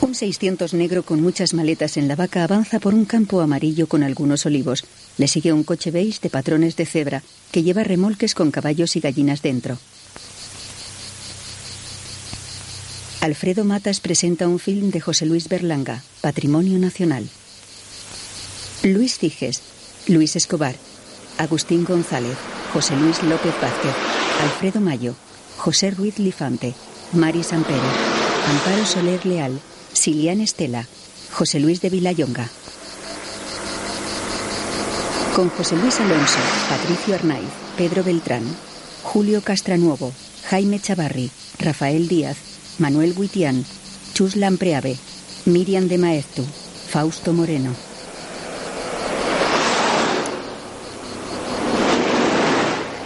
Ram 600 negro con muchas maletas en la vaca avanza por un campo amarillo con algunos olivos. Le sigue un coche beige de patrones de cebra que lleva remolques con caballos y gallinas dentro. Alfredo Matas presenta un film de José Luis Berlanga, Patrimonio Nacional. Luis Ciges, Luis Escobar, Agustín González, José Luis López Vázquez, Alfredo Mayo, José Ruiz Lifante, Mari Sampero, Amparo Soler Leal, Silian Estela, José Luis de Vilayonga. Con José Luis Alonso, Patricio Arnaiz, Pedro Beltrán, Julio Castranuevo, Jaime Chavarri, Rafael Díaz, Manuel Huitián, Chus Lampreave, Miriam de Maeztu, Fausto Moreno.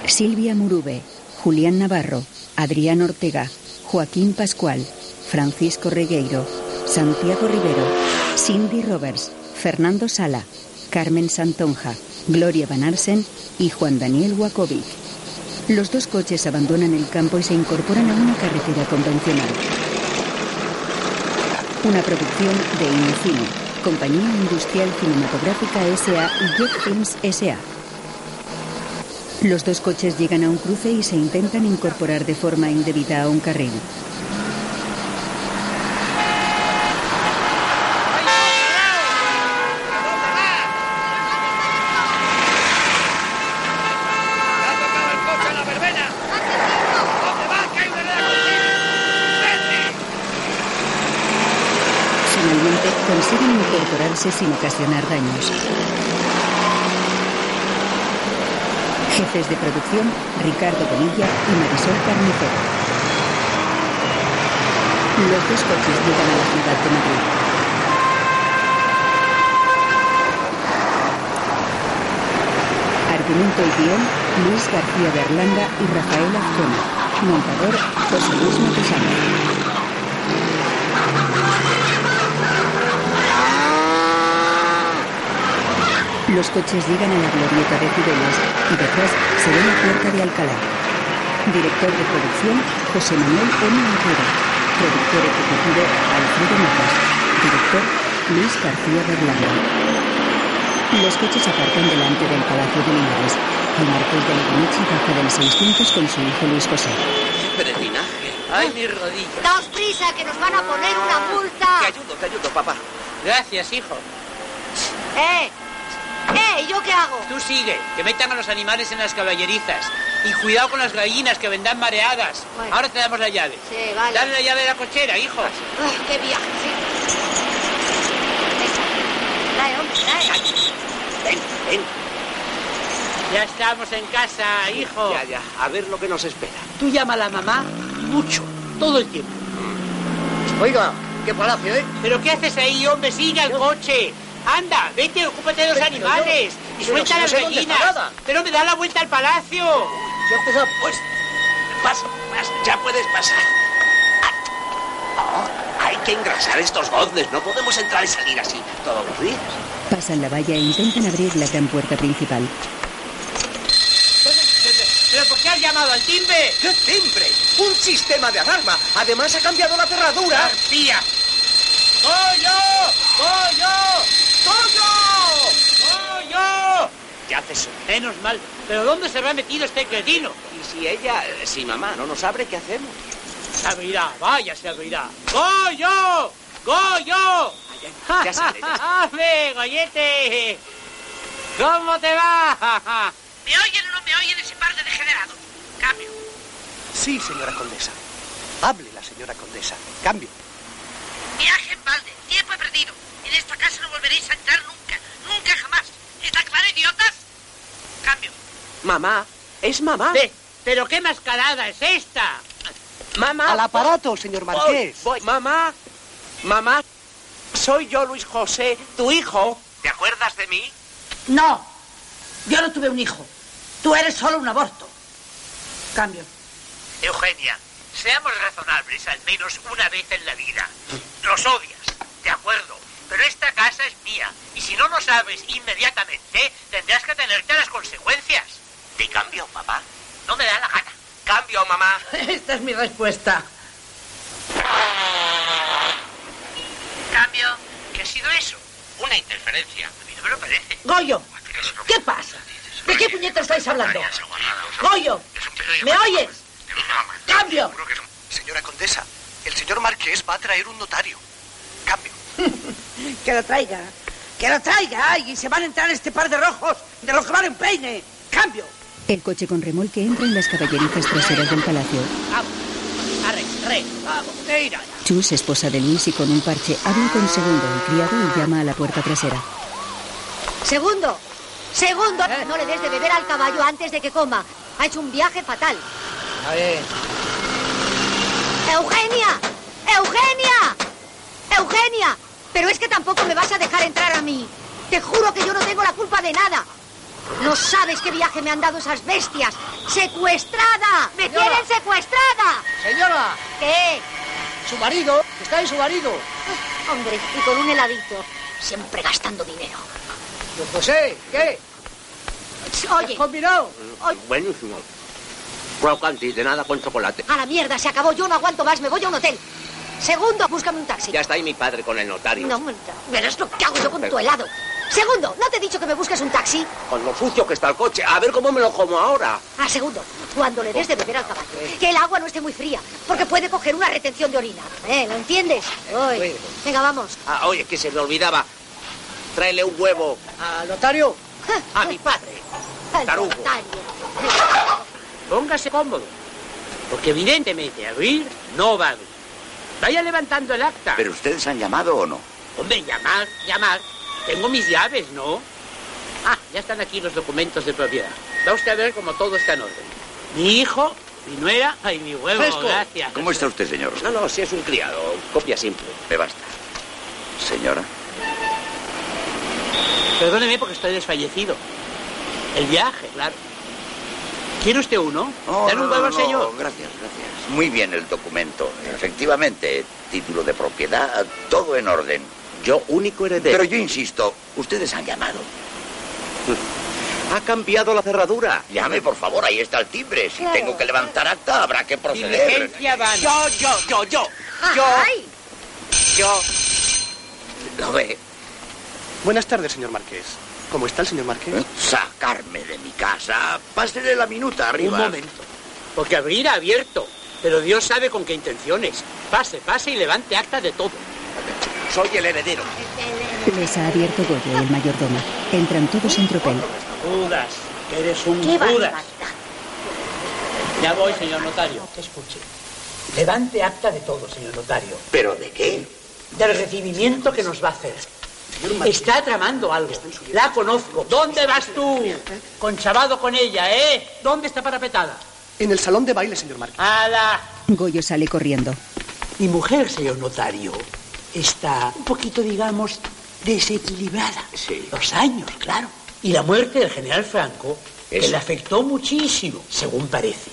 Silvia Murube, Julián Navarro, Adrián Ortega, Joaquín Pascual, Francisco Regueiro, Santiago Rivero, Cindy Roberts, Fernando Sala, Carmen Santonja, Gloria Van Arsen y Juan Daniel Wakovic. Los dos coches abandonan el campo y se incorporan a una carretera convencional. Una producción de Inocine, Compañía Industrial Cinematográfica S.A. y Jet Films S.A. Los dos coches llegan a un cruce y se intentan incorporar de forma indebida a un carril. Finalmente consiguen incorporarse sin ocasionar daños. Jefes de producción, Ricardo Bonilla y Marisol Carnicero. Los dos coches llegan a la ciudad de Madrid. Argumento y guión, Luis García Berlanga y Rafael Azcona. Montador, José Luis Montesano. Los coches llegan a la glorieta de Cibeles y detrás se ve la puerta de Alcalá. Director de producción, José Manuel M. Herrera. Productor ejecutivo, Alfredo Matas. Director, Luis García Berlanga. Los coches aparcan delante del Palacio de Linares. El Marqués de Alconichi baja del 600 con su hijo Luis José. Peregrinaje. Ay, mi rodilla. Daos prisa, que nos van a poner una Te multa. ayudo, te ayudo, papá. Gracias, hijo. ¡Eh! ¡Eh! ¿y ¿Yo qué hago? Tú sigue, que metan a los animales en las caballerizas. Y cuidado con las gallinas que vendrán mareadas. Bueno. Ahora te damos la llave. Sí, vale. Dale la llave de la cochera, hijo. Ay, ¡Qué viaje! Sí. Venga, Trae, hombre, trae. Ven, ven. Ya estamos en casa, hijo. Ya, ya. A ver lo que nos espera. Tú llama a la mamá mucho, todo el tiempo. Oiga, qué palacio, ¿eh? ¿Pero qué haces ahí, hombre? Sigue al coche. Anda, vete, ocúpate de los Pero yo- animales. Y pero suelta si no las sé dónde gallinas. está nada. Pero me da la vuelta al palacio. Ya empezó. Pues, pasa, pasa. Ya puedes pasar. Ah, no, hay que engrasar estos goznes. No podemos entrar y salir así todos los días. Pasan la valla e intentan abrir la gran puerta principal. ¿Pero por qué has llamado al timbre? ¡Qué timbre! ¡Un sistema de alarma! Además ha cambiado la cerradura. ¡García! ¡Pollo! ¡Pollo! ¡Pollo! ¡Pollo! Ya te subí. Menos mal. ¿Pero dónde se habrá metido este cretino? Y si ella, si Eh, mamá no nos abre, ¿qué hacemos? Se abrirá, vaya, se abrirá. ¡Goyo! ¡Goyo! Ya, ya sale, ya sale. ¡Hombre, gollete! ¿Cómo te va? ¿Me oyen o no me oyen ese par de degenerados? Cambio. Sí, señora condesa. Hable la señora condesa. Cambio. Viaje en balde. Tiempo he perdido. En esta casa no volveréis a entrar nunca. Nunca jamás. ¿Está claro, idiotas? Cambio. Mamá. Es mamá. Ve, ¿Pero qué mascarada es esta? Mamá. Al aparato, señor Marqués. Voy, voy. Mamá. Mamá. Soy yo, Luis José, tu hijo. ¿Te acuerdas de mí? No. Yo no tuve un hijo. Tú eres solo un aborto. Cambio. Eugenia, seamos razonables al menos una vez en la vida. Los odias, de acuerdo, pero esta casa es mía y si no lo sabes inmediatamente tendrás que tenerte a las consecuencias. Te cambio, papá. No me da la gana. Cambio, mamá. Esta es mi respuesta. diferencia. A mí no me lo parece. Goyo, ¿qué pasa? ¿De qué puñeta estáis hablando? Goyo, ¿me oyes? ¡Cambio! Señora condesa, el señor Marqués va a traer un notario. Cambio. Que lo traiga, que lo traiga. Ay, y se van a entrar este par de rojos de los que van en peine. ¡Cambio! El coche con remolque entra en las caballerizas traseras del palacio. Vamos. Arre, re, vamos. Mira. Chus, esposa de Luis y con un parche, habla con Segundo, el criado, y llama a la puerta trasera. Segundo, segundo, no le des de beber al caballo antes de que coma. Ha hecho un viaje fatal. A ver. ¡Eugenia! ¡Eugenia! ¡Eugenia! Pero es que tampoco me vas a dejar entrar a mí. Te juro que yo no tengo la culpa de nada. No sabes qué viaje me han dado esas bestias. ¡Secuestrada! ¡Me Señora. tienen secuestrada! Señora, ¿Qué? su marido, está ahí su marido. Hombre, y con un heladito. Siempre gastando dinero. Don José, ¿qué? Oye, Combinado. Buenísimo. Crocanti, de nada con chocolate. a la mierda, se acabó. Yo no aguanto más, me voy a un hotel. Segundo, búscame un taxi. Ya está ahí mi padre con el notario. No, hombre, verás lo que hago yo con tu helado. Segundo, ¿no te he dicho que me busques un taxi? Con lo sucio que está el coche. A ver cómo me lo como ahora. Ah, segundo, cuando le des de beber al caballo, que el agua no esté muy fría, porque puede coger una retención de orina. ¿Eh? ¿Lo entiendes? Voy. bueno. Venga, vamos. Ah, oye, que se me olvidaba. Tráele un huevo Al notario. a mi padre. Al Tarugo. notario. Póngase cómodo, porque evidentemente abrir no va a abrir. Vaya levantando el acta. ¿Pero ustedes han llamado o no? Hombre, llamar, llamar. Tengo mis llaves, ¿no? Ah, ya están aquí los documentos de propiedad. Va usted a ver como todo está en orden. Mi hijo, mi nuera y mi huevo. Fresco. Gracias. ¿Cómo está usted, señor? No, no, si es un criado. Copia simple. Me basta. Señora, Perdóneme porque estoy desfallecido. El viaje, claro. ¿Quiere usted uno? No, Dale un Oh, no, huevo no, al no, señor. Gracias, gracias. Muy bien el documento. Efectivamente, título de propiedad, todo en orden. Yo único heredero. Pero yo insisto, ustedes han llamado. Ha cambiado la cerradura. Llame, por favor, ahí está el timbre. Si Claro. tengo que levantar acta, habrá que proceder. Diligencia van. Yo, yo, yo, yo. Yo, ¡Ay! yo. Lo ve. Buenas tardes, señor Marqués. ¿Cómo está el señor Marqués? Sacarme de mi casa. Pásele la minuta arriba. Un momento. Porque abrir ha abierto. Pero Dios sabe con qué intenciones. Pase, pase y levante acta de todo. Soy el heredero. Les ha abierto Goyo, el mayordomo. Entran todos en tropel. Judas, eres un ¡Qué Judas. barbaridad! Ya voy, señor notario. Te escuche. Levante acta de todo, señor notario. ¿Pero de qué? Del recibimiento que nos va a hacer. Está tramando algo. La conozco. ¿Dónde vas tú? Conchavado con ella, ¿eh? ¿Dónde está parapetada? En el salón de baile, señor Marqués. ¡Hala! Goyo sale corriendo. Mi mujer, señor notario, está un poquito, digamos, desequilibrada. Sí. Los años, claro. Y la muerte del general Franco que Eso. le afectó muchísimo, según parece.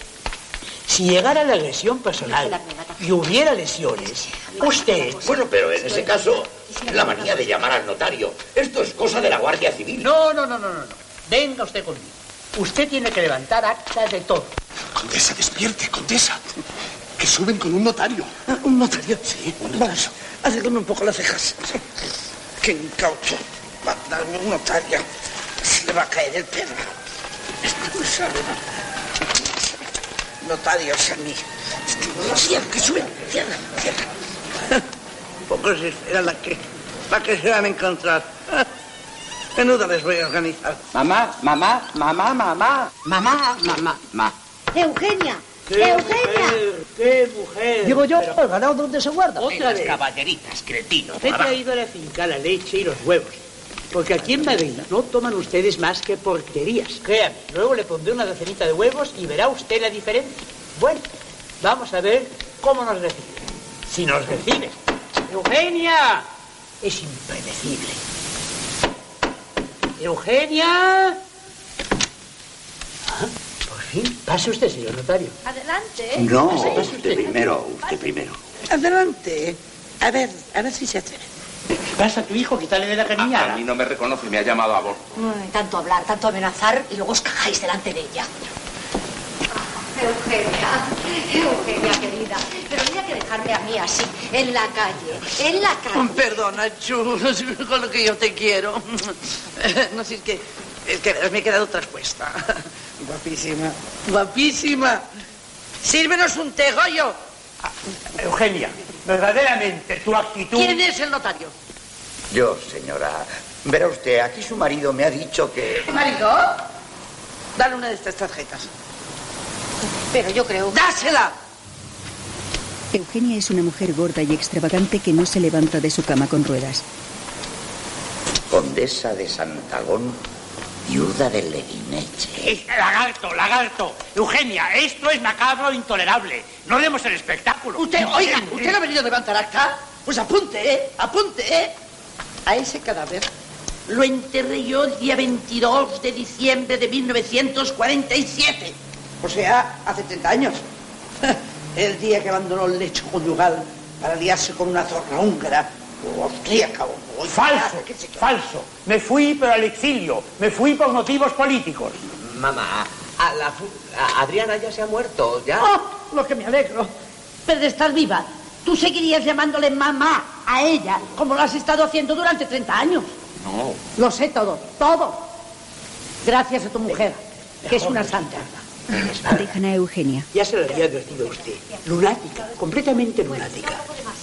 Si llegara la lesión personal y hubiera lesiones, usted... Bueno, pero en ese caso, la manía de llamar al notario. Esto es cosa de la Guardia Civil. No, no, no, no, no. no. Venga usted conmigo. Usted tiene que levantar acta de todo. Condesa, despierte, condesa. Que suben con un notario. Un notario, sí. Vamos, acércame un poco las cejas. Qué incauto. Va a darme un notario. Se le va a caer el perro. Esto no sabe nada. Notarios a mí. Cierra, que suben. Cierra, cierra. Pocos esperan la que, la que se van a encontrar. Menuda les voy a organizar. Mamá, mamá, mamá, mamá. Mamá, mamá, mamá. ¡Eugenia! ¡Eugenia! ¡Qué mujer! Digo yo, el ganado donde se guarda. Otra vez. Caballeritas, cretino. He traído a la finca la leche y los huevos. Porque aquí en Madrid no toman ustedes más que porquerías. Créame, luego le pondré una docenita de huevos y verá usted la diferencia. Bueno, vamos a ver cómo nos recibe. Si nos recibe. ¡Eugenia! Es impredecible. ¡Eugenia! Ah, por fin. Pase usted, señor notario. Adelante. No, usted primero, usted primero. Adelante. A ver, a ver si se atreve. Pasa a tu hijo, quítale de la canilla. Ah, no me reconoce, me ha llamado a vos. Ay, Mm, tanto hablar, tanto amenazar y luego os cajáis delante de ella. Eugenia, Eugenia Ah, querida, pero mira que que dejarme a mí así, en la calle, en la calle. Perdona, Chus, con lo que yo te quiero. No sé, es que, es que me he quedado traspuesta. Guapísima, guapísima. Sírvenos un té, Goyo. Eugenia, verdaderamente tu actitud. ¿Quién es el notario? Yo, señora. Verá usted, aquí su marido me ha dicho que. Marido, dale una de estas tarjetas. Pero yo creo... ¡Dásela! Eugenia es una mujer gorda y extravagante que no se levanta de su cama con ruedas. Condesa de Santagón, viuda de Leguineche. Eh, Lagarto, lagarto. Eugenia, esto es macabro e intolerable. No demos el espectáculo. Usted, No, oiga, eh, ¿usted ha venido a levantar acta? Pues apunte, ¿eh? Apunte, ¿eh? A ese cadáver lo enterré yo el día 22 de diciembre de 1947. O sea, hace 30 años. El día que abandonó el lecho conyugal para liarse con una zorra húngara o austríaca o... Falso, falso. Me fui, pero al exilio. Me fui por motivos políticos. Mamá, a la fu- a- Adriana ya se ha muerto, ya. Ah. ¡Oh! Lo que me alegro. Pero de estar viva, tú seguirías llamándole mamá a ella, como lo has estado haciendo durante 30 años. No. Lo sé todo, todo. Gracias a tu mujer, que es una santa. Dejan a Eugenia. Ya se lo había advertido a usted. Lunática, completamente lunática.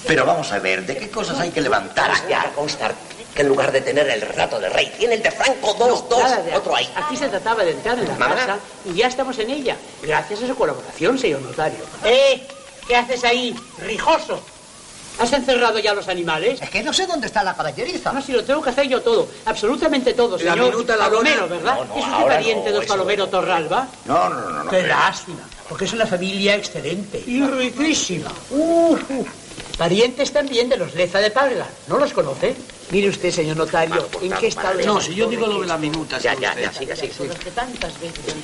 Pero vamos a ver, ¿de qué cosas hay que levantar aquí a constar que en lugar de tener el relato de rey, tiene el de Franco dos, dos, Nada de- otro ahí? Aquí se trataba de entrar en la Mamá. casa y ya estamos en ella, gracias a su colaboración, señor notario. ¡Eh! ¿Qué haces ahí, rijoso? ¿Has encerrado ya los animales? Es que no sé dónde está la caballeriza. No, si lo tengo que hacer yo todo, absolutamente todo, La señor. minuta, la Palomero, dona. ¿verdad? No, no, ¿Es usted ahora pariente no, de eso Palomero Torralba? No, no, no, no. Qué pero- lástima, porque es una familia excelente. Y riquísima. Uh, uh. Parientes también de los Leza de Parga. ¿No los conoce? Mire usted, señor notario, ¿en qué estado No, está si yo todo digo lo esto? de la minuta. Ya, sí, ya, usted. ya, siga, siga, siga. que tantas veces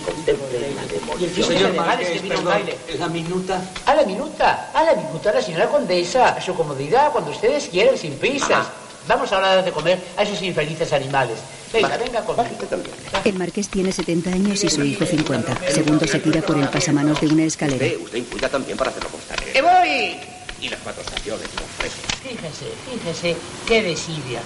Y el fiscal Señor de Gales, Marqués, que vino al perdón, baile. la minuta. A la minuta, a la minuta, la señora condesa, a su comodidad, cuando ustedes quieran, sin prisas. Mamá. Vamos ahora a dar de comer a esos infelices animales. Venga, venga, conmigo. El marqués tiene 70 años y su hijo 50. Segundo se tira por el pasamanos de una escalera. Usted, usted imputa también para hacerlo constar. Eh, ¡Que Eh, voy! Y las cuatro estaciones, los frescos. Fíjese, fíjese, qué desidia.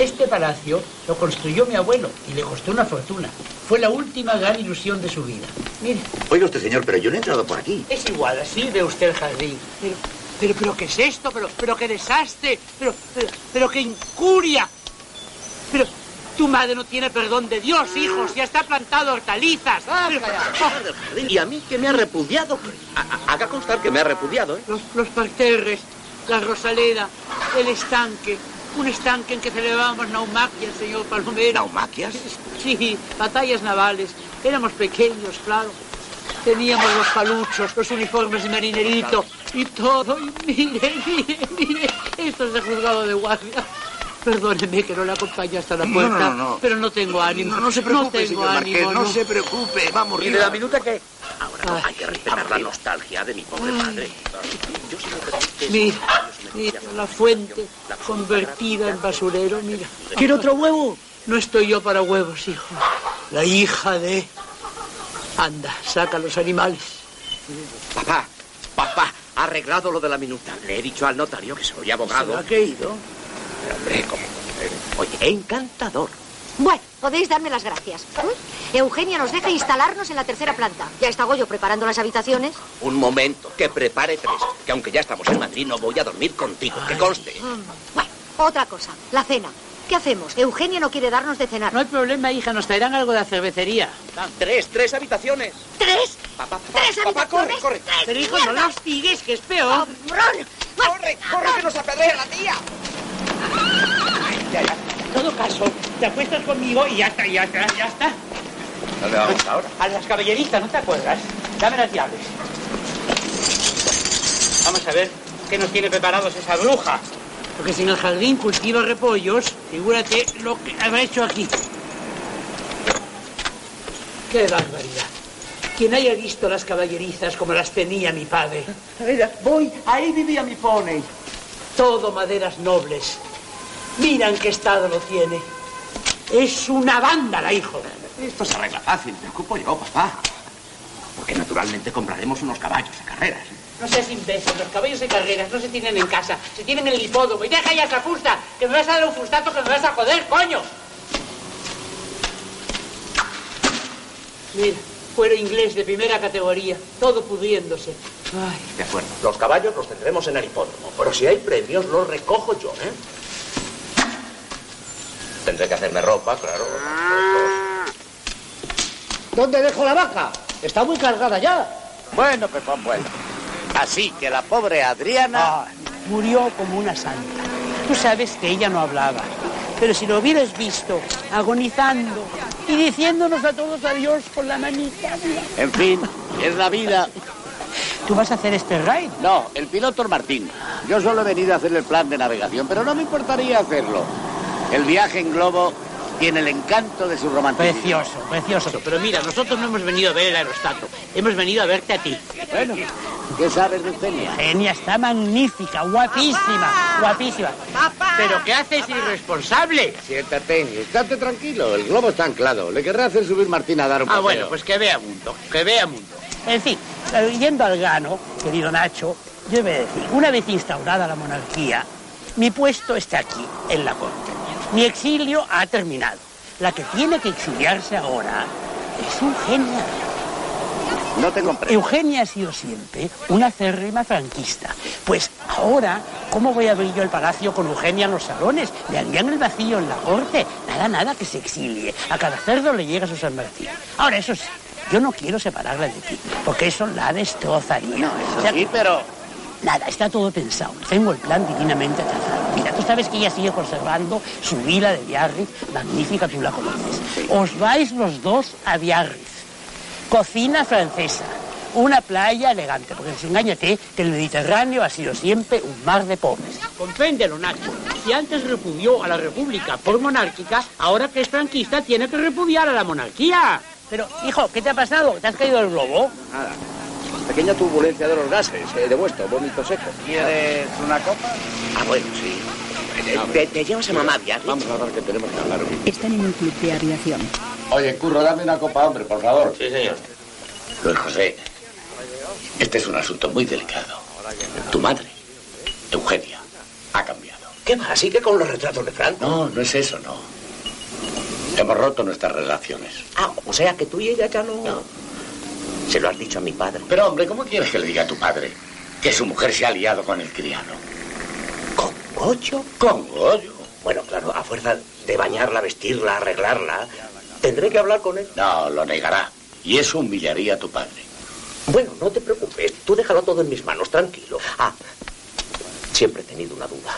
Este palacio lo construyó mi abuelo y le costó una fortuna. Fue la última gran ilusión de su vida. Mire, Oiga usted, señor, pero yo no he entrado por aquí. Es igual, así ve usted el jardín. Pero, pero, pero ¿qué es esto? Pero, pero qué desastre. Pero, pero, pero qué incuria. Pero tu madre no tiene perdón de Dios, hijos. Ya está plantado hortalizas. Pero- Ah, Y a mí que me ha repudiado. A- a- haga constar que me ha repudiado, ¿eh? los, los parterres, la rosaleda, el estanque. Un estanque en que celebrábamos naumaquias, señor Palomero. ¿Naumaquias? Sí, batallas navales. Éramos pequeños, claro. Teníamos los paluchos, los uniformes de marinerito y todo. Y mire, mire, mire, esto es de juzgado de guardia. Perdóneme que no le acompañe hasta la No, puerta, no, no, no. pero no tengo ánimo. No, no se preocupe, tengo señor Marqués, ánimo, no se preocupe. Vamos, ¿Y ¿Y de de la la minuta qué? Ahora no hay que respetar la nostalgia de mi pobre Ay. madre. Yo se lo respeté. Mira, mira, la fuente convertida en basurero, mira. ¿Quiere otro huevo? No estoy yo para huevos, hijo. La hija de... Anda, saca los animales. Papá, papá, ha arreglado lo de la minuta. Le he dicho al notario que soy abogado. ¿Se ha creído? Pero, hombre, ¿cómo? Eh, Oye, encantador. Bueno, podéis darme las gracias. ¿Mm? Eugenia nos deja instalarnos en la tercera planta. Ya está Goyo preparando las habitaciones. Un momento, que prepare tres. Que aunque ya estamos en Madrid, no voy a dormir contigo. Que conste. Mm, Bueno, otra cosa, la cena. ¿Qué hacemos? Eugenia no quiere darnos de cenar. No hay problema, hija, nos traerán algo de la cervecería. Tres, tres habitaciones. ¿Tres? Papá, papá, ¿Tres papá, corre, habitaciones? corre. ¡Tres, Pero hijo, no mierda! la hostigues, que es peor. ¡Corre, corre, que nos apedrea la tía! Ya, ya. En todo caso, te acuestas conmigo y ya está, ya está, ya está. ¿Dónde vamos ahora? A las caballerizas, ¿no te acuerdas? Dame las llaves. Vamos a ver qué nos tiene preparados esa bruja. Porque si en el jardín cultiva repollos, figúrate lo que habrá hecho aquí. ¡Qué barbaridad! Quien haya visto las caballerizas como las tenía mi padre. Mira, voy, ahí vivía mi pony. Todo maderas nobles. Mira en qué estado lo tiene. Es una vándala, hijo. Esto se arregla fácil, me ocupo yo, papá. Porque naturalmente compraremos unos caballos de carreras. No seas imbécil, los caballos de carreras no se tienen en casa, se tienen en el hipódromo. Y deja ya esa fusta, que me vas a dar un fustazo que me vas a joder, coño. Mira, cuero inglés de primera categoría, todo pudriéndose. Ay, De acuerdo. Los caballos los tendremos en el hipódromo, pero si hay premios los recojo yo, ¿eh? Tendré que hacerme ropa, claro. ¿Dónde dejo la vaca? Está muy cargada ya. Bueno, Pepón, bueno. Así que la pobre Adriana... murió como una santa. Tú sabes que ella no hablaba, pero si lo hubieras visto agonizando y diciéndonos a todos adiós con la manita. mira. En fin, es la vida. ¿Tú vas a hacer este raid? No, el piloto es Martín. Yo solo he venido a hacer el plan de navegación, pero no me importaría hacerlo. El viaje en globo tiene el encanto de su romanticismo. Precioso, precioso. Pero mira, nosotros no hemos venido a ver el aerostato, hemos venido a verte a ti. Bueno, ¿qué sabes de Eugenia? Eugenia está magnífica, guapísima, guapísima. Pero ¿qué haces irresponsable? Siéntate, estate tranquilo. El globo está anclado. Le querrá hacer subir Martín a dar un Ah, paseo. bueno, pues que vea mundo, que vea mundo. En fin, eh, yendo al grano, querido Nacho, yo voy a decir, una vez instaurada la monarquía, mi puesto está aquí, en la corte. Mi exilio ha terminado. La que tiene que exiliarse ahora es Eugenia. No te comprendo. Eugenia ha sido siempre una acérrima franquista. Pues ahora, ¿cómo voy a abrir yo el palacio con Eugenia en los salones? Le harían el vacío en la corte. Nada, nada, que se exilie. A cada cerdo le llega su San Martín. Ahora, eso sí, yo no quiero separarla de ti, porque eso la destrozaría. No, eso sí, pero... Nada, está todo pensado. Tengo el plan divinamente trazado. Mira, tú sabes que ella sigue conservando su vila de Biarritz. Magnífica, tú la conoces. Os vais los dos a Biarritz cocina francesa, una playa elegante, porque desengáñate que el Mediterráneo ha sido siempre un mar de pobres. Compréndelo, Nacho. Si antes repudió a la República por monárquica, ahora que es franquista tiene que repudiar a la monarquía. Pero, hijo, ¿qué te ha pasado? ¿Te has caído del globo? Ah, Nada. Pequeña turbulencia de los gases, eh, de vuestro, vómito seco. ¿Quieres una copa? Ah, bueno, sí. Te, te llevas a mamá, ya. Vamos a hablar que tenemos que hablar. Están en un club de aviación. Oye, Curro, dame una copa, hombre, por favor. Sí, señor. Luis José, este es un asunto muy delicado. Tu madre, Eugenia, ha cambiado. ¿Qué va? ¿Así que con los retratos de Franco? No, no es eso, no. Hemos roto nuestras relaciones. Ah, o sea que tú y ella ya no... Se lo has dicho a mi padre. Pero, hombre, ¿cómo quieres que le diga a tu padre que su mujer se ha liado con el criado? ¿Con Goyo? ¿Con Goyo? Bueno, claro, a fuerza de bañarla, vestirla, arreglarla, tendré que hablar con él. No, lo negará. Y eso humillaría a tu padre. Bueno, no te preocupes. Tú déjalo todo en mis manos, tranquilo. Ah, siempre he tenido una duda.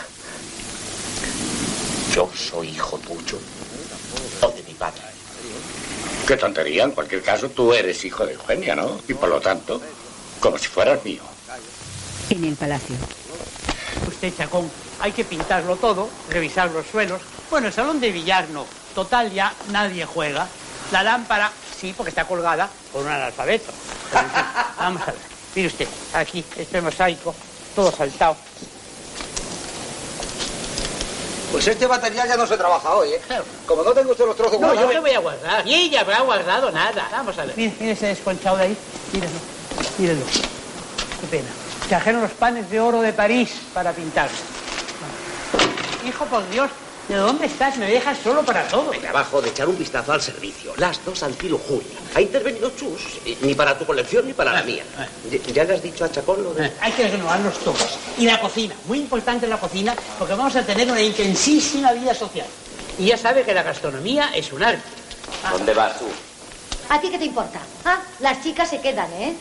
¿Yo soy hijo tuyo o de mi padre? Qué tontería, en cualquier caso tú eres hijo de Eugenia, ¿no? Y por lo tanto, como si fueras mío. En el palacio. Usted, Chacón, hay que pintarlo todo, revisar los suelos. Bueno, el salón de billar no. Total, ya nadie juega. La lámpara, sí, porque está colgada por un analfabeto. Pero, en fin, vamos a ver. Mire usted, aquí, este mosaico, todo saltado. Pues este material ya no se trabaja hoy, ¿eh? Como no tengo usted los trozos No, yo guardados- me voy a guardar. Y ella habrá guardado nada. Vamos a ver. Mire, mire ese desconchado de ahí. Míralo. Míralo. Qué pena. Trajeron los panes de oro de París para pintar. Hijo, por Dios, ¿de dónde estás? Me dejas solo para todo. Trabajo de echar un vistazo al servicio. Las dos antilujuria. Ha intervenido Chus. eh, Ni para tu colección ni Eh, para la mía. Ya- Ya le has dicho a Chacón lo de... Hay que renovarlos todos. Y la cocina, muy importante la cocina, porque vamos a tener una intensísima vida social. Y ya sabe que la gastronomía es un arte. ¿Dónde vas tú? ¿A ti qué te importa? Ah, las chicas se quedan, ¿eh?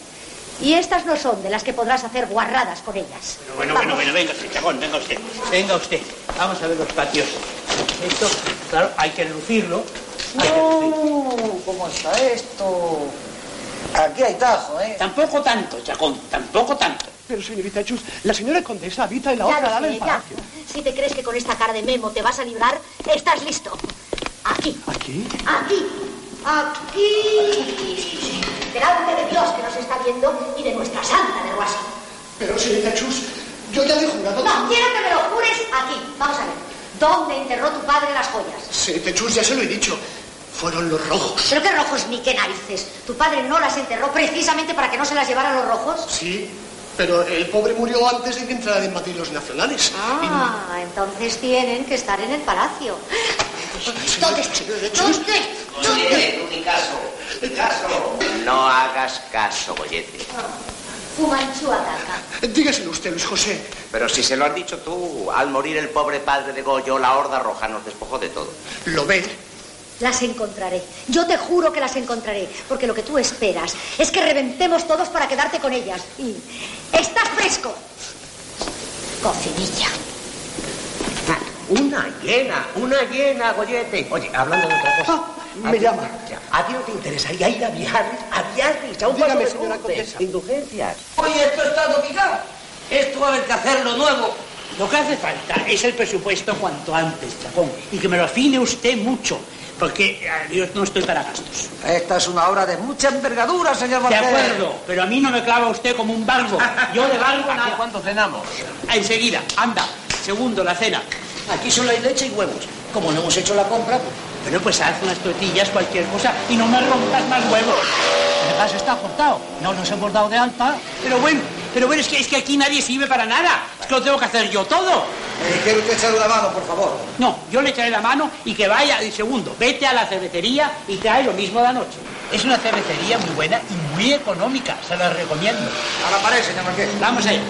Y estas no son de las que podrás hacer guarradas con ellas. Bueno, bueno, bueno, venga usted, Chacón, venga usted. Venga usted. Vamos a ver los patios. Esto, claro, hay que lucirlo. No, ¿cómo está esto? Aquí hay tajo, ¿eh? Tampoco tanto, Chacón, tampoco tanto. Pero, señorita Chus, la señora condesa habita en Ya lo sé, ya. Si te crees que con esta cara de memo te vas a librar, estás listo. Aquí. ¿Aquí? Aquí. Aquí. Delante de Dios que nos está viendo y de nuestra santa de Guasí. Pero, señorita Chus, yo ya le he jurado... No, quiero que me lo jures aquí. Vamos a ver. ¿Dónde enterró tu padre las joyas? Señorita Chus, ya se lo he dicho. Fueron los rojos. Pero qué rojos ni qué narices. Tu padre no las enterró precisamente para que no se las llevaran los rojos. Sí, Pero el pobre murió antes de que entraran en Madrid los nacionales. Ah, entonces tienen que estar en el palacio. ¿Dónde? ¿Dónde? Ni caso, ni caso. No hagas caso, Goyete. Fu Manchu ataca. Dígaselo usted, Luis José. Pero si se lo has dicho tú, al morir el pobre padre de Goyo, la horda roja nos despojó de todo. ¿Lo ve? Las encontraré. Yo te juro que las encontraré. Porque lo que tú esperas es que reventemos todos para quedarte con ellas. Y estás fresco. Cocinilla. Una hiena, una hiena, Goyete. Oye, hablando de otra cosa. Ah, me llama. ¿A ti no te interesaría ir a Biarritz? A Biarritz, a un Dígame, paso de señora Lourdes. condesa. Indulgencias. Oye, esto está dominado. Esto va a haber que hacerlo nuevo. Lo que hace falta es el presupuesto cuanto antes, Chacón. Y que me lo afine usted mucho. Porque eh, yo no estoy para gastos. Esta es una obra de mucha envergadura, señor De Martínez. acuerdo, pero a mí no me clava usted como un barbo. Yo de barbo nada. cuánto cenamos? Enseguida, anda. Segundo, la cena. Aquí solo hay leche y huevos. Como no hemos hecho la compra, bueno, pues haz unas tortillas, cualquier cosa, y no me rompas más huevos. Además está cortado. No nos hemos dado de alta. Pero bueno, pero bueno, es que, es que aquí nadie sirve para nada. Es que lo tengo que hacer yo todo. Eh, quiero usted echar una mano, por favor. No, yo le echaré la mano y que vaya el segundo. Vete a la cervecería y trae lo mismo de anoche. Es una cervecería muy buena y muy económica. Se la recomiendo. A la pared, señor Marqués. Vamos allá.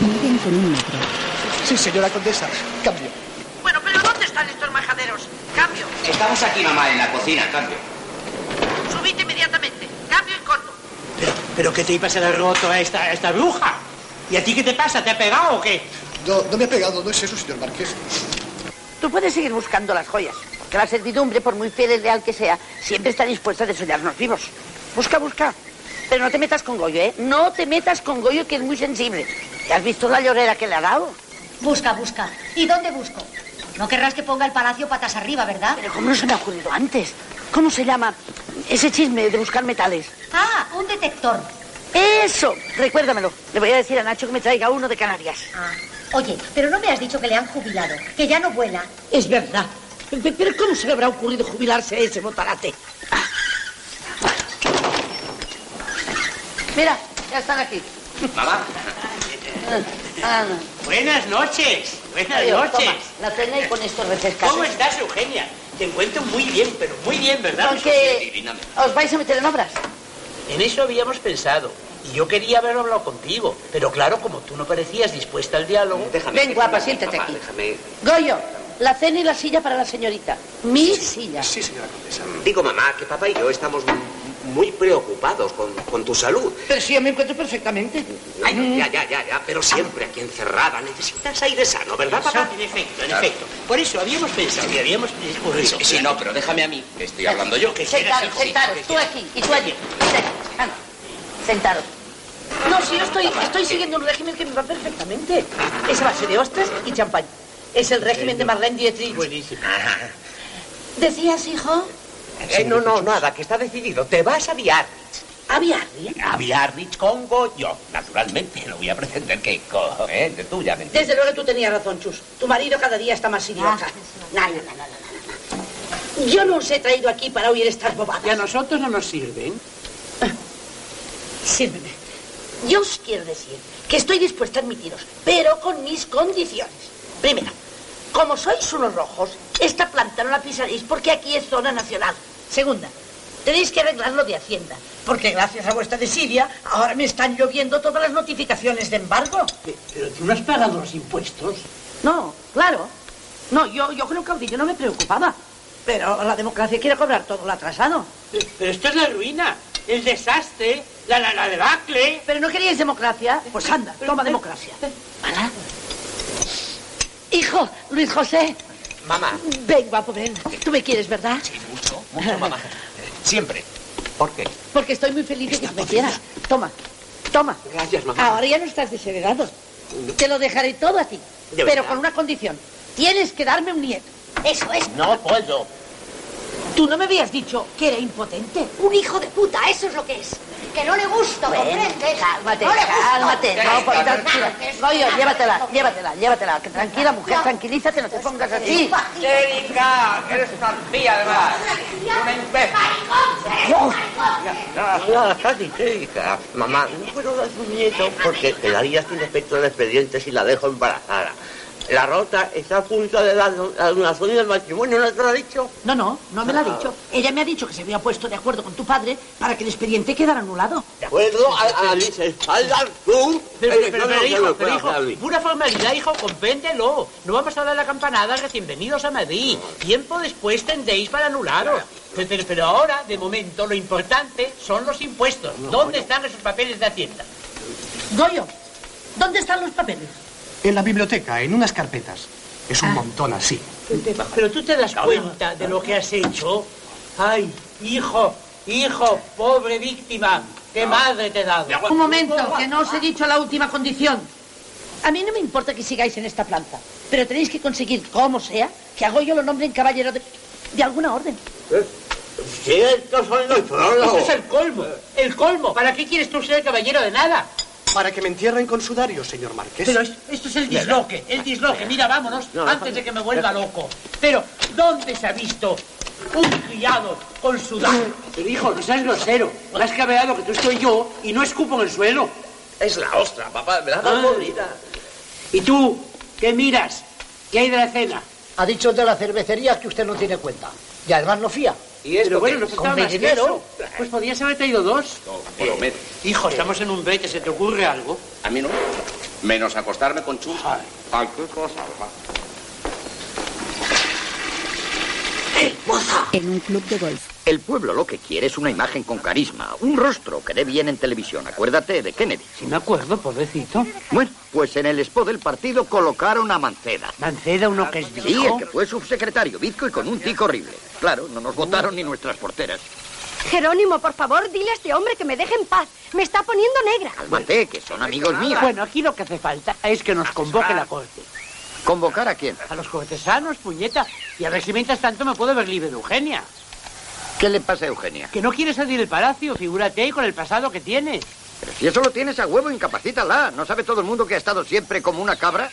Miden con un metro. Sí, señora condesa. Cambio. Bueno, pero ¿dónde están estos majaderos? Cambio. Estamos aquí, mamá, en la cocina, cambio. Subid inmediatamente. Cambio en corto. ¿Pero qué tripas se le ha roto a esta, a esta bruja? ¿Y a ti qué te pasa? ¿Te ha pegado o qué? No, no me ha pegado, no es eso, señor Marqués. Tú puedes seguir buscando las joyas, que la servidumbre, por muy fiel y leal que sea, siempre está dispuesta a desollarnos vivos. Busca, busca. Pero no te metas con Goyo, ¿eh? No te metas con Goyo, que es muy sensible. ¿Ya has visto la llorera que le ha dado? Busca, busca. ¿Y dónde busco? No querrás que ponga el palacio patas arriba, ¿verdad? Pero ¿Cómo no se me ha ocurrido antes? ¿Cómo se llama ese chisme de buscar metales? Ah, un detector. Eso, recuérdamelo. Le voy a decir a Nacho que me traiga uno de Canarias. Oye, pero no me has dicho que le han jubilado, que ya no vuela. Es verdad. Pe- Pero ¿cómo se le habrá ocurrido jubilarse a ese botarate? Mira, ya están aquí. Mamá, Ah, no. Buenas noches. Buenas Adiós, noches. toma, la cena y con estos refrescas. ¿Cómo estás, Eugenia? Te encuentro muy bien, pero muy bien, ¿verdad? Porque- Sí, ¿Os vais a meter en obras? En eso habíamos pensado. Y yo quería haber hablado contigo. Pero claro, como tú no parecías dispuesta al diálogo... Déjame, Ven, guapa, siéntate aquí. Goyo, la cena y la silla para la señorita. Mi silla. Sí, señora condesa. Digo, mamá, que papá y yo estamos mu- muy preocupados con, con tu salud. Pero sí, yo me encuentro perfectamente. Ay, ya, ya, ya, ya, pero siempre aquí encerrada. Necesitas aire sano, ¿verdad, papá? En efecto, en efecto. Por eso habíamos pensado y habíamos eh, discurrido. Sí, no, pero déjame a mí, que estoy hablando yo. Que quieras, Sentaros, hijo, sí, sentaros, que tú aquí y tú allí. Sentaros, anda, Sentaros. No, sí, yo estoy, estoy siguiendo un régimen que me va perfectamente. Es a base de ostras y champán. Es el régimen de Marlene Dietrich. Buenísimo. ¿Decías, hijo? Eh, no, no, nada, que está decidido. Te vas a Biarritz. ¿A A Biarritz con Goyo. Naturalmente, no voy a pretender que coge de tuya, ¿me entiendes? Desde luego tú tenías razón, Chus. Tu marido cada día está más idiota. No, no, no, no, no, no. Yo no os he traído aquí para oír estas bobadas. ¿Y a nosotros no nos sirven? Sírveme. Yo os quiero decir que estoy dispuesta a admitiros, pero con mis condiciones. Primera, como sois unos rojos, esta planta no la pisaréis porque aquí es zona nacional. Segunda, tenéis que arreglarlo de Hacienda, porque gracias a vuestra desidia ahora me están lloviendo todas las notificaciones de embargo. Pero tú no has pagado los impuestos. No, claro. No, yo, yo creo que yo no me preocupaba. Pero la democracia quiere cobrar todo lo atrasado. Pero esto es la ruina, el desastre, la, la, la debacle. Eh, ¿Pero no queríais democracia? Pues anda, eh, toma democracia. Hijo, Luis José. Mamá, Ven, guapo, ven. Tú me quieres, ¿verdad? mucho, mucho, mamá. Eh, Siempre. ¿Por qué? Porque estoy muy feliz de que tú me quieras. Toma, toma. Gracias, mamá. Ahora ya no estás desheredado. Te lo dejaré todo a ti. De Pero verdad. con una condición. Tienes que darme un nieto. Eso es. No puedo. Tú no me habías dicho que era impotente. Un hijo de puta, eso es lo que es. que no le gusto, Bueno, ¿comprendes? Cálmate, no le gusto. cálmate. No, por tranquila. Goyo, llévatela, Mira, llévatela, llévatela. Que tranquila, mujer, tranquilízate, no te pongas así. Erika, eres una arpía, además. Una imbécil. Hola, Katy, Erika. Mamá, no puedo dar un nieto porque quedaría sin respecto al expediente si la dejo embarazada. La rota está a punto de dar la donación del matrimonio, ¿no te lo ha dicho? Ah, No, no, no me lo ha dicho. Ella me ha dicho que se había puesto de acuerdo con tu padre para que el expediente quedara anulado. De acuerdo a, a mis espaldas, tú. Pero, pero, eres pero, todo lo que me hijo, pero, puedas hijo, dar a mí. pura formalidad, hijo, compréndelo. No vamos a dar la campanada recién venidos a Madrid. Tiempo después tendréis para anularos. Pero, pero- pero ahora, de momento, lo importante son los impuestos. ¿Dónde están esos papeles de Hacienda? Goyo, ¿dónde están los papeles? En la biblioteca, en unas carpetas. Es Ah. un montón así. Pero tú te das cuenta de lo que has hecho. Ay, hijo, hijo, pobre víctima. Ah. ¿Qué madre te he dado? Un momento, que no os he dicho la última condición. A mí no me importa que sigáis en esta planta, pero tenéis que conseguir, como sea, que a Goyo lo nombren caballero de, de alguna orden. ¿Eh? Sí, estos son los Esto prólogos. es el colmo, el colmo. ¿Para qué quieres tú ser caballero de nada? Para que me entierren con sudario, señor Marqués. Pero es- esto es el disloque, el disloque. Mira, vámonos No, no, antes de que me vuelva loco. Pero, ¿dónde se ha visto un criado con sudario? Pero hijo, no seas grosero. Me has cabeado que tú estoy yo y no escupo en el suelo. Es la ostra, papá, me la has dado Ah. podrida. ¿Y tú? ¿Qué miras? ¿Qué hay de la cena? Ha dicho el de la cervecería que usted no tiene cuenta. Y además no fía. ¿Y esto Pero bueno, qué no es? costaba ¿Con más que dinero? eso. Pues podías haber traído dos. Prometo. Eh, Hijo, estamos en un brete, ¿se te ocurre algo? A mí no. Menos acostarme con Chus. Ay, qué cosa, papá. En un club de golf. El pueblo lo que quiere es una imagen con carisma, un rostro que dé bien en televisión. Acuérdate de Kennedy. Si me acuerdo, pobrecito. Bueno, pues en el expo del partido colocaron a Manceda. Manceda, uno que es Sí, el que fue subsecretario, bizco y con un tico horrible. Claro, no nos votaron ni nuestras porteras. Jerónimo, por favor, dile a este hombre que me deje en paz. Me está poniendo negra. Cálmate, que son amigos míos. Bueno, aquí lo que hace falta es que nos convoque la corte. ¿Convocar a quién? A los cortesanos, puñeta. Y a ver si mientras tanto me puedo ver libre de Eugenia. ¿Qué le pasa a Eugenia? Que no quiere salir del palacio, figúrate, con el pasado que tiene. Pero si eso lo tienes a huevo, incapacítala. ¿No sabe todo el mundo que ha estado siempre como una cabra?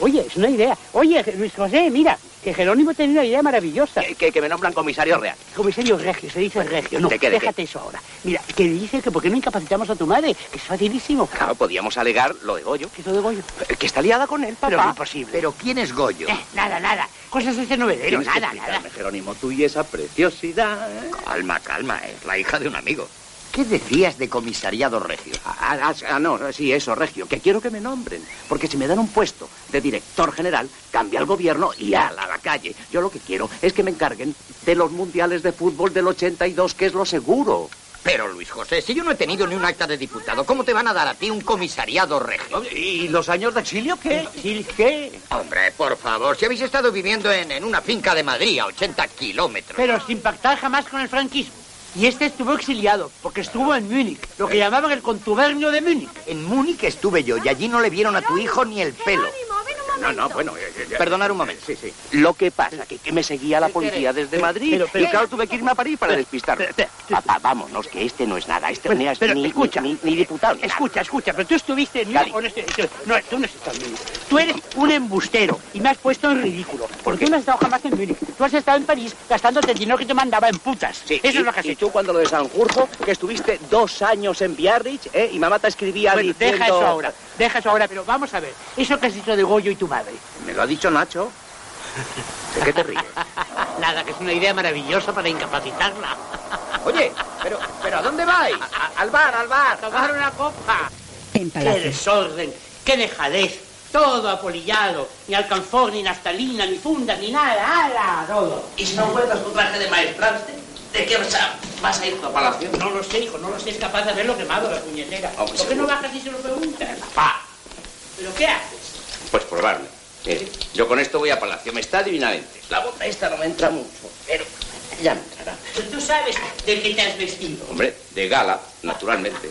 Oye, es una idea. Oye, Luis José, mira, que Jerónimo tiene una idea maravillosa. Que, que me nombran comisario real. Comisario Regio, se dice Regio. No, ¿de qué, de qué? déjate eso ahora. Mira, que dice que por qué no incapacitamos a tu madre, que es facilísimo. Claro, podíamos alegar lo de Goyo. ¿Qué es lo de Goyo? Que está liada con él, papá. Pero es imposible. ¿Pero quién es Goyo? Eh, nada, nada. Cosas de ese novedero, Tienes que nada, nada. explicarme, Jerónimo, tú y esa preciosidad. ¿eh? Calma, calma, es la hija de un amigo. ¿Qué decías de comisariado regio? Ah, ah, ah, no, sí, eso, Regio, que quiero que me nombren, porque si me dan un puesto de director general, cambia el gobierno y ala, a la calle. Yo lo que quiero es que me encarguen de los mundiales de fútbol del 82, que es lo seguro. Pero, Luis José, si yo no he tenido ni un acta de diputado, ¿cómo te van a dar a ti un comisariado regio? Oh, Eh, ¿Y los años de exilio qué? qué? Hombre, por favor, si habéis estado viviendo en, en una finca de Madrid a 80 kilómetros. Pero sin pactar jamás con el franquismo. Y este estuvo exiliado, porque estuvo en Múnich, lo que llamaban el contubernio de Múnich. Eh. En Múnich estuve yo y allí no le vieron a tu hijo ni el pelo. No, no, bueno. eh, Perdonar un momento. Sí, sí. Lo que pasa que, que me seguía la policía desde Pero- Madrid. pero- pero- y claro, tuve que irme a París para despistarlo. Papá, vámonos, que este no es nada. Este no es ni, escucha, ni, ni diputado. ni nada. Escucha, escucha, pero tú estuviste en Múnich... o no estu- No, tú no estás en Múnich. Tú eres un embustero y me has puesto en ridículo. ¿Por qué no has estado jamás en Múnich? Tú has estado en París gastándote el dinero que te mandaba en putas. Sí, Eso y- es lo que has y hecho. tú cuando lo de Sanjurjo, que estuviste dos años en Biarritz, ¿eh? Y mamá te escribía Bueno, diciendo... deja eso ahora, deja eso ahora, pero vamos a ver. Eso que has dicho de Goyo y tu madre. Me lo ha dicho Nacho. ¿De qué te ríes? Nada, que es una idea maravillosa para incapacitarla. Oye, pero, pero ¿a dónde vais? al bar, al bar. tomar una copa. En ¡Qué palacio. desorden! ¡Qué dejadez! Todo apolillado. Ni alcanfor, ni naftalina, ni fundas, ni nada. ¡Hala! Todo. ¿Y si no guardas tu traje de maestrante? ¿De qué vas a, vas a ir tú a palacio? No lo sé, hijo. No lo sé. Es capaz de haberlo quemado la puñetera. Ah, ¿Por pues qué no seguro. bajas y se lo preguntas? Papá. ¿Pero qué haces? Pues probable. Mire, yo con esto voy a palacio. Me está divinamente. La bota esta no me entra mucho, pero ya me entrará. Pero tú sabes de qué te has vestido. Hombre, de gala, naturalmente.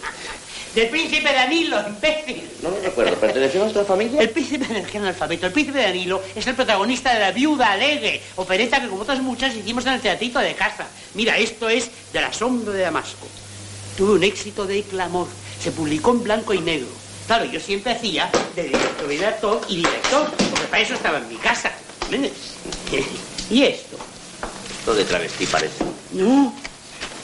Del príncipe Danilo, imbécil. No lo recuerdo. ¿Perteneció a nuestra familia? El príncipe del gen alfabeto, el príncipe Danilo, es el protagonista de La Viuda Alegre, opereta que como otras muchas hicimos en el teatrito de casa. Mira, esto es del asombro de Damasco. Tuve un éxito de clamor. Se publicó en blanco y negro. Claro, yo siempre hacía de director, de actor y director, porque para eso estaba en mi casa. Jiménez. ¿Y esto? Lo de travesti parece. No.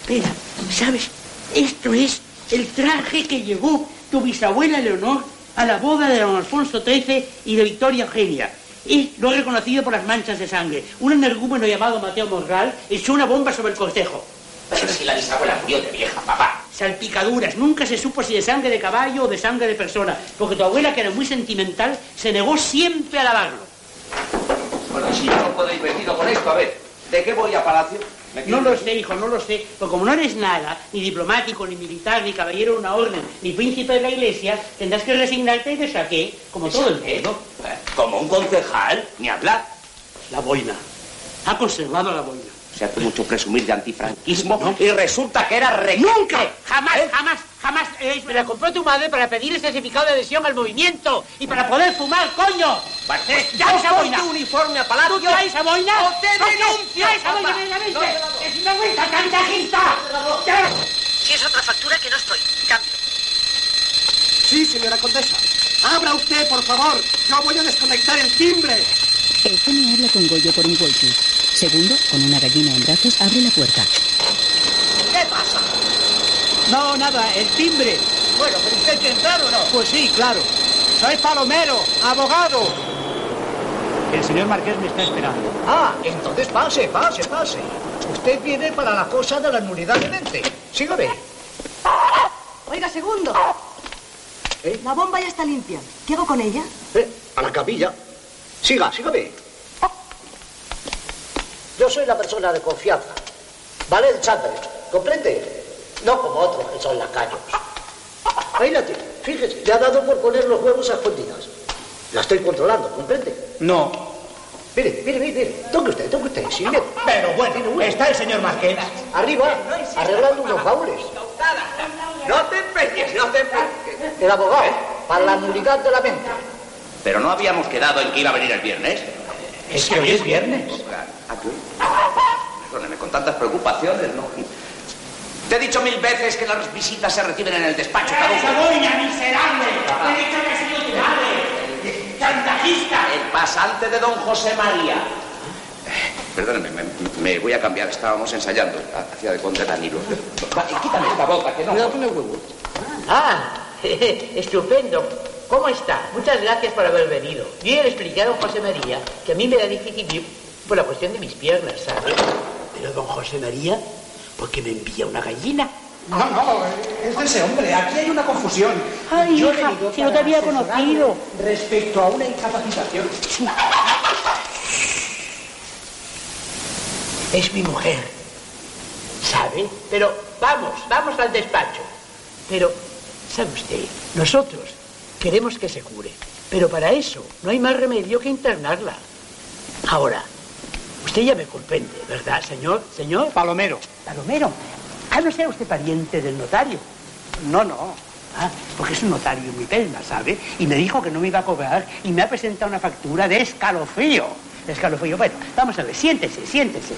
Espera, ¿sabes? Esto es el traje que llevó tu bisabuela Leonor a la boda de don Alfonso XIII y de Victoria Eugenia. Y lo he reconocido por las manchas de sangre. Un energúmeno llamado Mateo Morral echó una bomba sobre el cortejo. Pero si la bisabuela murió de vieja, papá. Salpicaduras. Nunca se supo si de sangre de caballo o de sangre de persona. Porque tu abuela, que era muy sentimental, se negó siempre a lavarlo. Bueno, si yo no puedo ir vestido con esto, a ver, ¿de qué voy a palacio? ¿Me No lo sé, hijo, no lo sé. Pero como no eres nada, ni diplomático, ni militar, ni caballero de una orden, ni príncipe de la iglesia, tendrás que resignarte y de saqué, como todo el mundo. Como un concejal, ni hablar. La boina. Ha conservado la boina. Se hace mucho presumir de antifranquismo y resulta que era re... ¡Nunca! ¡Jamás, jamás, jamás! Eh, me la compró tu madre para pedir el certificado de adhesión al movimiento y para poder fumar, coño. Eh, ¡Ya esa boina! tu uniforme a palacio! ¿Tú traes esa boina? ¡O te ¿Tú traes- denuncio, traes esa papá! boina inmediatamente? ¡No te la doy! ¡Es una vergüenza, cantajista! ¡Ya! Si es otra factura que no estoy. Cambio. Sí, señora condesa. Abra usted, por favor. Yo voy a desconectar el timbre. Eugenio habla con Goyo por un walkie. Segundo, con una gallina en brazos, abre la puerta. ¿Qué pasa? No, nada, el timbre. Bueno, pero usted quiere entrar o no. Pues sí, claro. Soy palomero, abogado. El señor Marqués me está esperando. Ah, entonces pase, pase, pase. Usted viene para la cosa de la nulidad de mente. Sígame. Oiga, segundo. ¿Eh? La bomba ya está limpia. ¿Qué hago con ella? A la capilla. Siga, sígame. Yo soy la persona de confianza. Vale el chambre, ¿comprende? No como otros que son lacayos. Ahí la tiene, fíjese, le ha dado por poner los huevos a escondidas. La estoy controlando, ¿comprende? No. Mire, mire, mire, mire. Toque usted, toque usted, sin miedo. Pero bueno, está el señor Marqués. Arriba, arreglando unos favores. No te empeñes, no te empeñes. El abogado, para la nulidad de la mente. Pero no habíamos quedado en que iba a venir el viernes. Es que hoy es viernes. Perdóneme, con tantas preocupaciones, ¿no? Te he dicho mil veces que las visitas se reciben en el despacho, caduco. ¡Esa boina, miserable! ¡Te he dicho que ha sido tu madre! ¡Chantajista! El pasante de don José María. Perdóneme, me, me voy a cambiar. Estábamos ensayando. Hacía de conde Danilo. Va, eh, Quítame esta bota, que no. Cuidado con el huevo. Ah, estupendo. ¿Cómo está? Muchas gracias por haber venido. Yo ya le expliqué a don José María que a mí me era difícil ir por la cuestión de mis piernas, ¿sabes? Pero don José María, ¿por qué me envía una gallina? No, no, es de ese hombre. Aquí hay una confusión. Ay, Yo hija, he venido si no te para había asesorarle conocido. Respecto a una incapacitación. Es mi mujer. ¿Sabe? Pero vamos, vamos al despacho. Pero, ¿sabe usted? Nosotros queremos que se cure. Pero para eso no hay más remedio que internarla. Ahora, usted ya me comprende, ¿verdad, señor? Señor. Palomero. Palomero. Ah, no sea usted pariente del notario. No, no. Ah, porque es un notario en mi pelma, ¿sabe? Y me dijo que no me iba a cobrar y me ha presentado una factura de escalofrío. Escalofrío. Bueno, vamos a ver, siéntese, siéntese.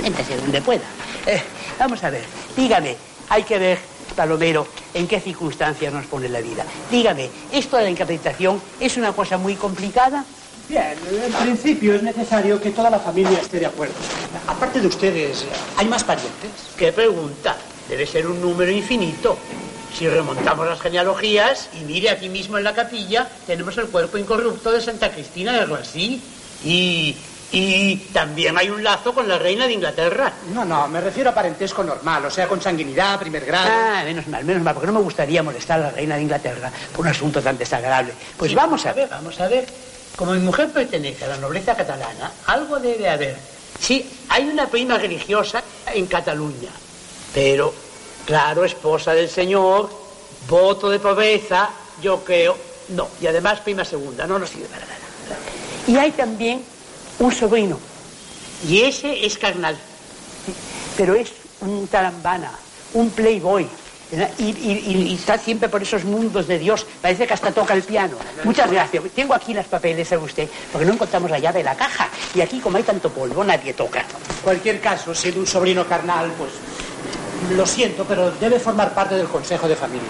Siéntese donde pueda. Eh, vamos a ver, dígame, hay que ver, Palomero, en qué circunstancias nos pone la vida. Dígame, ¿esto de la incapacitación es una cosa muy complicada? Bien, en principio es necesario que toda la familia esté de acuerdo. Aparte de ustedes, ¿hay más parientes? ¿Qué pregunta? Debe ser un número infinito. Si remontamos las genealogías y mire aquí mismo en la capilla, tenemos el cuerpo incorrupto de Santa Cristina de Roissy. Y, y también hay un lazo con la reina de Inglaterra. No, no, me refiero a parentesco normal, o sea, con sanguinidad, primer grado. Ah, menos mal, menos mal, porque no me gustaría molestar a la reina de Inglaterra por un asunto tan desagradable. Pues Sí, vamos a ver, vamos a ver. Como mi mujer pertenece a la nobleza catalana, algo debe haber. Sí, hay una prima religiosa en Cataluña, pero, claro, esposa del señor, voto de pobreza, yo creo, no. Y además prima segunda, no nos sirve para nada. Y hay también un sobrino, y ese es carnal, pero es un tarambana, un playboy. ¿verdad? Y, y- y- y está siempre por esos mundos de Dios. Parece que hasta toca el piano. Muchas gracias. Tengo aquí las papeles, a usted? Porque no encontramos la llave de la caja. Y aquí, como hay tanto polvo, nadie toca. En cualquier caso, siendo un sobrino carnal, pues Lo siento, pero debe formar parte del consejo de familia.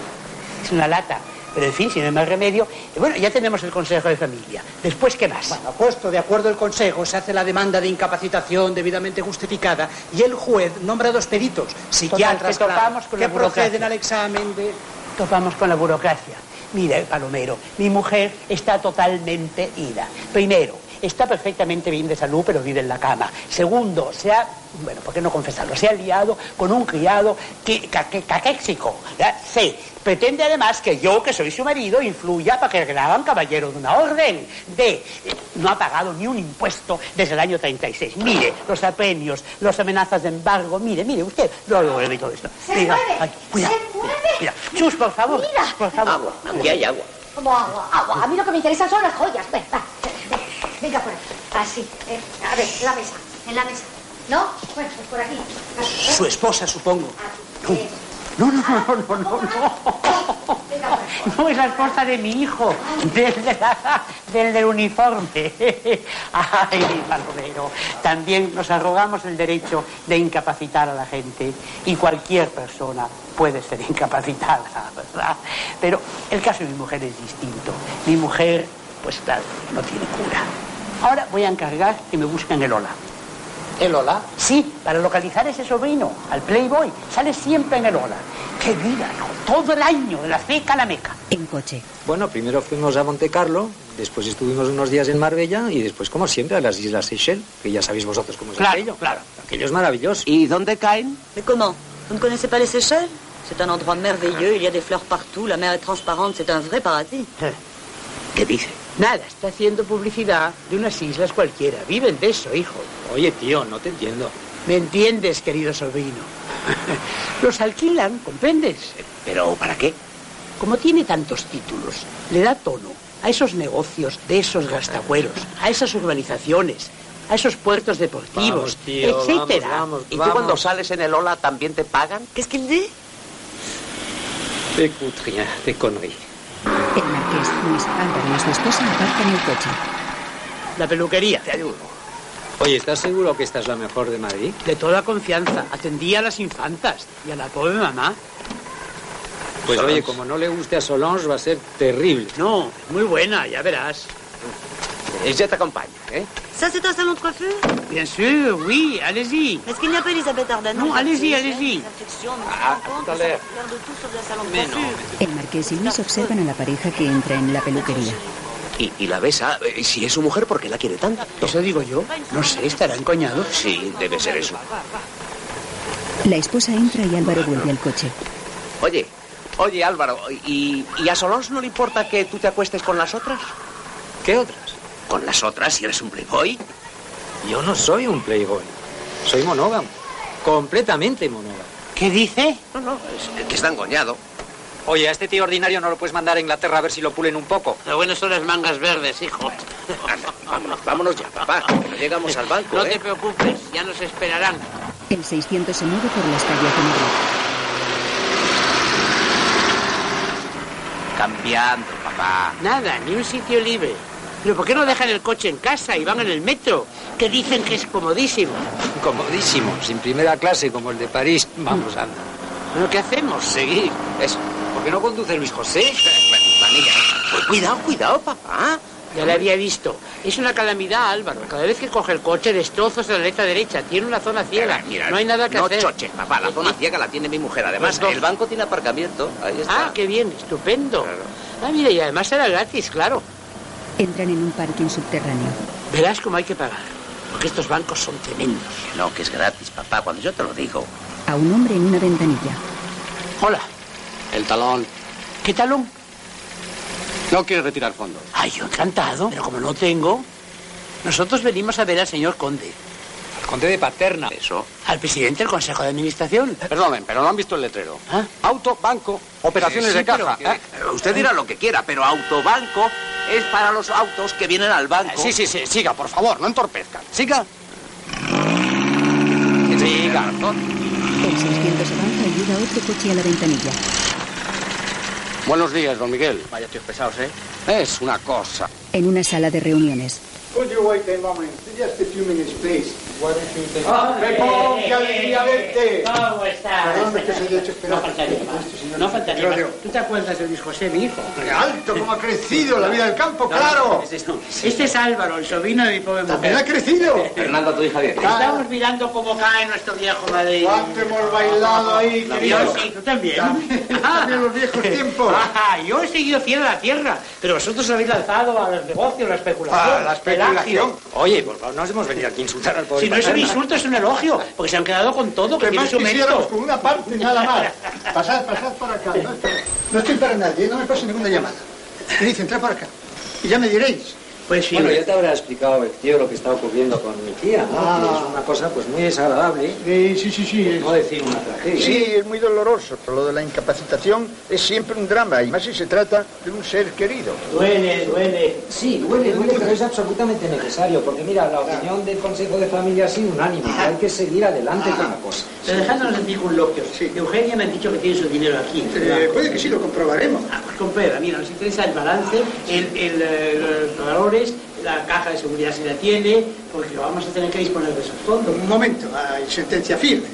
Es una lata. Pero en fin, si no hay más remedio. eh, Bueno, ya tenemos el consejo de familia. Después, ¿qué más? Bueno, puesto de acuerdo el consejo, se hace la demanda de incapacitación debidamente justificada y el juez nombra dos peritos, psiquiatras, que claro, topamos con que la burocracia. proceden al examen de... Topamos con la burocracia. Mira, Palomero, mi mujer está totalmente ida. Primero, está perfectamente bien de salud, pero vive en la cama. Segundo, se ha, bueno, ¿por qué no confesarlo? Se ha liado con un criado que, ca- que- caquéxico. ¿ya? Sí, pretende además que yo, que soy su marido, influya para que le hagan caballero de una orden. D, no ha pagado ni un impuesto desde el año 36. Mire, los apremios, las amenazas de embargo. Mire, mire, usted, no lo de todo esto. Se mueve, ay, cuidado, mira, mira. Chus, por favor, por favor. Agua, aquí hay agua. Como agua, agua. A mí lo que me interesan son las joyas. Ven, va, ven, venga por aquí. Así. eh, a ver, la mesa. En la mesa. ¿No? Bueno, pues por aquí. Así, ¿eh? Su esposa, supongo. No, no, no, no, no, no. No es la esposa de mi hijo, del, de la- del del uniforme. Ay, Palomero, también nos arrogamos el derecho de incapacitar a la gente y cualquier persona puede ser incapacitada, ¿verdad? Pero el caso de mi mujer es distinto. Mi mujer, pues claro, no tiene cura. Ahora voy a encargar que me busquen el hola. ¿El Ola? Sí, para localizar a ese sobrino, al Playboy. Sale siempre en el Ola. ¡Qué vida, hijo! Todo el año, de la ceca a la meca. En coche. Bueno, primero fuimos a Monte Carlo, después estuvimos unos días en Marbella y después, como siempre, a las Islas Seychelles, que ya sabéis vosotros cómo es Claro, aquello. Claro, Aquello es maravilloso. ¿Y dónde caen? Mais comment Vous ne connaissez pas les Seychelles C'est un endroit merveilleux, il y a des fleurs partout, la mer est transparente, c'est un vrai paradis. Eh. ¿Qué dice? Nada, está haciendo publicidad de unas islas cualquiera. Viven de eso, hijo. Oye, tío, no te entiendo. ¿Me entiendes, querido sobrino? Los alquilan, ¿comprendes? ¿Pero para qué? Como tiene tantos títulos, le da tono a esos negocios de esos gastacueros, a esas urbanizaciones, a esos puertos deportivos, Vamos, tío, etcétera. vamos, vamos, ¿Y tú vamos. cuando sales en el Ola también te pagan? ¿Qué es que él dice? Écoute rien, te conneries. El marqués, Luis Álvarez y su esposa aparcan el coche. La peluquería. Te ayudo. Oye, ¿estás seguro que esta es la mejor de Madrid? De toda confianza. Atendía a las infantas y a la pobre mamá. Pues Solange. oye, como no le guste a Solange, va a ser terrible. No, muy buena, ya verás. Ella te acompaña, ¿eh? Ça, c'est un salon de coiffure Bien sûr, oui, allez-y. Est-ce qu'il n'y a pas Elisabeth Arden Non, allez-y, allez-y. Ah, tout à l'heure. de tout sauf un salon de coiffure. El marqués y Luis observan a la pareja que entra en la peluquería. Y, y la besa. eh, Si es su mujer, ¿por qué la quiere tanto? Eso digo yo. No sé, estará encoñado. Sí, debe ser eso. La esposa entra y Álvaro vuelve al coche. Oye, oye Álvaro, ¿y, y a Solange no le importa que tú te acuestes con las otras? ¿Qué otras? ¿Con las otras si eres un playboy? Yo no soy un playboy. Soy monógamo. Completamente monógamo. ¿Qué dice? No, no, es que está engoñado. Oye, a este tío ordinario no lo puedes mandar a Inglaterra a ver si lo pulen un poco. Lo bueno son las mangas verdes, hijo. vámonos, vámonos ya, papá. Llegamos al banco, No ¿eh? te preocupes, ya nos esperarán. El 600 se mueve por las calles de Madrid. Cambiando, papá. Nada, ni un sitio libre. Pero ¿por qué no dejan el coche en casa y van en el metro? Que dicen que es comodísimo. Comodísimo, sin primera clase como el de París. Vamos, anda. ¿Pero qué hacemos? Seguir. Eso. ¿Por qué no conduce Luis José? pues Cuidado, cuidado, papá. Ya la había visto. Es una calamidad, Álvaro. Cada vez que coge el coche, destrozos en la letra derecha. Tiene una zona ciega. Mira, no hay nada que no hacer. choches, papá. La zona ciega la tiene mi mujer. Además, Los dos. el banco tiene aparcamiento. Ahí está. Ah, qué bien, estupendo. Ah, mira, y además era gratis, claro. Entran en un parking subterráneo. Verás cómo hay que pagar. Porque estos bancos son tremendos. No, que es gratis, papá. Cuando yo te lo digo. A un hombre en una ventanilla. Hola. El talón. ¿Qué talón? No quiere retirar fondos. Ay, yo encantado, pero como no tengo, nosotros venimos a ver al señor conde. conde de Paterna. Eso. Al presidente del Consejo de Administración. ¿Ah? Perdonen, pero no han visto el letrero. Auto, banco, operaciones Sí, de pero caja. ¿Eh? que- Usted dirá lo que quiera, pero autobanco es para los autos que vienen al banco. Sí, sí, sí, siga, por favor, no entorpezcan. Siga. Siga. El 600 avanza y ayuda a otro coche a la ventanilla. Buenos días, don Miguel. Vaya tíos pesados, ¿eh? Es una cosa. En una sala de reuniones. Could you wait a moment? Just a few minutes, please. Why don't you take... ¡Hombre! ¡Reponga, alegría verte! ¿Cómo estás? Perdón, es que se haya hecho esperar. No faltaría más. No faltaría más. ¿Tú te acuerdas de Luis José, mi hijo? ¡Qué alto! ¿Cómo ha crecido la vida del campo? No, ¡Claro! ese no. Este es Álvaro, el sobrino de mi pobre mujer. ¡También ha crecido! Fernanda, tu hija bien. Estamos mirando cómo cae nuestro viejo Madrid. ¿Cuánto hemos bailado ahí, La querido? Yo sí, tú también. También los viejos tiempos. yo he seguido fiel a la tierra, pero vosotros habéis lanzado a los negocios, a la especulación. Ah, la especulación. el ágil. Oye, por favor, no nos hemos venido aquí a insultar al pobre Si no es un Paterna. insulto, es un elogio, porque se han quedado con todo, que Que tiene más su quisiéramos mérito. con una parte, nada más. Pasad, pasad para acá. No, estoy- no estoy para nadie, no me pase ninguna llamada. Me dice, entra para acá. Y ya me diréis. Pues sí. bueno, ya te habrá explicado el tío lo que está ocurriendo con mi tía, ¿no? Ah. Que es una cosa pues muy desagradable. Sí, sí, sí, sí. No decir una tragedia. Sí, es muy doloroso, pero lo de la incapacitación es siempre un drama, y más si se trata de un ser querido. Duele, duele. Sí, duele, duele, pero es absolutamente necesario, porque mira, la opinión del Consejo de Familia ha sido unánime, que hay que seguir adelante con la cosa. Pero dejándonos de circunloquios, Eugenia me han dicho que tiene su dinero aquí. en el Eh, banco. puede que sí, lo comprobaremos. Ah, pues comprueba, mira, nos interesa el balance, el, el, eh, los valores, la caja de seguridad si la tiene, porque vamos a tener que disponer de esos fondos. Un momento, hay sentencia firme.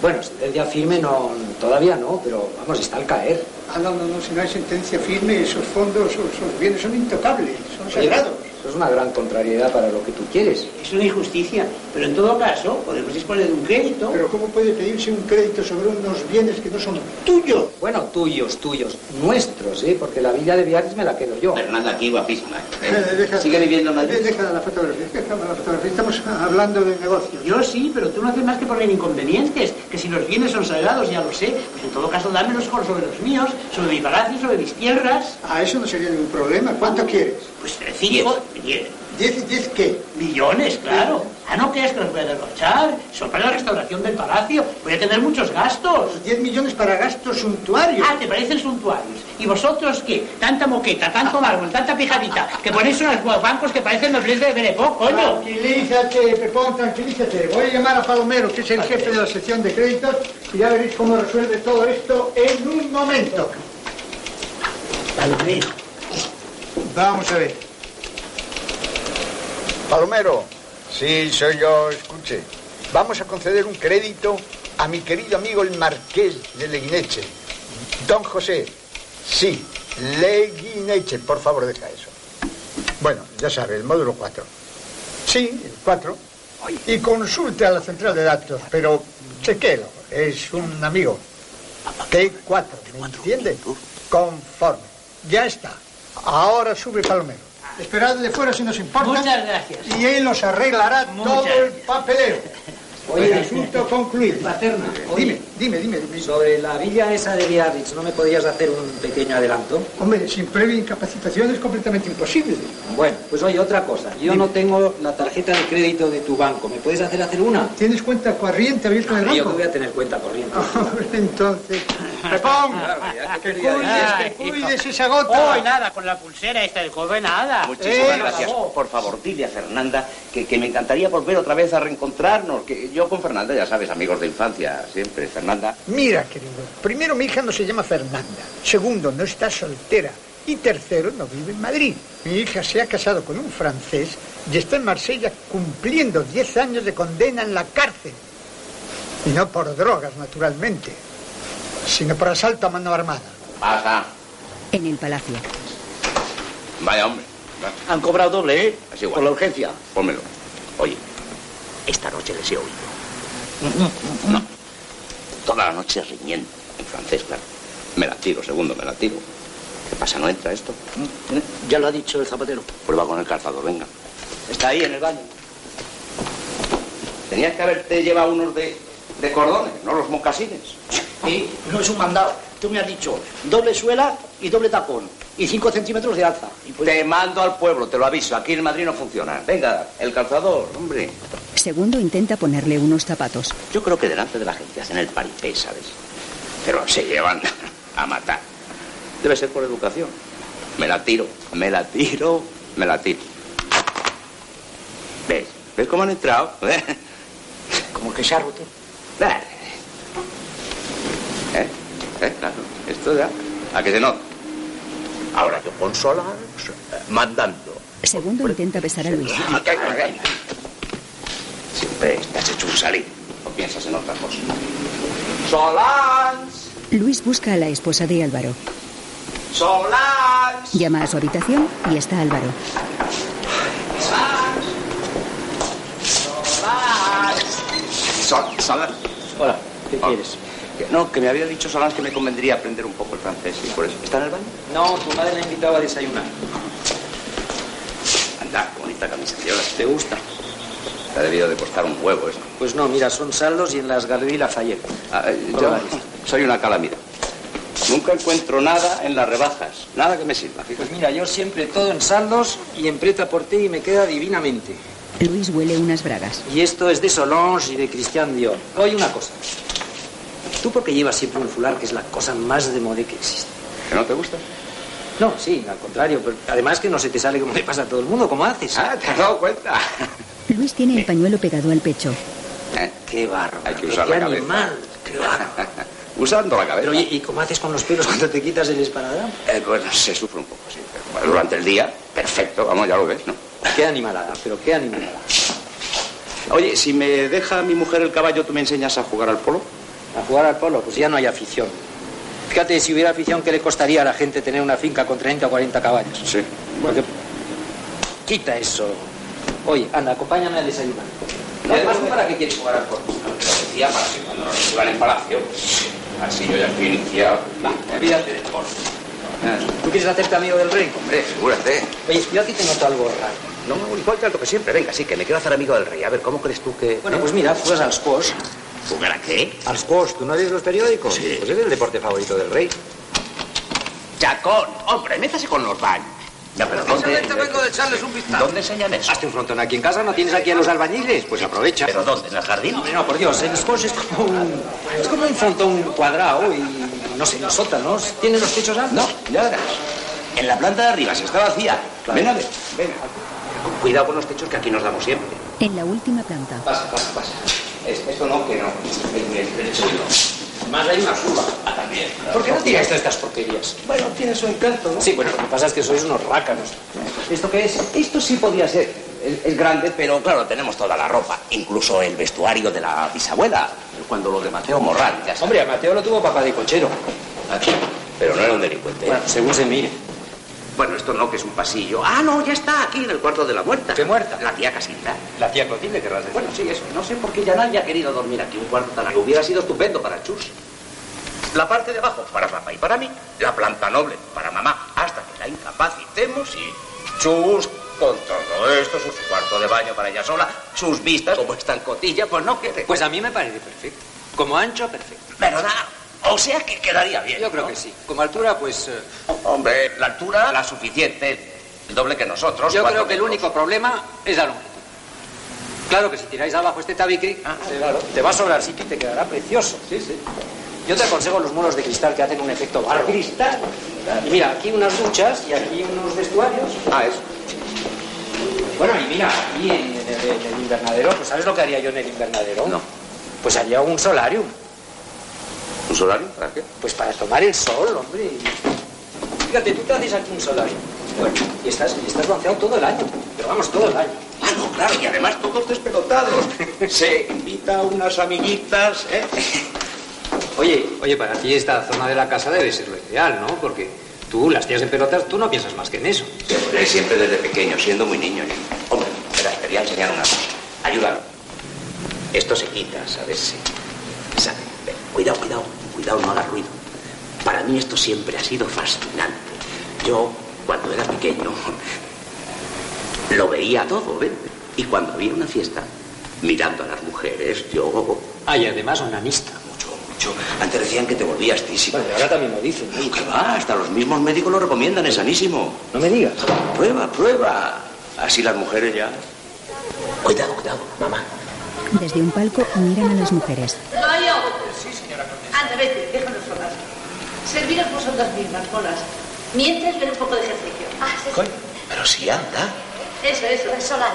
Bueno, sentencia firme no, todavía no, pero vamos, está al caer. Ah, no, no, no, si no hay sentencia firme, esos fondos, esos, esos bienes son intocables, son Oye, sagrados. Eso es una gran contrariedad para lo que tú quieres. Es una injusticia, pero en todo caso podemos disponer de un crédito. Pero ¿cómo puede pedirse un crédito sobre unos bienes que no son tuyos? Bueno, tuyos, tuyos, nuestros, ¿eh? Porque la villa de Viajes me la quedo yo. Fernanda, aquí guapísima. Eh, deja- Sigue viviendo en Madrid. Eh, Deja la fotografía, deja la fotografía. Estamos hablando de negocio. Yo sí, pero tú no haces más que poner inconvenientes, que si los bienes son sagrados, ya lo sé, pues en todo caso dámelos con- sobre los míos, sobre mi palacio, sobre mis tierras. Ah, eso no sería ningún problema. ¿Cuánto quieres? Pues eh, cinco, diez. ¿Diez y diez qué? Millones, claro. Ah, no creas que los voy a derrochar. Son para la restauración del palacio. Voy a tener muchos gastos. 10 millones para gastos suntuarios. Ah, ¿te parecen suntuarios? ¿Y vosotros qué? Tanta moqueta, tanto mármol, tanta pijadita, que ponéis unos bancos que parecen los de Benepó, coño. Tranquilízate, Pepón, tranquilízate. Voy a llamar a Palomero, que es el jefe de la sección de créditos, y ya veréis cómo resuelve todo esto en un momento. Palomero. Vamos a ver. Palomero. Sí, soy yo, escuche. Vamos a conceder un crédito a mi querido amigo el marqués de Leguineche. Don José. Sí, Leguineche. Por favor, deja eso. Bueno, ya sabe, el módulo 4. Sí, el 4. Y consulte a la central de datos, pero chequelo. Es un amigo. T4, ¿me entiende? Conforme. Ya está. Ahora sube Palomero. Esperadle fuera si nos importa. Muchas gracias. Y él os arreglará Muchas todo el papeleo. Oye, el asunto concluido. Paterna, Dime, dime, dime, dime. Sobre la villa esa de Biarritz, ¿no me podías hacer un pequeño adelanto? Hombre, sin previa incapacitación es completamente imposible. Bueno, pues oye, otra cosa. Yo no tengo la tarjeta de crédito de tu banco. ¿Me puedes hacer hacer una? Ah, ¿Tienes cuenta corriente abierta en Yo el que banco? voy a tener cuenta corriente. Entonces, Pepón, Ah, que cuides, que cuides esa gota. Oh, y ah, nada, con la pulsera esta de cobre, nada. Muchísimas Eh, gracias. por favor. Por favor, dile a Fernanda que, que me encantaría volver otra vez a reencontrarnos. Que yo con Fernanda, ya sabes, amigos de infancia, siempre. Fernanda, Mira, querido, primero mi hija no se llama Fernanda, segundo no está soltera y tercero no vive en Madrid. Mi hija se ha casado con un francés y está en Marsella cumpliendo 10 años de condena en la cárcel. Y no por drogas, naturalmente, sino por asalto a mano armada. pasa. En el palacio. Vaya hombre. Han cobrado doble, ¿eh? Es igual. Por la urgencia. Pónmelo. Oye, esta noche les he oído. Mm, No. Toda la noche riñendo. En francés, claro. Me la tiro, segundo, me la tiro. ¿Qué pasa? ¿No entra esto? Ya lo ha dicho el zapatero. Prueba con el calzador, venga. Está ahí en el baño. Tenías que haberte llevado unos de, de cordones, no los mocasines. Sí, no es un mandado. Tú me has dicho doble suela y doble tacón. Y 5 centímetros de alza. Y pues- Te mando al pueblo, te lo aviso. Aquí en Madrid no funciona. Venga, el calzador, hombre. Segundo intenta ponerle unos zapatos. Yo creo que delante de la gente hacen el paripé, ¿sabes? Pero se llevan a matar. Debe ser por educación. Me la tiro, me la tiro, me la tiro. ¿Ves? ¿Ves cómo han entrado? Como que se ha roto. ¿Eh? ¿Eh? Claro, esto ya. ¿A que se nota? Ahora yo con sola eh, mandando. Segundo intenta besar a Luis. Siempre estás hecho un salí. O piensas en otra cosa. ¡Solán! Luis busca a la esposa de Álvaro. ¡Solán! Llama a su habitación y está Álvaro. Sol- Solán. Hola, ¿qué quieres? No, que me había dicho Solán que me convendría aprender un poco el francés y por eso. ¿Está en el baño? No, tu madre me invitaba a desayunar. Anda, qué bonita camisa llevas. ¿Te gusta? Te ha debido de costar un huevo esto. Pues no, mira, son saldos y en las Galería Lafayette. Ah, eh, yo soy una calamidad. Nunca encuentro nada en las rebajas. Nada que me sirva. fíjate. Pues mira, yo siempre todo en saldos y en preta por ti y me queda divinamente. Luis huele unas bragas. Y esto es de Solange y de Christian Dior. Oye, una cosa. ¿Tú por qué llevas siempre un fular que es la cosa más de moda que existe? ¿Que no te gusta? No, sí, al contrario. Pero además que no se te sale como le pasa a todo el mundo, como haces. Ah, te has dado cuenta. Luis tiene el pañuelo pegado al pecho. Eh, Qué barro. Hay que usar la qué cabeza. animal. Qué barro. Usando la cabeza. Pero oye, ¿y cómo haces con los pelos cuando te quitas el esparadrapo? Eh, bueno, se sufre un poco, sí. pero, bueno, durante el día, perfecto. Vamos, ya lo ves, ¿no? Qué animalada, pero qué animalada. Oye, si me deja mi mujer el caballo, ¿tú me enseñas a jugar al polo? A jugar al polo, pues ya no hay afición. Fíjate, si hubiera afición, ¿qué le costaría a la gente tener una finca con 30 o 40 caballos? Sí. Porque... Quita eso. Oye, anda, acompáñame a desayunar. No, además, no, no. ¿para qué quieres jugar al polo? Decía para que cuando nos suban en palacio, pues, así yo ya estoy iniciado. olvídate del polo. ¿Tú quieres hacerte amigo del rey? Hombre, figúrate. Oye, yo aquí te noto algo raro. No, igual tanto que siempre. Venga, sí, que me quiero hacer amigo del rey. A ver, ¿cómo crees tú que...? eh? Bueno, pues mira, juegas al squash. ¿Jugar a qué? ¿Al squash? ¿Tú no lees los periódicos? Sí. Pues es el deporte favorito del rey. Chacón, hombre, métase con los baños. No, pero Precisamente ¿dónde...? vengo de echarles un vistazo. ¿Dónde enseñan eso? Hazte un frontón aquí en casa, ¿no tienes aquí a los albañiles? Pues aprovecha. ¿Pero dónde? ¿En el jardín? Hombre, no, por ¿eh? Dios, el squash es como un, es como un frontón cuadrado y, no sé, los sótanos. ¿Tienen los techos altos? No, ya verás. En la planta de arriba, se está vacía. Ven a ver, ven. Cuidado con los techos que aquí nos damos siempre. En la última planta. Pasa, pasa, pasa. Es- Esto no, que no. El, el, el chulo. Más hay una curva. Ah, También. ¿Por qué no tiras todas estas porquerías? Bueno, tiene su encanto, ¿no? Sí, bueno, lo que pasa es que sois unos rácanos. ¿Esto qué es? Esto sí podría ser. Es, es grande, pero claro, tenemos toda la ropa. Incluso el vestuario de la bisabuela. Cuando lo de Mateo Morral. Ya sabes. Ah, Hombre, a Mateo lo tuvo papá de cochero. Pero no era un delincuente. ¿eh? Bueno, según se mire. Bueno, esto no, que es un pasillo. Ah, no, ya está, aquí en el cuarto de la muerta. ¿Qué muerta? La tía Casilda. La tía Clotilde, querrás decir. Bueno, sí, eso. No sé por qué Yanal ya ha querido dormir aquí un cuarto tan... Hubiera sido estupendo para Chus. La parte de abajo para papá y para mí. La planta noble para mamá. Hasta que la incapacitemos y... Chus, con todo esto, su cuarto de baño para ella sola, sus vistas, como es tan cotilla, pues no quiere. Pues a mí me parece perfecto. Como ancho, perfecto. ¿Verdad? O sea que quedaría bien. Yo creo que sí. Como altura, pues... eh, Hombre, la altura... La suficiente. El doble que nosotros. Yo cuatro creo que el metros. único problema es la longitud. Claro que si tiráis abajo este tabique, claro, te va a sobrar sitio y te quedará precioso. Sí, sí. Yo te aconsejo los muros de cristal que hacen un efecto barro. ¿Cristal? Y mira, aquí unas duchas y aquí unos vestuarios. Ah, eso. Bueno, y mira, aquí en, en- en el invernadero, pues ¿sabes lo que haría yo en el invernadero? No. Pues haría un solarium, ¿Un solario? ¿Para qué? pues para tomar el sol, hombre. Fíjate, tú te haces aquí un solarium. Bueno, y estás, y estás bronceado todo el año, pero vamos, todo el año. Ah, no, claro, y además todos despelotados. Se invita a unas amiguitas, ¿eh? Oye, oye, para ti esta zona de la casa debe ser lo ideal, ¿no? Porque tú, las tías en pelotas, tú no piensas más que en eso. Siempre, siempre desde pequeño, siendo muy niño. yo. Hombre, espera, te voy a enseñar una cosa. Ayúdame. Esto se quita, ¿sabes? Sí. Sabe, ve, Cuidado, cuidado, cuidado, no hagas ruido. Para mí esto siempre ha sido fascinante. Yo, cuando era pequeño, lo veía todo, ¿ves? Y cuando había una fiesta, mirando a las mujeres, yo... Ah, y además onanista. Mucho. Antes decían que te volvías tísico. Bueno, y ahora también lo dicen. Uy, que va, hasta los mismos médicos lo recomiendan, es sanísimo. No me digas. Prueba, prueba. Así las mujeres ya. Cuidado, cuidado, mamá. Desde un palco miran a las mujeres. ¡Mario! Sí, señora Anda, vete, déjanos solas. Serviros vosotras mismas, solas. Mientras, ver un poco de ejercicio. Ah, sí. Pero si anda Eso, eso, solas.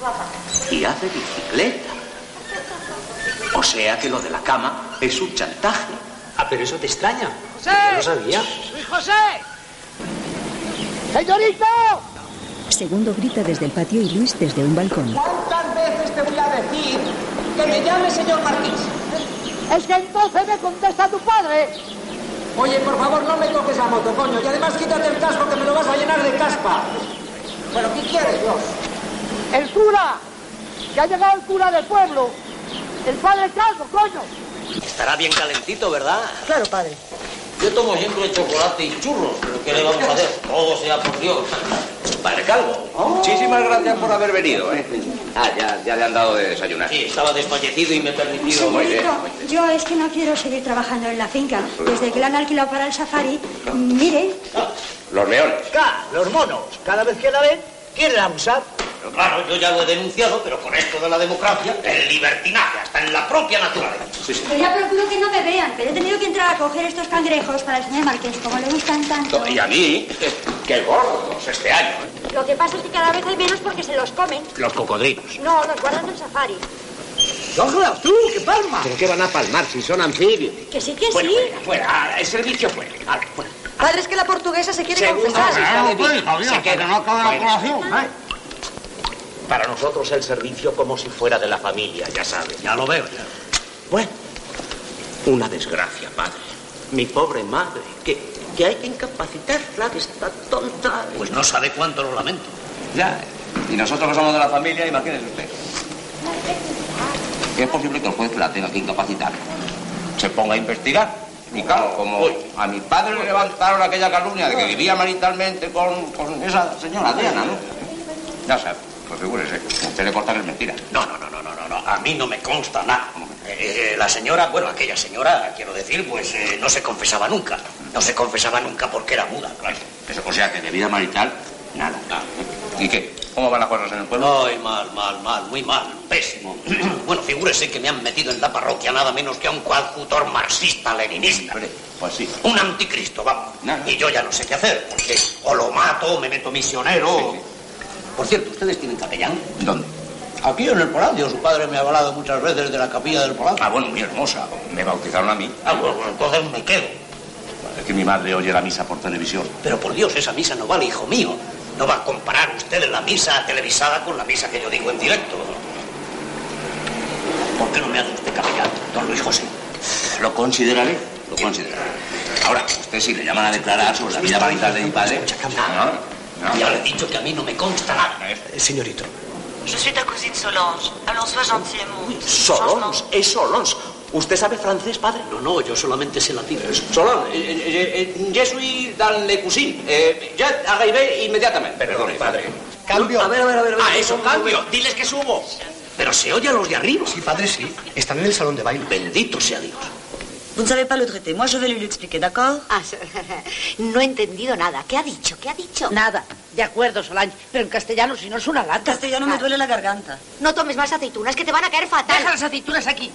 Guapa. y hace bicicleta. O sea que lo de la cama es un chantaje. Ah, pero eso te extraña. ¡José! Yo no sabía. ¡Luis José! ¡Señorito! Segundo grita desde el patio y Luis desde un balcón. ¿Cuántas veces te voy a decir que me llame señor Marqués? Es que entonces me contesta tu padre. Oye, por favor, no me toques la moto, coño. Y además quítate el casco que me lo vas a llenar de caspa. Bueno, ¿qué quieres, Dios? ¡El cura! ¡Que ha llegado el cura del pueblo! ¡El padre Calvo, coño! Estará bien calentito, ¿verdad? Claro, padre. Yo tomo siempre chocolate y churros, pero ¿qué le vamos a hacer? Todo sea por Dios. Padre Calvo. Muchísimas gracias por haber venido, ¿eh? Oh. Ah, ya, ya le han dado de desayunar. Sí, estaba desfallecido y me permitió... Muy bien. Yo es que no quiero seguir trabajando en la finca. Desde que la han alquilado para el safari, mire, Los leones. ¡Ca! Los monos. Cada vez que la ven, quieren abusar. Pero claro, yo ya lo he denunciado, pero con esto de la democracia, el libertinaje, hasta en la propia naturaleza. Sí, sí. yo ya procuro que no me vean, pero he tenido que entrar a coger estos cangrejos para el señor Marqués, como le gustan tanto. Y a mí, qué gordos este año, ¿eh? Lo que pasa es que cada vez hay menos porque se los comen. Los cocodrilos. No, los guardan del safari. ¡Cógelas tú, que palma! ¿Pero qué van a palmar si son anfibios? Que sí, que Bueno, sí. fuera, fuera, ahora, el servicio fuera. ahora, fuera. Padre, es que la portuguesa se quiere Segundo, confesar. claro, pues, Javier, Se queda. para que no acabe la Bueno. colación, ¿eh? Para nosotros el servicio como si fuera de la familia, ya sabes. Ya lo veo, ya. Bueno, una desgracia, padre. Mi pobre madre, que, que hay que incapacitarla de esta tonta. Pues no sabe cuánto lo lamento. Ya. Y nosotros que somos de la familia, imagínese usted. Es posible que el juez la tenga que incapacitar. Se ponga a investigar. Y claro, como a mi padre le levantaron aquella calumnia de que vivía maritalmente con, con esa señora Diana, ¿no? Ya sabe, pues figúrese, a usted le cortan el mentira. No, no, no, no, no, no, no, a mí no me consta nada. Eh, eh, la señora, bueno, aquella señora, quiero decir, pues eh, no se confesaba nunca. No se confesaba nunca porque era muda, claro. Eso, o sea que de vida marital, nada. ¿Y qué? ¿Cómo van las cosas en el pueblo? Ay, mal, mal, mal, muy mal, pésimo. bueno, figúrese que me han metido en la parroquia nada menos que a un coadjutor marxista-leninista. Pues sí. Un anticristo, vamos. Y yo ya no sé qué hacer, porque o lo mato, o me meto misionero. Por cierto, ¿ustedes tienen capellán? ¿Dónde? Aquí en el Palacio, su padre me ha hablado muchas veces de la capilla del Palacio. Ah, bueno, muy hermosa. Me bautizaron a mí. Ah, bueno, bueno, entonces me quedo. Es que mi madre oye la misa por televisión. Pero por Dios, esa misa no vale, hijo mío. No va a comparar usted la misa televisada con la misa que yo digo en directo. ¿Por qué no me hace usted capellán, don Luis José? Lo consideraré, lo consideraré. Ahora, usted si le llaman a declarar sobre la vida marital de mi padre... Ah, No, Eh, no. Ya le he dicho que a mí no me consta nada. Señorito. Je suis ta cousine Solange. Alors sois gentil, mon. Solons, es Solons. ¿Usted sabe francés, padre? No, no, yo solamente sé latín. eh, Solons, Je suis dans le cousin. Eh, ya arrivé inmediatamente. Perdone, padre. eh. Cambio. A ver, a ver, a ver. Ah, eso, cambio. Diles que subo. Pero se oye a los de arriba. Sí, padre, sí. Están en el salón de baile. Bendito sea Dios. Vous ne savez pas le traiter. Moi, je vais lui l'expliquer, d'accord Ah, No he entendido nada. ¿Qué ha dicho? ¿Qué ha dicho? Nada. De acuerdo, Solange. Pero en castellano, si no es una lata. Castellano me duele la garganta. No tomes más aceitunas, que te van a caer fatal. Oh, Deja las aceitunas aquí.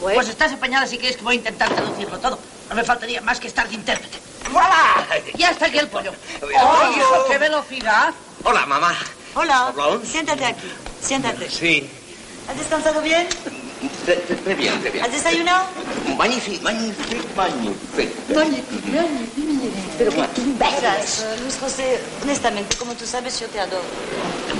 Pues estás apañada si crees que voy a intentar traducirlo todo. No me faltaría más que estar de intérprete. ¡Voilà! Ya está aquí el pollo. ¡Oh, hijo, qué velocidad! Hola, mamá. Hola. Hola. Siéntate aquí. Siéntate. Sí. ¿Has descansado bien? Te, te- te bien, te bien. ¿Has desayunado? Magnífico, magnífico, magnífico. Pero Verás, Luis José, honestamente, como tú sabes, yo te adoro.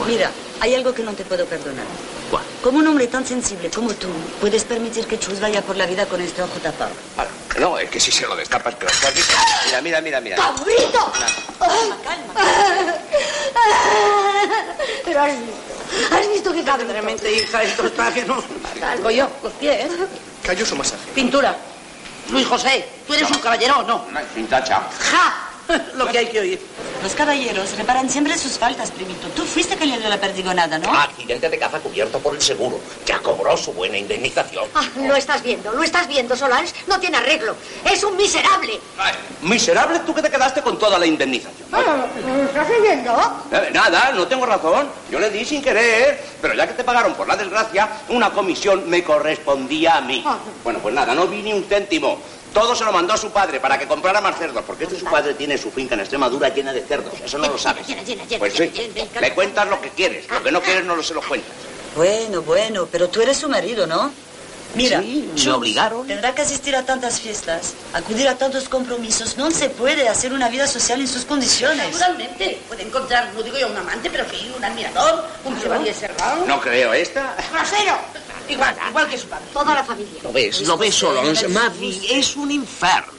Mira, hay algo que no te puedo perdonar. ¿Cuál? Como un hombre tan sensible como tú, puedes permitir que Chus vaya por la vida con este ojo tapado. Ahora, No, es que si se lo destapas, que lo has visto. Mira, mira, mira, mira. ¡Cabrito! Calma, calma. Pero has visto, has visto qué cabrón. Realmente, hija, estos trajes no. Salgo yo, los pies. Cayó su masaje. Pintura. Luis José, ¿tú eres un caballero o no? Sin tacha. ¡Ja! Lo que hay que oír. Los caballeros reparan siempre sus faltas, primito. Tú fuiste que le dio la perdigonada, Ah, ¿no? Accidente de caza cubierto por el seguro. Ya cobró su buena indemnización. Ah, lo estás viendo, lo estás viendo, Solange. No tiene arreglo. Es un miserable. Miserable tú que te quedaste con toda la indemnización. Ah, ¿Lo estás viendo? Eh, Nada, no tengo razón. Yo le di sin querer, pero ya que te pagaron por la desgracia, una comisión me correspondía a mí. Ah. Ah. Bueno, pues nada, no vi ni un céntimo. Todo se lo mandó a su padre para que comprara más cerdos, porque este su padre tiene su finca en Extremadura llena de cerdos. Eso no lo sabes. Llena, llena, llena, Pues llena, sí, llena, llena. le cuentas lo que quieres, lo que no quieres no lo se lo cuentas. Bueno, bueno, pero tú eres su marido, ¿no? Mira, Sí, me Schultz obligaron. Tendrá que asistir a tantas fiestas, acudir a tantos compromisos. No se puede hacer una vida social en sus condiciones. Naturalmente, puede encontrar, no digo yo un amante, pero sí un admirador, un chevalier serrano. No creo, esta. ¡Grosero! Igual, igual que su padre. Toda la familia. Lo ves, lo ves solo. Mavi, es un inferno.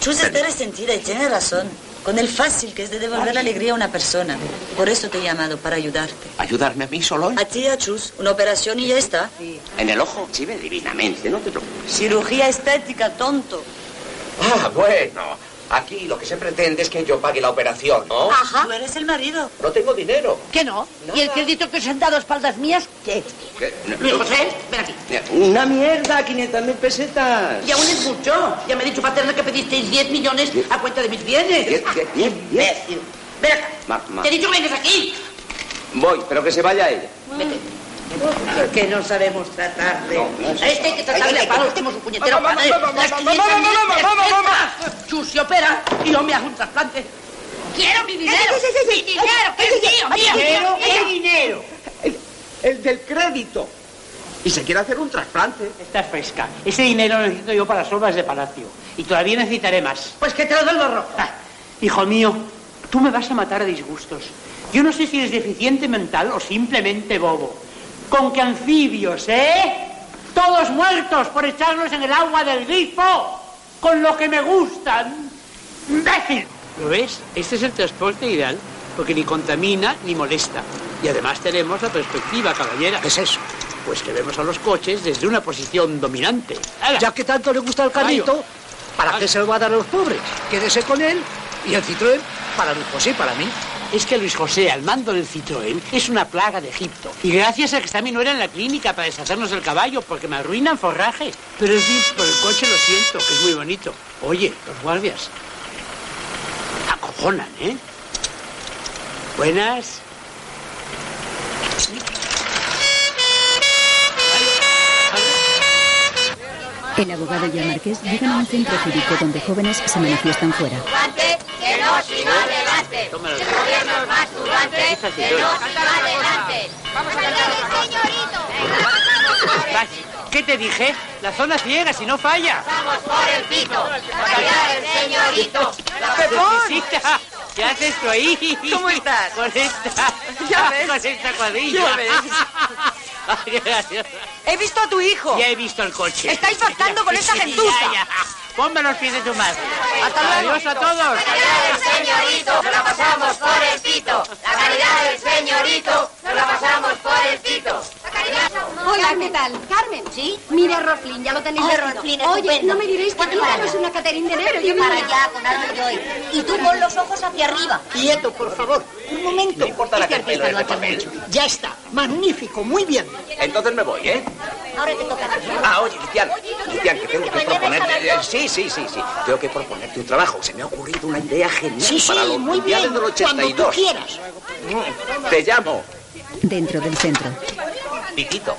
Chus está resentida y tiene razón. Con el fácil que es de devolver la alegría a una persona. Por eso te he llamado, para ayudarte. ¿Ayudarme a mí solo? A ti, a Chus, una operación y ya está. En el ojo chive divinamente, no te preocupes. Cirugía estética, tonto. Ah, bueno. Aquí lo que se pretende es que yo pague la operación, ¿no? Ah, Tú eres el marido. No tengo dinero. ¿Qué no? ¿Y el crédito que os han dado a espaldas mías? ¿Qué? ¿Qué? No, Luis no. José, ven aquí. Una mierda, 500 mil pesetas. Y aún es mucho. Ya me ha dicho Paterna que pedisteis 10 millones a cuenta de mis bienes. Diez, diez, diez, diez. Ven acá. Ma- ma- Te he dicho que vengas aquí. Voy, pero que se vaya ella. Vete. Que no sabemos tratarle. a este hay que tratarle a palos como su puñetero Vamos, padre. vamos, Las vamos, 500 vamos, mil vamos, vamos, vamos. pesetas. Chus se opera y yo me hago un trasplante. ¡Quiero mi dinero! ¡Mi dinero! ¡Que es mío, mío! Dinero, mío. ¿Qué dinero? El, el del crédito. Y se quiere hacer un trasplante. Está fresca. Ese dinero lo necesito yo para las obras de palacio. Y todavía necesitaré más. Ah, Pues que te lo doy rojo. hijo mío, tú me vas a matar a disgustos. Yo no sé si eres deficiente mental o simplemente bobo. Con que anfibios, ¿eh? Todos muertos por echarlos en el agua del grifo. Con lo que me gustan. ¡Imbécil! ¿Lo ves? Este es el transporte ideal, porque ni contamina ni molesta. Y además tenemos la perspectiva, caballera. ¿Qué es eso? Pues que vemos a los coches desde una posición dominante. Ya que tanto le gusta el carrito, ¿para qué se lo va a dar a los pobres? Quédese con él y el Citroën para Luis José y para mí. Es que Luis José, al mando del Citroën, es una plaga de Egipto. Y gracias a que está mi nuera en la clínica para deshacernos del caballo, porque me arruinan forraje. Pero es bien, por el coche lo siento, que es muy bonito. Oye, los guardias. Acojonan, ¿eh? Buenas. El abogado y el marqués llegan a un centro cívico donde jóvenes se manifiestan fuera. Debate, que no, sino debate. Gobiernos más turbantes, que no, sino adelante. Vamos a cantar otra señorito. Vas, ¿Qué te dije? La zona ciega, si no falla. Vamos por el pito. Allá el señorito. Necesita. ¿Qué haces tú ahí? ¿Cómo estás? Con esta, Ya ves. con esta cuadrilla. Ya ves. Ay, qué graciosa. He visto a tu hijo. Ya he visto el coche. Estáis pactando con esa Sí, gentuza. ya, ya. Ponme los pies de tu madre. Hasta luego. Adiós a todos. El señorito, nos la pasamos por el pito. La calidad del señorito, nos la pasamos por el pito. Hola, ¿qué tal? ¿Carmen? ¿Sí? Mira, Roslin, ya lo tenéis Ay, vestido. Roslin, Oye, estupendo. no me diréis que Bueno, tú vaya. no es una Caterín de enero. Vete Yo para me allá con algo de hoy. Y tú pon los ojos hacia arriba. Quieto, por favor. Un momento. No importa la Este artista carpeta de lo ha hecho papel. mucho. Ya está. Magnífico, muy bien. Entonces me voy, ¿eh? Ahora te toca a ti. Ah, oye, Cristian, Cristian, que tengo que proponerte. eh, Sí, sí, sí, sí. Tengo que proponerte un trabajo. Se me ha ocurrido una idea genial Sí, sí, para los muy mundiales bien. del 82. Cuando tú quieras. Mm, Te llamo. Dentro del centro. Piquito,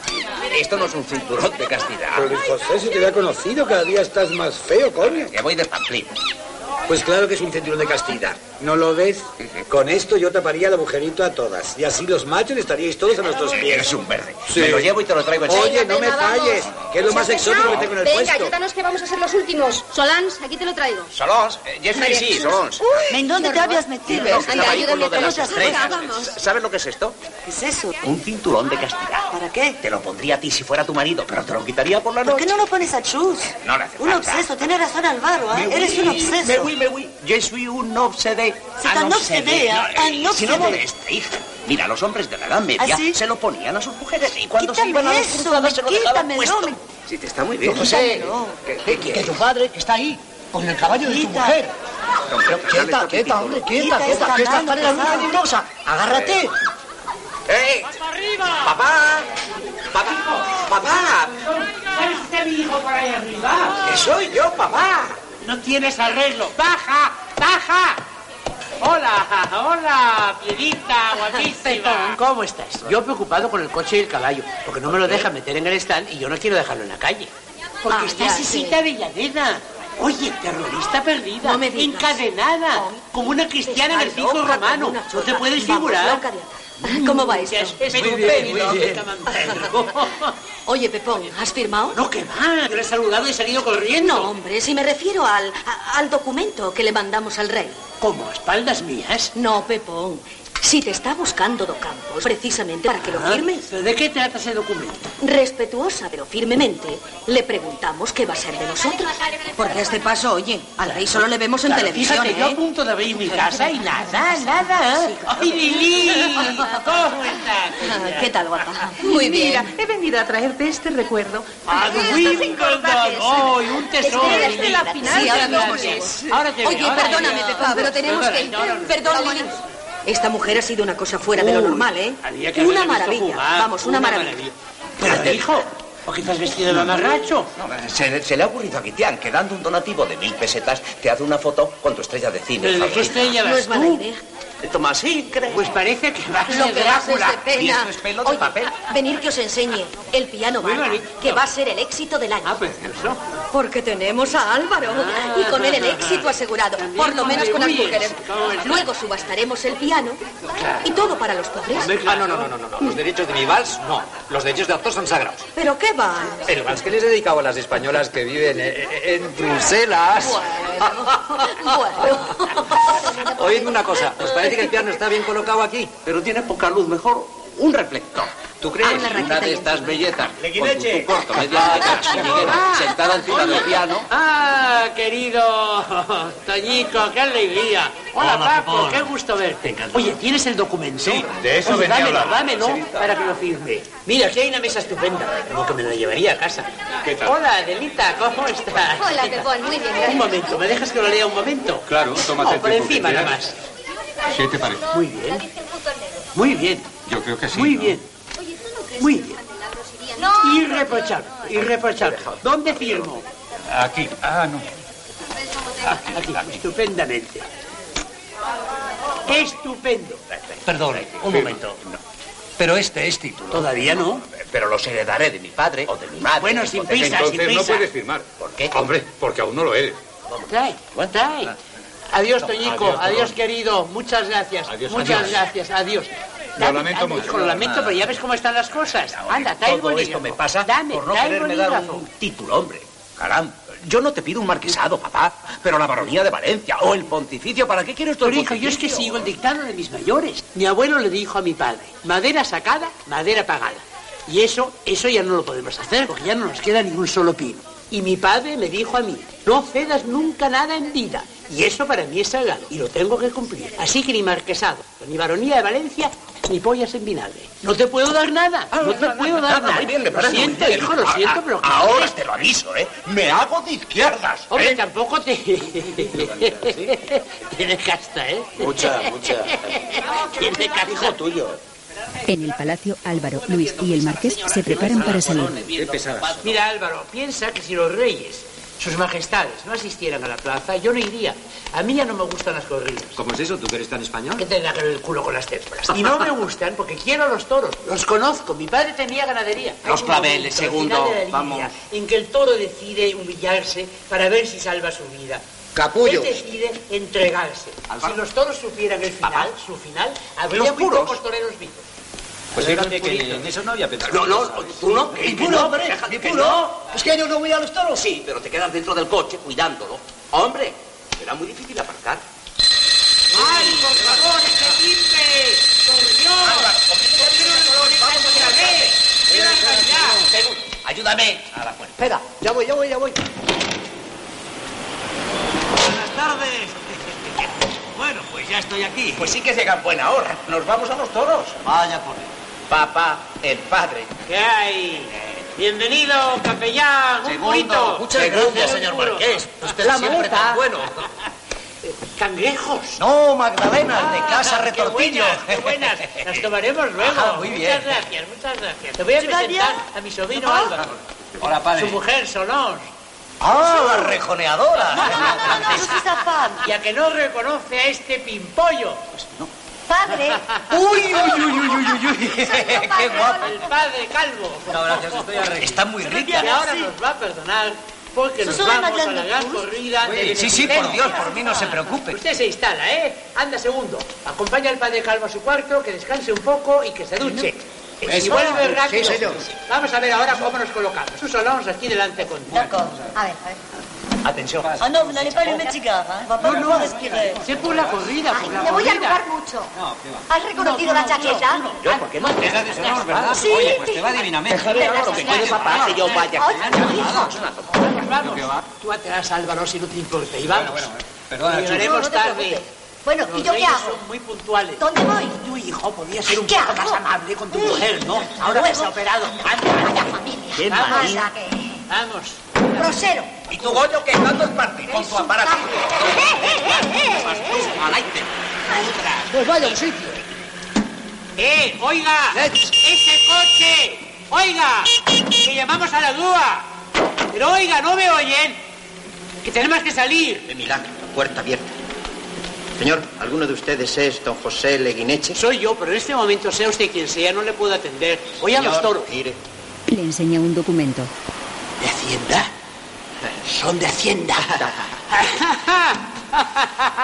esto no es un cinturón de castidad. Pero Luis José, si te había conocido, cada día estás más feo, coño. Que voy de pamplín. Pues claro que es un cinturón de castidad. ¿No lo ves? Con esto yo taparía el agujerito a todas. Y así los machos estaríais todos a nuestros pies. Eres un verde. Me lo llevo y te lo traigo enseguida. Oye, no me Venga, vamos. falles, que es lo más ¿Se ha exótico que pesado? tengo en el Venga, puesto. ayúdanos que vamos a ser los últimos. Solans, aquí te lo traigo. Solons, eh, Jeffrey, María sí, Jesús. Solons. Uy, ¿Dónde te horror. habías Y metido? ves, estaba ahí con lo ayúdame de con las otras estrellas. cosas. ¿Sabes lo que es esto? ¿Qué es eso? Un cinturón de castidad. ¿Para qué? Te lo pondría a ti si fuera tu marido, pero te lo quitaría por la ¿Por qué noche. no lo pones a Chus? No le hace Un falta. obseso, tiene razón Álvaro, ¿eh? Me eres un voy, obseso. Me voy, me voy. Yo soy un obsedé. Sí, tan obsedé, ¿eh? Tan Si no obsedé. molesta, hija. Mira, los hombres de la Edad Media ¿Ah, sí? se lo ponían a sus mujeres y cuando se Quítame iban a las eso, cruzadas se lo dejaban quítamelo, puesto. me- Sí, te está muy bien. Don José, ¿qué, qué Que quieres? tu padre, que está ahí, con el caballo de tu Quita. mujer. Don Pedro, que sale Quieta, este quieta, piquito. hombre, quieta, Quita quieta, esta que esta mano, escalera es muy pesado. peligrosa. Agárrate. ¡Eh! arriba! ¡Papá! ¡Papá! ¡Papá! ¡Este mi hijo por ahí arriba! ¡Que soy yo, papá! No tienes arreglo. ¡Baja! ¡Baja! Hola, hola, piedita, guapísima. ¿Cómo estás? Yo preocupado con el coche y el caballo, porque no me lo dejan meter en el stand y yo no quiero dejarlo en la calle. Porque Ah, está ya Sisita Avellaneda. Oye, terrorista perdida, No me digas. encadenada, como una cristiana en el Está circo loca romano. como una No te chorra. puedes Vamos, figurar. loca de- ¿Cómo va esto? Magnífico. Oye, Pepón, ¿has firmado? No, que va. Yo le he saludado y he salido corriendo. No, hombre, si me refiero al, a- al documento que le mandamos al rey. ¿Cómo? ¿A espaldas mías? No, Pepón. Si te está buscando Docampos, precisamente para que lo Ah, firmes. ¿Pero de qué trata ese documento? Respetuosa, pero firmemente, le preguntamos qué va a ser de nosotros. Porque este paso, oye, al rey solo le vemos en Claro, televisión, Fíjate, yo a ¿eh? punto de abrir mi casa y nada, nada. ¡Ay, Lili! Ah, ¿Cómo estás? ¿Qué tal, guapa? Muy bien. Mira, he venido a traerte este recuerdo. ¡A Ah, Wimbledon! ¡Ay, un tesoro! Este es de la Lili. final Sí, de ahora te dobles. veo. Ahora te Oye, veo, ahora te perdóname, veo. Pepón, pero tenemos que ir. No, no, no. Perdóname. Esta mujer ha sido una cosa fuera de lo Uy, normal, ¿eh? había que Una haberla visto maravilla. jugar, Vamos, una, una maravilla. Pero, hijo, ¿o quizás vestido de mamarracho? Se, se le ha ocurrido a Kitian que dando un donativo de mil pesetas te hace una foto con tu estrella de cine. ¿Pero de qué favorita. estrella vas tú? Tomás, Pues parece que va a Lo ser que haces Drácula. de pena. Y esto es pelo de Oye, papel. Venir que os enseñe el piano Muy Barba, bonito. que va a ser el éxito del año. Precioso. Porque tenemos a Álvaro y con él el éxito asegurado, por lo menos con las contribuyes. mujeres. Luego subastaremos el piano y todo para los pobres. Ah, no, no, no, no, no, no. Los derechos de mi vals, no. Los derechos de autor son sagrados. Pero qué va. El vals que les he dedicado a las españolas que viven eh, eh, en Bruselas. Oídme una cosa. ¿Os parece que el piano está bien colocado aquí? Pero tiene poca luz. Mejor un reflector. ¿Tú Ah, crees? una Una, de estas belletas, con Leguineche. tu corto, media alta, chorriguera, sentada encima del piano. Ah, querido Toñico, qué alegría. Hola, Hola, Paco, Pepón. qué gusto verte. Oye, ¿tienes el documento? Sí, de eso Oye, venía a dámelo, hablar. dámelo Sí. para que lo firme. Mira, aquí hay una mesa estupenda. Como que me la llevaría a casa. ¿Qué tal? Hola, Adelita, ¿cómo estás? Hola, Pepón, muy bien, gracias. Un momento, ¿me dejas que lo lea un momento? Claro, tómate No, por el tiempo que encima nada quieras. más. ¿Qué te parece? Muy bien. Muy bien. Yo creo que sí. Muy ¿no? bien. Muy bien. Irreprochable, irreprochable. ¿Dónde firmo? Aquí. Ah, no. Aquí, estupendamente. Estupendo. Perdón, un momento. Pero este es título. Todavía no. Pero los heredaré de mi padre o de mi madre. Bueno, o sin de- prisa, Entonces sin prisa. no puedes firmar. ¿Por qué? Hombre, porque aún no lo eres. Ah. Trae, trae. Adiós, No, Toñico. adiós, Adiós, Toño. querido. Muchas gracias. Adiós, Muchas adiós. gracias. Adiós. Lo lamento dame, mucho. hijo, lo lamento, pero ya ves cómo están las cosas. Anda, trae el Todo esto bolígrafo. me pasa Dame, por no trae el quererme dar bolígrafo. un título, hombre. Caramba, yo no te pido un marquesado, papá, pero la baronía de Valencia o el pontificio, ¿para qué quieres tú el Pero hijo, yo es que pontificio? sigo el dictado de mis mayores. Mi abuelo le dijo a mi padre, madera sacada, madera pagada. Y eso, eso ya no lo podemos hacer, porque ya no nos queda ningún solo pino. Y mi padre me dijo a mí, no cedas nunca nada en vida. Y eso para mí es sagrado, y lo tengo que cumplir. Así que ni marquesado, ni baronía de Valencia, ni pollas en vinagre. No te puedo dar nada, no te puedo dar Ah, Nada, nada. muy bien, me Lo parece muy siento, bien. hijo, lo A- siento, a- pero... Ahora te lo aviso, ¿eh? Me hago de izquierdas. ¿eh? Hombre, tampoco te... Tiene casta, ¿eh? Mucha, mucha. Tiene casta. Hijo tuyo. En el palacio, Álvaro, Luis y el marqués se preparan para salir. Mira, Álvaro, piensa que si los reyes, sus majestades, no asistieran a la plaza, yo no iría. A mí ya no me gustan las corridas. ¿Cómo es eso? ¿Tú que eres tan español? Que tendrá que ver el culo con las térpolas. Y no me gustan porque quiero a los toros. Los conozco. Mi padre tenía ganadería. Los Hay un claveles, momento al segundo, final de la vamos. línea En que el toro decide humillarse para ver si salva su vida. Capullo. Él decide entregarse. Alfaro. Si los toros supieran el final, su final, habría Los muy puros. pocos toreros vivos. Pues fíjate que en eso no había pensado. No, no, tú no. ¿Y tú no, no, hombre? déjate ¿Y que tú no. no? ¿Es que yo no voy a los toros? Sí, pero te quedas dentro del coche cuidándolo. Hombre, será muy difícil aparcar. ¡Ay, por favor, ese timbre! ¡Por Dios! ¿Por qué no nos lo dejan otra vez? ¡Qué barbaridad! Ayúdame a la puerta. Espera, ya voy, ya voy, ya voy. Buenas tardes. Bueno, pues ya estoy aquí. Pues sí que llega buena hora. Nos vamos a los toros. Vaya por él. Papá, el padre. ¿Qué hay? Bienvenido, capellán. Un purito. Segundo, Un puro. La maleta. Eh, Cangrejos. No, Magdalena, de casa qué retortillo. buenas, qué buenas. Las tomaremos luego. Ah, muy bien. Muchas gracias, muchas gracias. Te voy a ¿Estás presentar a mi sobrino ¿Papá? Álvaro. Hola, padre. Su mujer, Solange. Ah, la rejoneadora. No, no, no, no, no, Y a que no reconoce a este pimpollo. Padre. Pues Uy, uy, uy, uy, uy, uy, uy. Qué guapo. El padre calvo. No, gracias, estoy a reír. Está muy rica. Y ahora nos va a perdonar porque nos Susana vamos a Madeleine la gran Cruz. corrida Uy, de sí, sí, por Dios, por mí no se preocupe. Usted se instala, ¿eh? Anda segundo. Acompaña al padre Calvo a su cuarto, que descanse un poco y que se duche. Eso. Y vuelve pues Sí, rápido. señor. Vamos a ver ahora cómo nos colocamos. Sus Alonso aquí delante con... A ver, a ver. Atención. Ah non, vous n'allez pas allumer de cigare, hein. On va pas pouvoir respirer. C'est pour la corrida, pour Te voy a arrugar mucho. ¿Has reconocido la chaqueta? Yo, ¿por qué no? Te da deshonor, ¿verdad? Sí. Oye, pues te va divinamente. Déjale ahora lo que puede, papá, que yo vaya. Vamos, ¿Qué vamos. Tú atrás, Álvaro, si no te importa. Y vamos. Bueno, bueno, perdona, Y Chucho. Llegaremos No, no te tarde. preocupes. Bueno, Los ¿y yo qué reyes hago? son muy puntuales. ¿Dónde voy? Tu hijo podía ser un ¿Qué poco hago? más amable con tu Mm. mujer, ¿no? Ahora que se ha operado. Anda, Qué Vamos. mala que- Vamos. Grosero. ¿Y tu goyo que está dos partes? Con tu aparato. Pues vaya un sitio. ¡Eh! ¡Oiga! ¡Ese coche! ¡Oiga! ¡Que llamamos a la grúa! Pero oiga, no me oyen. Que tenemos que salir. De milagro, puerta abierta. Señor, ¿alguno de ustedes es don José Leguineche? Soy yo, pero en este momento, sea usted quien sea, no le puedo atender. Oiga los toros. Le enseña un documento. ¿De Hacienda? Son de Hacienda.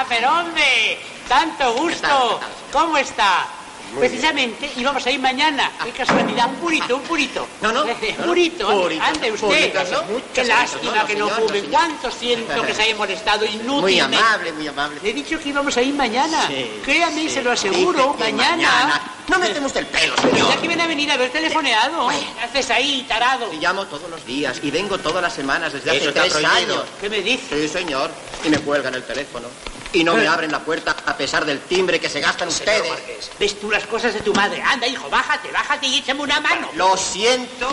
Pero hombre, tanto gusto. ¿Cómo está? Muy Ah. Precisamente íbamos a ir mañana. Qué casualidad, un purito, un purito. No, no. Purito, Purito. ande usted. Purito hace ¿no? muchos Qué años, lástima no, que no señor, no, fume. señor. Cuánto siento que se haya molestado Muy inútilmente. amable, muy amable. Le he dicho que íbamos a ir mañana. Sí, Créame, sí. se lo aseguro. Dice que mañana. mañana. No metemos del pelo, Pero señor. ya que viene a venir a haber telefoneado. ¿Qué haces ahí, tarado? Te llamo todos los días y vengo todas las semanas desde hace Eso está tres prohibido. años. ¿Qué me dice? Sí, señor. Y me cuelgan el teléfono. Y no me Eh. abren la puerta a pesar del timbre que se gastan Señor ustedes. Marqués, ¿Ves tú las cosas de tu madre? Anda, hijo, bájate, bájate y échame una mano. Lo siento,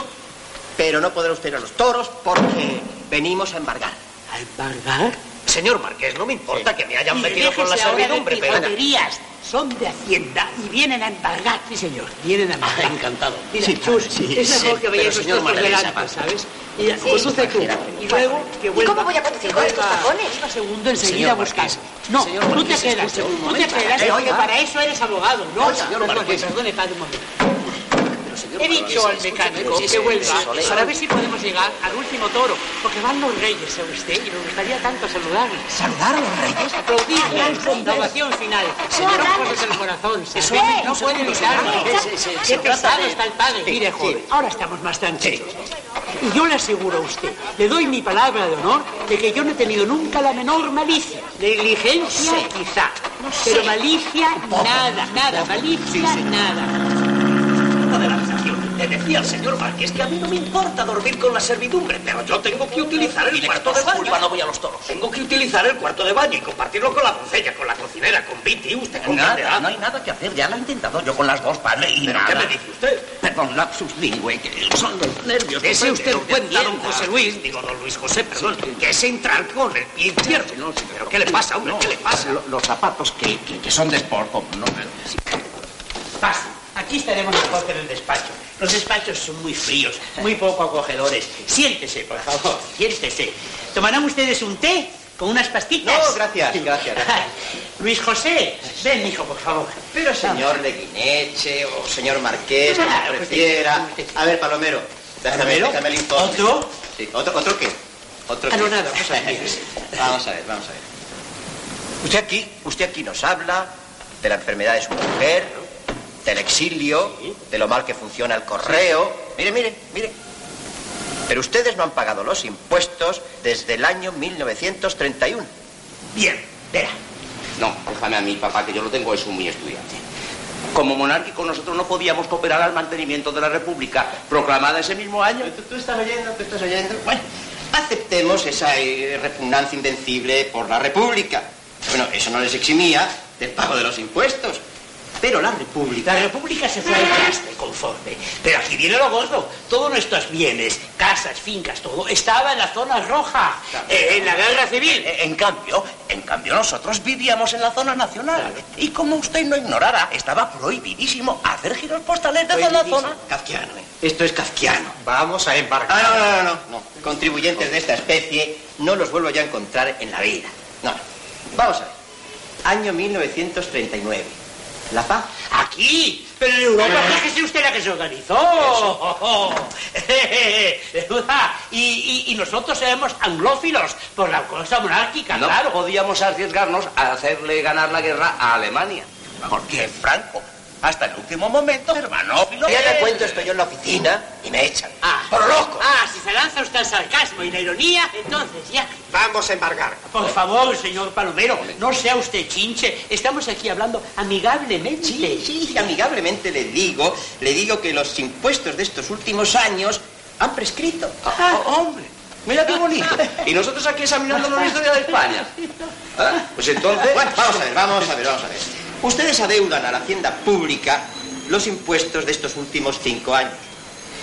pero no podrá usted ir a los toros porque venimos a embargar. ¿A embargar? Señor Marqués, no me importa que me hayan Y metido con la déjese ahora de servidumbre, pero... pijoterías. Son de Hacienda y vienen a embargar. Sí, señor, vienen a embargar. encantado. Mira, Sí, Chus, padre, sí, es sí, mejor que pero, vayáis señor vosotros Marqués, delante, avanza. ¿sabes? Y Sí, conduce tú. exagera, Y luego que vuelva. cómo voy a conducir que con estos vuelva- tacones? Iba segundo enseguida Señor a buscar. No, señor tú te Marqués, quedas, escuche un tú te momento. quedas, Eh, porque oiga. para eso eres abogado, ¿no? Oiga, señor Perdone, Marqués. Perdone, padre, un momento. señor He Marqués, dicho al escúcheme, mecánico sí, que señor, vuelva sí, sí, para sí. ver si podemos llegar al último toro, porque van los reyes a usted y nos gustaría tanto saludarles. ¿Saludar a los reyes? Ah, Aplaudirles con ovación final. Señora, cosas del corazón, ¿sabe? Eso es, no un puede segundo, evitarlo. señora. Sí, sí, sí, Qué se trata pesado de- está el padre. Sí, Mire, sí. joven, ahora estamos más tranquilos. Y yo le aseguro a usted, le doy mi palabra de honor, de que yo no he tenido nunca la menor malicia. Negligencia, quizá. Pero malicia, nada, nada. Malicia, nada. de la habitación. Le decía al señor Marqués que a mí no me importa dormir con la servidumbre, pero yo tengo que utilizar el cuarto de baño. no voy a los toros. Tengo que utilizar el cuarto de baño y compartirlo con la doncella, con la cocinera, con Viti, usted comprenderá. Nada, no hay nada que hacer, ya la he intentado yo con las dos, padre, y ¿Pero nada. qué me dice usted? Perdón, lapsus lingüe, que son los nervios. Dese comprende, usted lo que cuenta, don entienda. José Luis, digo don Luis José, perdón, que es entrar con el pie izquierdo. No, ¿Pero qué le pasa, hombre? No, ¿Qué le pasa? lo- los zapatos que, que- que son de sport, como no, pero... sí. Pasa. Aquí estaremos mejor que en el despacho. Los despachos son muy fríos, muy poco acogedores. Siéntese, por favor, siéntese. ¿Tomarán ustedes un té con unas pastillas? No, gracias, gracias. Luis José, ven, hijo, por favor. Pero señor Leguineche o señor Marqués, como Claro, pues, prefiera. A ver, Palomero, déjame, ¿Palomero? déjame el informe. ¿Otro? Sí, ¿otro, otro qué? ¿Otro Ah, qué? no, nada, cosas mías. vamos a ver, vamos a ver. Usted aquí, usted aquí nos habla de la enfermedad de su mujer, del exilio, de lo mal que funciona el correo. Mire, mire, mire. Pero ustedes no han pagado los impuestos desde el año 1931. Bien, verá. No, Déjame a mi papá, que yo lo tengo, es un muy estudiante. Como monárquico nosotros no podíamos cooperar al mantenimiento de la República, proclamada ese mismo año. ¿Tú, tú estás oyendo? ¿Tú estás oyendo? Bueno, aceptemos esa eh, repugnancia invencible por la República. Bueno, eso no les eximía del pago de los impuestos. Pero la República... La República se fue al traste, conforme. Pero aquí viene lo gordo. Todos nuestros bienes, casas, fincas, todo, estaba en la zona roja, eh, en la guerra civil. Eh, En cambio, en cambio nosotros vivíamos en la zona nacional. Y como usted no ignorara, estaba prohibidísimo hacer giros postales desde la zona. Kafkiano, ¿eh? Esto es kafkiano. Vamos a embarcar. Ah, no, no, no, no, no. Contribuyentes de esta especie no los vuelvo ya a encontrar en la vida. No, no. Vamos a ver. Año 1939. La paz. pues Ah, Aquí, pero en Europa, fíjese usted la que se organizó. eh, eh, duda. Y, y- y nosotros éramos anglófilos por la cosa monárquica, No claro. podíamos arriesgarnos a hacerle ganar la guerra a Alemania. Porque Franco, hasta el último momento, hermano. Ya te cuento, estoy yo en la oficina y me echan. Ah, ¡Por loco! Ah, si se lanza usted el sarcasmo y la ironía, entonces ya. Vamos a embargar. Por favor, señor Palomero, no sea usted chinche. Estamos aquí hablando amigablemente. Sí, sí, amigablemente le digo, le digo que los impuestos de estos últimos años han prescrito. Oh, hombre, mira qué bonito. Y nosotros aquí examinando la historia de España. Ah, Pues entonces... Bueno, vamos a ver, vamos a ver, vamos a ver. Ustedes adeudan a la hacienda pública los impuestos de estos últimos cinco años.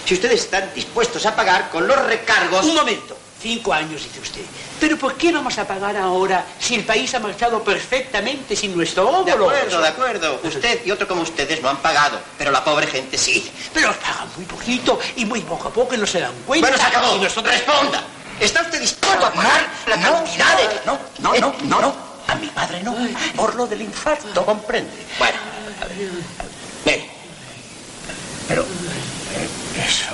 Si ustedes están dispuestos a pagar con los recargos... Un momento. Cinco años, dice usted. Pero ¿por qué vamos a pagar ahora si el país ha marchado perfectamente sin nuestro óvulo? De acuerdo, de acuerdo. Usted y otro como ustedes no han pagado, pero la pobre gente sí. Pero pagan muy poquito y muy poco a poco y no se dan cuenta. Bueno, se acabó. Y nosotros- Responda. ¿Está usted dispuesto a pagar la cantidad de... No, no, no, no, no. A mi padre no. Por lo del infarto, eh. comprende. Bueno, pero... eh, Eso,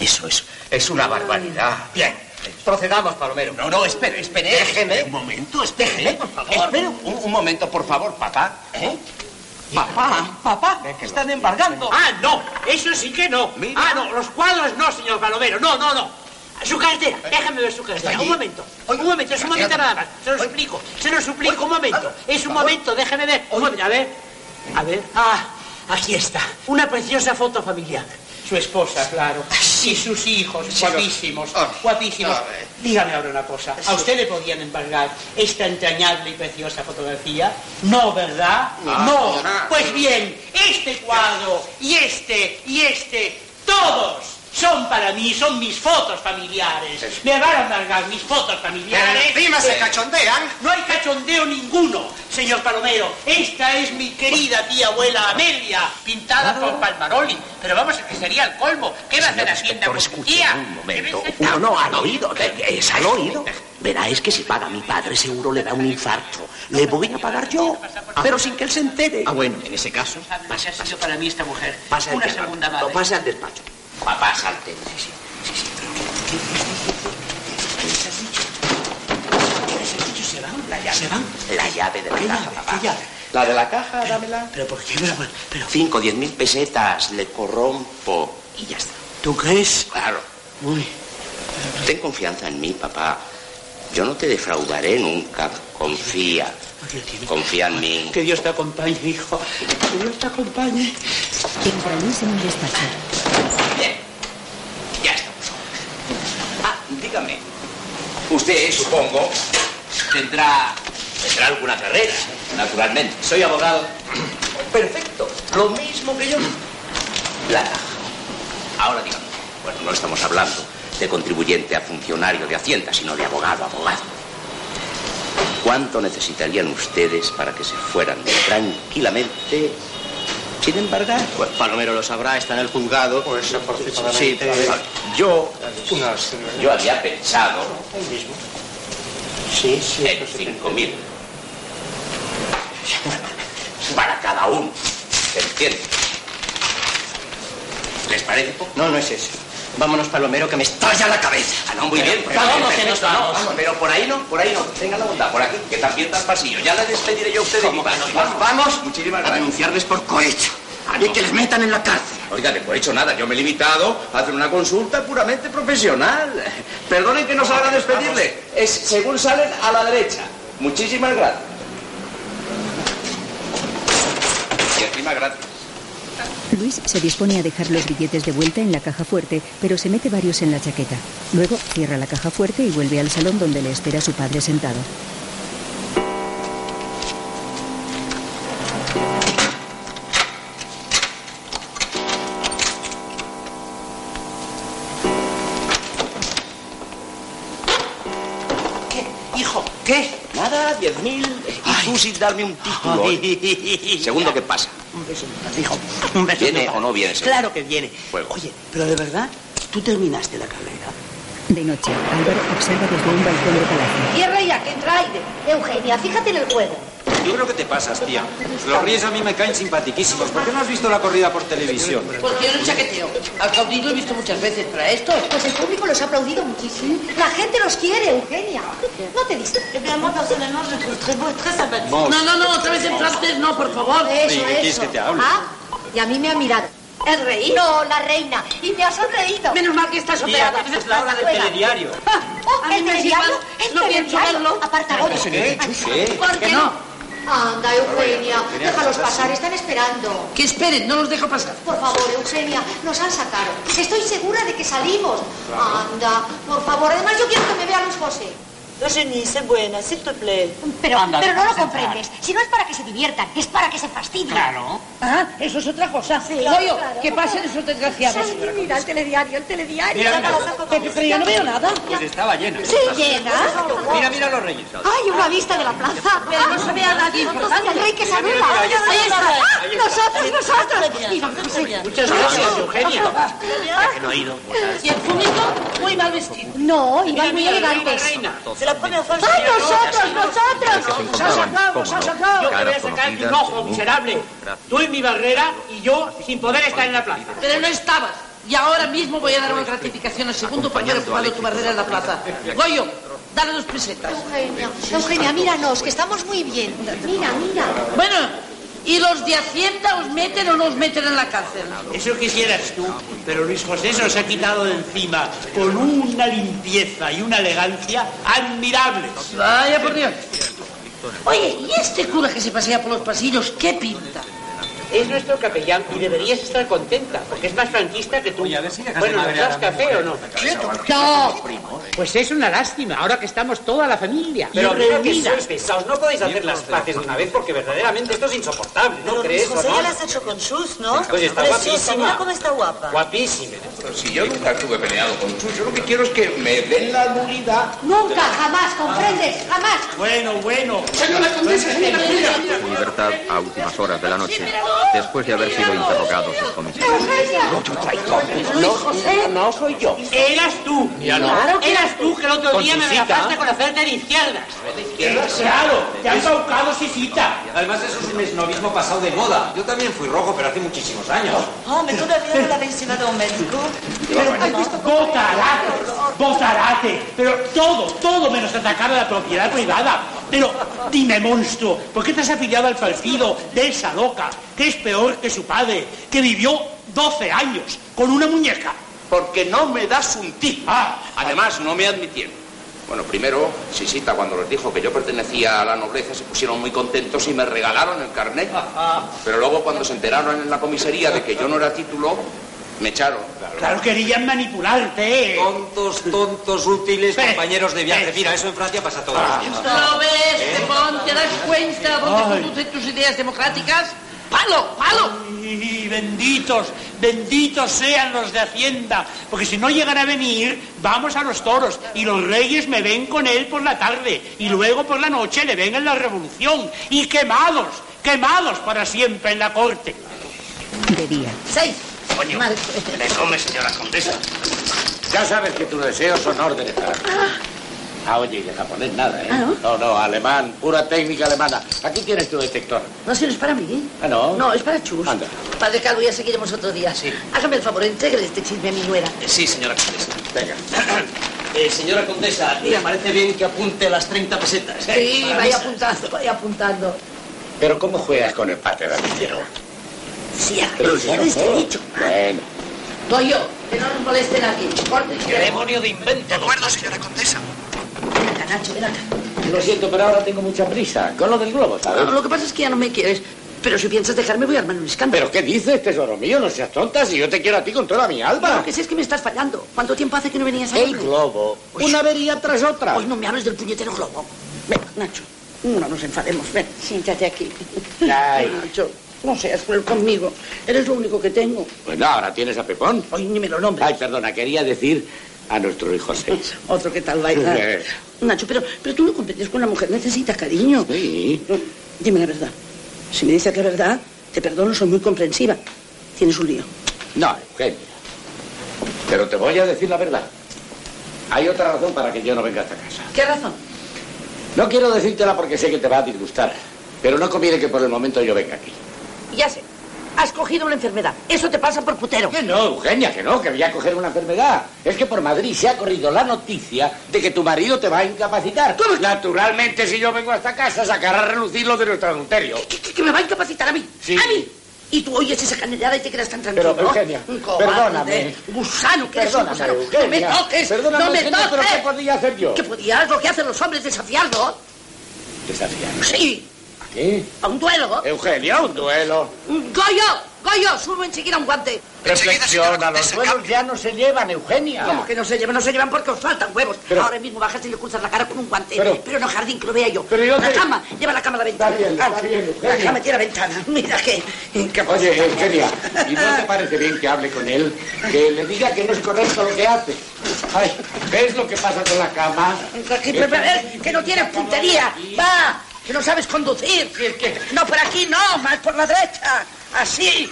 eso es, es una barbaridad. Bien. Procedamos, Palomero. No, no, espere, espere. Déjeme. Un momento, espere. por favor. Espere un, un momento, por favor, papá. ¿Eh? Papá, papá, están embargando. Ah, no, eso sí que no. Ah, no, los cuadros no, señor Palomero. No, no, no. Su cartera, Eh. déjame ver su cartera. Un momento. un momento, es un momento nada más. Se lo suplico, se lo suplico, un momento. Es un momento, déjeme ver. Un momento, a ver. A ver. Ah, aquí está. Una preciosa foto familiar. Su esposa, claro. Ah, Y sus hijos, guapísimos, guapísimos. Dígame ahora una cosa. ¿A usted le podían embargar esta entrañable y preciosa fotografía? No, ¿verdad? Ah, no. señora. Pues bien, este cuadro y este y este, todos son para mí, son mis fotos familiares. Me van a embargar mis fotos familiares. Pero encima se cachondean. No hay cachondeo ninguno, señor Palomero. Esta es mi querida tía abuela Amelia, pintada por Palmaroli. Pero vamos, que sería el colmo. ¿Qué va a hacer Hacienda con mi tía? Un momento. Uno no, al oído. Es al oído. Verá, es que si paga mi padre, seguro le da un infarto. Le voy a pagar yo, pero sin que él se entere. Ah, bueno, en ese caso. Ah. Pasa, ha sido para mí esta mujer. Pasa al Una despacho. segunda madre. No, pasa al despacho. Papá, salte. Sí, sí. Se van, la llave. Se van. La llave de la ¿Qué caja, llave? papá. ¿Qué llave? La de la caja, Ah, dámela. Pero ¿por qué? Pero, pero- Cinco, diez mil pesetas, le corrompo y ya está. ¿Tú crees? Claro. Ten confianza en mí, papá. Yo no te defraudaré nunca. Confía. Confía en mí. Que Dios te acompañe, hijo. Que Dios te acompañe. Entra Luis en un despacho. Ya está. Ah, dígame. Usted, supongo, tendrá, tendrá alguna carrera, naturalmente. Soy abogado. Perfecto. Lo mismo que yo. La caja. Ahora dígame. Bueno, no estamos hablando de contribuyente a funcionario de Hacienda, sino de abogado a abogado. ¿Cuánto necesitarían ustedes para que se fueran tranquilamente sin embargar? Bueno, Palomero lo sabrá, está en el juzgado. Pues Sí, aproximadamente- a ver, yo, yo había pensado... Sí, sí. Eh, Cinco mil. Para cada uno. ¿Se entiende? ¿Les parece poco? No, no es eso. Vámonos, Palomero, que me estalla la cabeza. Ah, no, muy bien. Pero, vamos, que nos vamos. Pero por ahí no, por ahí no. Tenga la bondad, por aquí, que también está el pasillo. Ya le despediré yo a usted. ¿Cómo que nos vamos? Muchísimas A gracias. Ah, denunciarles por cohecho. Y que les metan en la cárcel. Oiga, de por hecho nada, yo me he limitado a hacer una consulta puramente profesional. Perdonen que no salga a despedirle. Es según salen a la derecha. Muchísimas gracias. Y encima gracias. Luis se dispone a dejar los billetes de vuelta en la caja fuerte, pero se mete varios en la chaqueta. Luego cierra la caja fuerte y vuelve al salón donde le espera su padre sentado. Hijo, ¿Qué? Nada, diez mil. Y tú sin darme un título. Segundo, ¿qué pasa? Un beso, hijo. Un beso, ¿Viene o no viene? señor? Claro que viene. Juego. Oye, pero de verdad, tú terminaste la carrera. De noche, Álvaro observa desde un balcón de palacio. Tierra ya, que entra aire. Eugenia, fíjate en el juego. Yo creo que te pasas, tía. Los Reyes a mí me caen simpatiquísimos. ¿Por qué no has visto la corrida por televisión? Porque yo no chaqueteo. Al caudillo he visto muchas veces para esto. Pues el público los ha aplaudido muchísimo. La gente los quiere, Eugenia. No te diste. No, no, no, otra vez en francés, no, por favor. Eso, ¿Y qué quieres eso. que te hable? Ah, y a mí me ha mirado. ¿El rey? No, la reina. Y me ha sonreído. Menos mal que estás Tía, ¿qué es la hora del telediario? Oh, el telediario, el No pienso telediario. Apartagones. ¿Qué? ¿Qué? ¿Por qué no? Anda, Eugenia, Eugenia, déjalos ¿sí? pasar, están esperando. Que esperen, no los dejo pasar. Por favor, Eugenia, nos han sacado. Estoy segura de que salimos. Anda, por favor. Además, yo quiero que me vea Luis José. Mm, Eugénie, sé buena, s'il te plaît. Pero, Anda, pero no lo déjate comprendes. Si no es para que se diviertan, es para que se fastidien. Claro. Ah, eso es otra cosa. claro, Goyo, claro. que pasen esos desgraciados. Ay, mira el telediario, el telediario. Mira, mira. Pero- pero yo no veo nada. Pues estaba llena. Sí, llena. Mira, mira los Reyes. Ay, una vista de la plaza. Pero no se ve a nadie importante. Mira, hay que Mira, mira, saluda. mira, Ahí ahí está. está. Ahí Ah, está. Nosotros, nosotros. Mira, Muchas gracias, Eugenia. que no he ido. Y el público muy mal vestido. No, iban muy elegantes. De la primera ¡Ay, nosotros, nosotros! ¡Nos ha sacado, nos ha sacado! Yo te voy a sacar de un ojo, miserable. Tú en mi barrera y yo sin poder estar en la plaza. Pero no estabas. Y ahora mismo voy a dar una gratificación al segundo por haber ocupado tu barrera en la plaza. Goyo, dale dos pesetas. Eugenia, Eugenia, míranos, que estamos muy bien. Mira, mira. Bueno, ¿y los de Hacienda os meten o no os meten en la cárcel? Eso quisieras tú, pero Luis José se los ha quitado de encima con una limpieza y una elegancia admirables. Vaya por Dios. Oye, ¿y este cura que se pasea por los pasillos qué pinta? Es nuestro capellán y deberías estar contenta, porque es más franquista que tú. de bueno, ¿nos madrear das a la café o no? No. Pues es una lástima, ahora que estamos toda la familia. Pero y mira que reunida. sois pesados, no podéis hacer las paces de una vez porque verdaderamente esto es insoportable, ¿no crees? José o ya no? la has hecho con Chus, ¿no? Oye, está Preciosa, guapísima. mira cómo está guapa. Guapísima. Si yo nunca estuve peleado con Chus, yo lo que quiero es que me den la nulidad. Nunca, jamás, ¿comprendes? Jamás. Bueno, bueno. Señora condesa, señora condesa. Libertad a últimas horas de la noche, después de haber sido interrogados en comisión. No, no soy yo. Eras tú. Ya no. Claro que eras tú que el otro día me Con Sisita. amenazaste con hacerte de izquierdas. izquierdas? Claro, te han baucado Sisita. Además, eso es un esnovismo pasado de moda. Yo también fui rojo, pero hace muchísimos años. Hombre, todavía no la habéis llevado a un médico. Botarate, botarate, pero todo, todo menos atacar a la propiedad privada. Pero dime, monstruo, ¿por qué te has afiliado al partido de esa loca, que es peor que su padre, que vivió 12 años con una muñeca? Ah, Porque no me das un tip. Además, no me admitieron. Bueno, primero, Sisita, cuando les dijo que yo pertenecía a la nobleza, se pusieron muy contentos y me regalaron el carnet. Pero luego, cuando se enteraron en la comisaría de que yo no era título, me echaron. Claro, querían manipularte. Tontos, tontos, útiles, compañeros de viaje. Mira, eso en Francia pasa todos los días. ¿Lo ves, Tefón? ¿Te das cuenta dónde conducen tus ideas democráticas? ¡Palo, palo! Y benditos, benditos sean los de Hacienda, porque si no llegan a venir, vamos a los toros y los reyes me ven con él por la tarde y luego por la noche le ven en la revolución y quemados, quemados para siempre en la corte. De día. Seis. Coño, me come, señora condesa. Ya sabes que tus deseos son órdenes para mí. Ah, oye, y el japonés nada, Ah, ¿eh? No, no, alemán, pura técnica alemana. Aquí tienes tu detector. No, si no es para mí. ¿eh? Ah, no. No, es para Chus. Anda. Padre Calvo, ya seguiremos otro día. Hágame el favor, entregue este chisme a mi nuera. Sí, señora condesa. Venga. señora condesa, ¿le parece bien que apunte las 30 pesetas? ¿eh? Sí, vaya apuntando, vaya apuntando. Pero ¿cómo juegas con el pate ramillero? Sí, Pero ya les he dicho. Bueno. Doy yo, que no nos moleste nadie. Corte y demonio de invento! acuerdo, señora condesa! Ven acá, Nacho, ven acá. Lo siento, pero ahora tengo mucha prisa. Con lo del globo, ¿sabes? Lo que pasa es que ya no me quieres. Pero si piensas dejarme, voy a armar un escándalo. ¿Pero qué dices, tesoro mío? No seas tonta, si yo te quiero a ti con toda mi alma. No, que si es que me estás fallando. ¿Cuánto tiempo hace que no venías a El verme? globo. Una avería tras otra. Hoy no me hables del puñetero globo. Ven, Nacho, no nos enfademos. Ven, siéntate aquí. Ay. Nacho, no seas cruel conmigo. Eres lo único que tengo. Bueno, pues ahora tienes a Pepón. Hoy ni me lo nombres. Ay, perdona, quería decir a nuestro hijo Seix. Otro que tal baila. Eh. Nacho, pero, pero tú no competes con la mujer. Necesitas cariño. Sí. Dime la verdad. Si me dices la verdad, te perdono, soy muy comprensiva. Tienes un lío. No, Eugenia. Pero te voy a decir la verdad. Hay otra razón para que yo no venga a esta casa. ¿Qué razón? No quiero decírtela porque sé que te va a disgustar. Pero no conviene que por el momento yo venga aquí. Ya sé, has cogido una enfermedad. Eso te pasa por putero. Que no, Eugenia, que no, que voy a coger una enfermedad. Es que por Madrid se ha corrido la noticia de que tu marido te va a incapacitar. Naturalmente, si yo vengo a esta casa, sacará a relucir lo de nuestro adulterio. Que me va a incapacitar a mí. Sí. A mí. Y tú oyes esa canerada y te quedas tan tranquilo. Pero, Eugenia, Un cobarde, perdóname. Gusano, que eres un Perdóname, gusano. Eugenia. no me toques. Perdóname, no me Eugenia, toques. pero ¿qué podía hacer yo? ¿Qué podías? Lo que hacen los hombres, desafiarlo. ¿Desafiarme? Sí, ¿A qué? a un duelo. Eugenia, un duelo. Goyo, Goyo, subo enseguida un guante. Reflexiona, los duelos ya no se llevan, Eugenia. ¿Cómo que no se llevan? No se llevan porque os faltan huevos. Pero- Ahora mismo bajas y le cruzas la cara con un guante. Pero- Pero, no, Jardín, que lo vea yo. Pero yo la te- cama, lleva la cama a la ventana. bien, está Ah, bien, la Eugenia. cama tiene la ventana. Mira que... Oye, Eugenia, ¿y no te parece bien que hable con él? Que le diga que no es correcto lo que hace. Ay, ¿Ves lo que pasa con la cama? Que, pero- pero- eh, que no tienes puntería. Va, que no sabes conducir. No, por aquí no, más por la derecha. Así.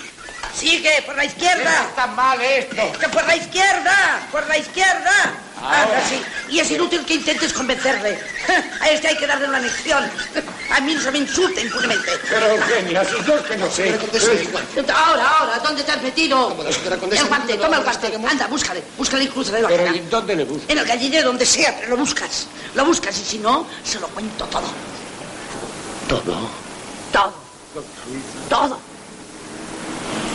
Sigue, por la izquierda. Está mal esto. por la izquierda, por la izquierda. Ahora. Ahora sí. Y es inútil que intentes convencerle. A este hay que darle una lección. A mí no se me insulta impunemente. Pero Eugenia, si yo es que no sé. Ahora, ahora, ¿dónde te has metido? condesa El guante, toma el guante. Anda, búscale, búscale y cruzale la Pero cara. ¿y dónde le busco? En el gallinero, donde sea, pero lo buscas. Lo buscas y si no, se lo cuento todo. Todo. Todo. Todo.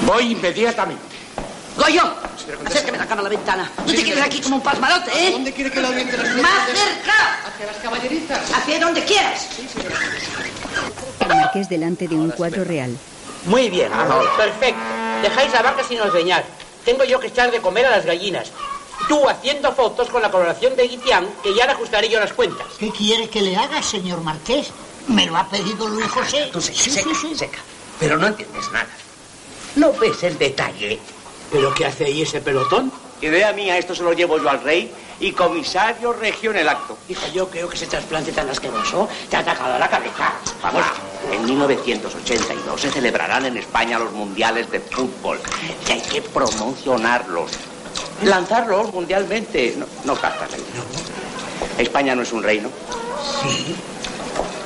Voy inmediatamente. Goyo, acércame la cama a la ventana. No te quedes aquí como un pasmarote, ¿eh? ¿Dónde quiere que la oriente las ¡Más cerca! ¿Hacia las caballerizas? Hacia donde quieras. El marqués delante de un cuadro real. Muy bien, Ah, perfecto. Dejáis la vaca sin ordeñar. Tengo yo que echar de comer a las gallinas. Tú haciendo fotos con la coloración de Guitián, que ya le ajustaré yo las cuentas. ¿Qué quiere que le haga, señor Marqués? Me lo ha pedido Luis Ah, José. Tú seca, seca, seca. Pero no entiendes nada. No ves el detalle. ¿Pero qué hace ahí ese pelotón? Idea mía, esto se lo llevo yo al rey y comisario región el acto. Hija, yo creo que ese trasplante tan asqueroso te ha atacado la cabeza. Vamos, en 1982 se celebrarán en España los mundiales de fútbol y hay que promocionarlos, lanzarlos mundialmente. No, no captas la idea. España no es un reino. Sí.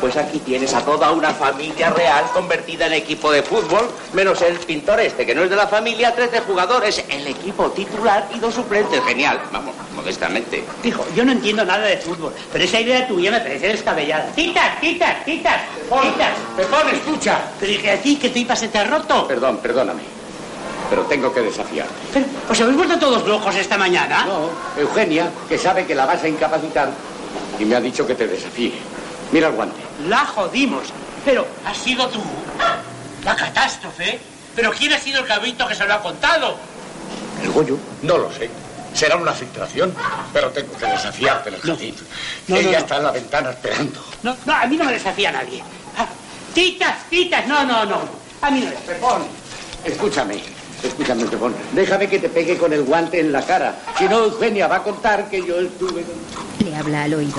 Pues aquí tienes a toda una familia real convertida en equipo de fútbol, menos el pintor este, que no es de la familia, 13 jugadores, el equipo titular y dos suplentes. Genial, vamos, modestamente. Hijo, yo no entiendo nada de fútbol, pero esa idea tuya me parece descabellada. ¡Titas, titas, titas! ¡Titas! ¡Pepón, escucha! Pero dije a ti que estoy para sentar roto. Perdón, perdóname, pero tengo que desafiar. Pero, ¿Os habéis vuelto todos locos esta mañana? No, Eugenia, que sabe que la vas a incapacitar y me ha dicho que te desafíe. Mira el guante. La jodimos. Pero, ¿has sido tú? La catástrofe. Pero ¿quién ha sido el cabrito que se lo ha contado? ¿El Goyo? No lo sé. Será una filtración, pero tengo que desafiarte el ejercicio. No, no, Ella no. está en la ventana esperando. No, no, a mí no me desafía nadie. Ah, Titas, titas, no, no, no. A mí no. Pepón, escúchame. Escúchame, Pepón. Déjame que te pegue con el guante en la cara. Si no, Eugenia va a contar que yo estuve... Le habla al oído.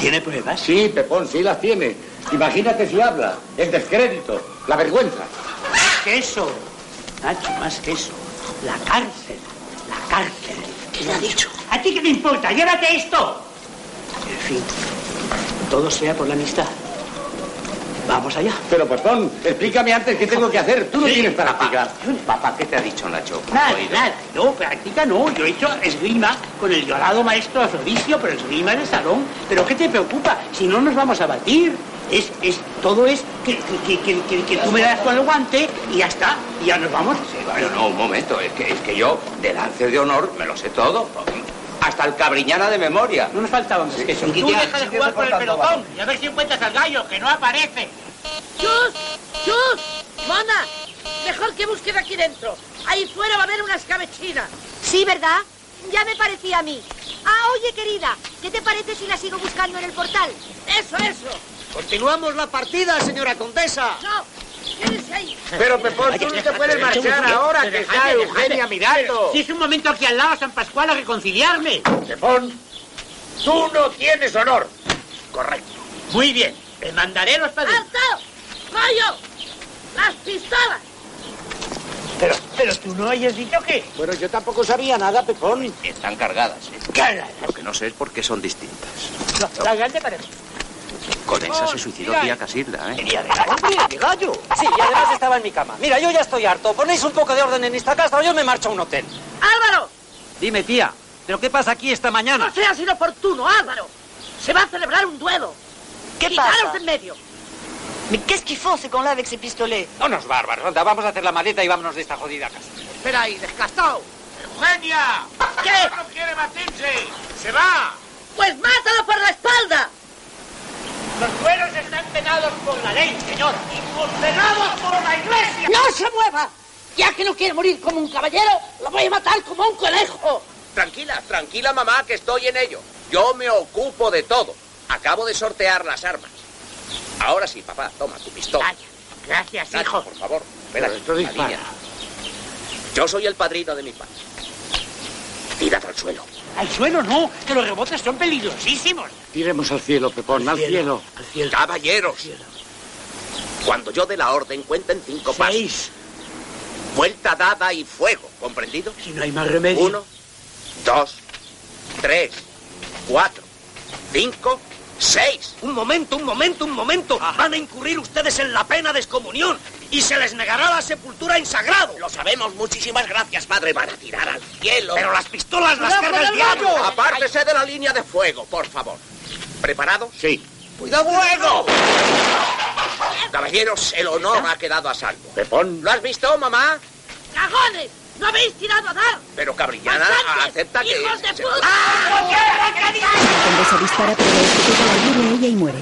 ¿Tiene pruebas? Sí, Pepón, sí las tiene. Imagínate si habla. El descrédito, la vergüenza. que eso. Nacho, más que eso. La cárcel. La cárcel. ¿Qué le ha dicho? ¿A ti qué me importa? ¡Llévate esto! En fin, todo sea por la amistad. Vamos allá. Pero, Pepón, explícame antes qué tengo que hacer. Tú no tienes para pagar. Papá, ¿qué te ha dicho Nacho? Nada, nada. No, práctica no. Yo he hecho esgrima con el llorado maestro Afrodisio, pero esgrima de salón. ¿Pero qué te preocupa? Si no nos vamos a batir. Es, es, todo es que, que, que- que- que tú me das con el guante y ya está. Y ya nos vamos. Bueno, no, un momento, es que, es que yo, de lance de honor, me lo sé todo. Hasta el cabriñana de memoria. No nos faltaba más que eso. Tú deja de jugar con el pelotón y a ver si encuentras al gallo, que no aparece. ¡Chus! ¡Chus! ¡Mona! Mejor que busquen aquí dentro. Ahí fuera va a haber una escabechina. Sí, ¿verdad? Ya me parecía a mí. Ah, oye, querida, ¿qué te parece si la sigo buscando en el portal? ¡Eso, eso! Continuamos la partida, señora condesa. ¡No! ¡Quédese ahí! Pero, Pepón, tú no te puedes marchar ahora, que está Eugenia mirando. Si es un momento aquí al lado, San Pascual, a reconciliarme. Pepón, tú no tienes honor. Correcto. Muy bien. Te mandaré los Ah, padres. ¡Alto! ¡Rollo! ¡Las pistolas! Pero, pero tú no hayas dicho que... Bueno, yo tampoco sabía nada, Pepón. Están cargadas. ¿eh? Cargadas. Lo que no sé es por qué son distintas. No, las grandes paredes. Con esa se suicidó tía Casilda, ¿eh? ¡Hombre, qué gallo! Sí, y además estaba en mi cama. Mira, yo ya estoy harto. Ponéis un poco de orden en esta casa o yo me marcho a un hotel. ¡Álvaro! Ah, Dime, tía, ¿pero qué pasa aquí esta No mañana? seas inoportuno, Álvaro. Se va a celebrar un duelo. ¿Qué Quitaros pasa? de en medio. Mais qu'est-ce qu'ils font, ces cons-là, avec ces pistolets No nos bárbaros, anda, vamos a hacer la maleta y vámonos de esta jodida casa. Espera ahí, desgastado. ¡Eugenia! ¿Qué? ¡No quiere batirse! ¡Se va! Pues mátalo por la espalda. Los cueros están penados por la ley, señora. Y condenados por la iglesia. ¡No se mueva! Ya que no quiere morir como un caballero, lo voy a matar como un conejo. Tranquila, tranquila mamá, que estoy en ello. Yo me ocupo de todo. Acabo de sortear las armas. Ahora sí, papá, toma tu pistola. Gracias, Nacho, Por favor, ven Pero aquí, esto dispara. alineate. Yo soy el padrino de mi padre. Tírate al suelo. Al suelo no, que los rebotes son peligrosísimos. Tiremos al cielo, Pepón, al cielo. Caballeros. Cuando yo dé la orden, cuenten cinco pasos. Vuelta dada y fuego, ¿comprendido? Si no hay más remedio. Uno, dos, tres, cuatro, cinco, seis. Ah. Un momento, un momento, un momento. Van a incurrir ustedes en la pena de excomunión y se les negará la sepultura en sagrado. Lo sabemos, muchísimas gracias, padre. Van a tirar al cielo. Pero las pistolas las carga el diablo. Apártese de la línea de fuego, por favor. ¿Preparado? Sí. ¡Cuidado, fuego! Caballeros, el honor ha quedado a salvo. Pepón. ¿Lo has visto, mamá? ¡Cagones! ¡No habéis tirado a dar! Pero Cabrillana ¡Bastantes! acepta que... ¡Hijos de se- puta! La condesa dispara, pero la escopeta la hiere a ella y muere.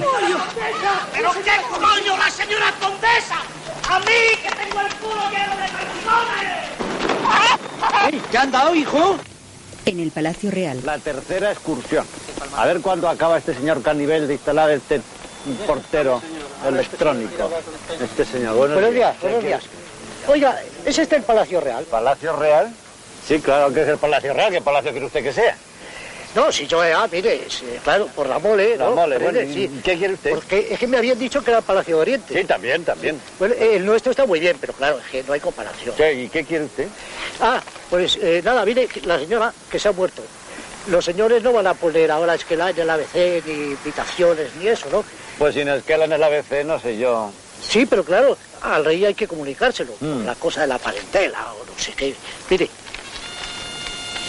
¡Pero qué coño, la señora condesa! ¡A mí que tengo el culo lleno de ¿Qué han dado, hijo? En el Palacio Real. La tercera excursión. A ver cuándo acaba este señor Canivel de instalar este portero electrónico. Este señor. Buenos, Buenos días, buenos ¿Qué días. quieres? Oiga, ¿es este el Palacio Real? ¿Palacio Real? Sí, claro que es el Palacio Real. ¿Qué palacio quiere usted que sea? No, si yo era, mire, es, eh, claro, por la mole, La ¿no? mole, Por bueno, ¿Qué quiere usted? Porque es que me habían dicho que era el Palacio de Oriente. Sí, también, también. Bueno, eh, el nuestro está muy bien, pero claro, es que no hay comparación. ¿Qué, ¿Y qué quiere usted? Ah, pues eh, nada, mire, la señora que se ha muerto. Los señores no van a poner ahora es que la en la ABC, ni invitaciones, ni eso, ¿no? Pues si nos quedan en la ABC, no sé yo. Sí, pero claro, al rey hay que comunicárselo. Mm. La cosa de la parentela o no sé qué. Mire,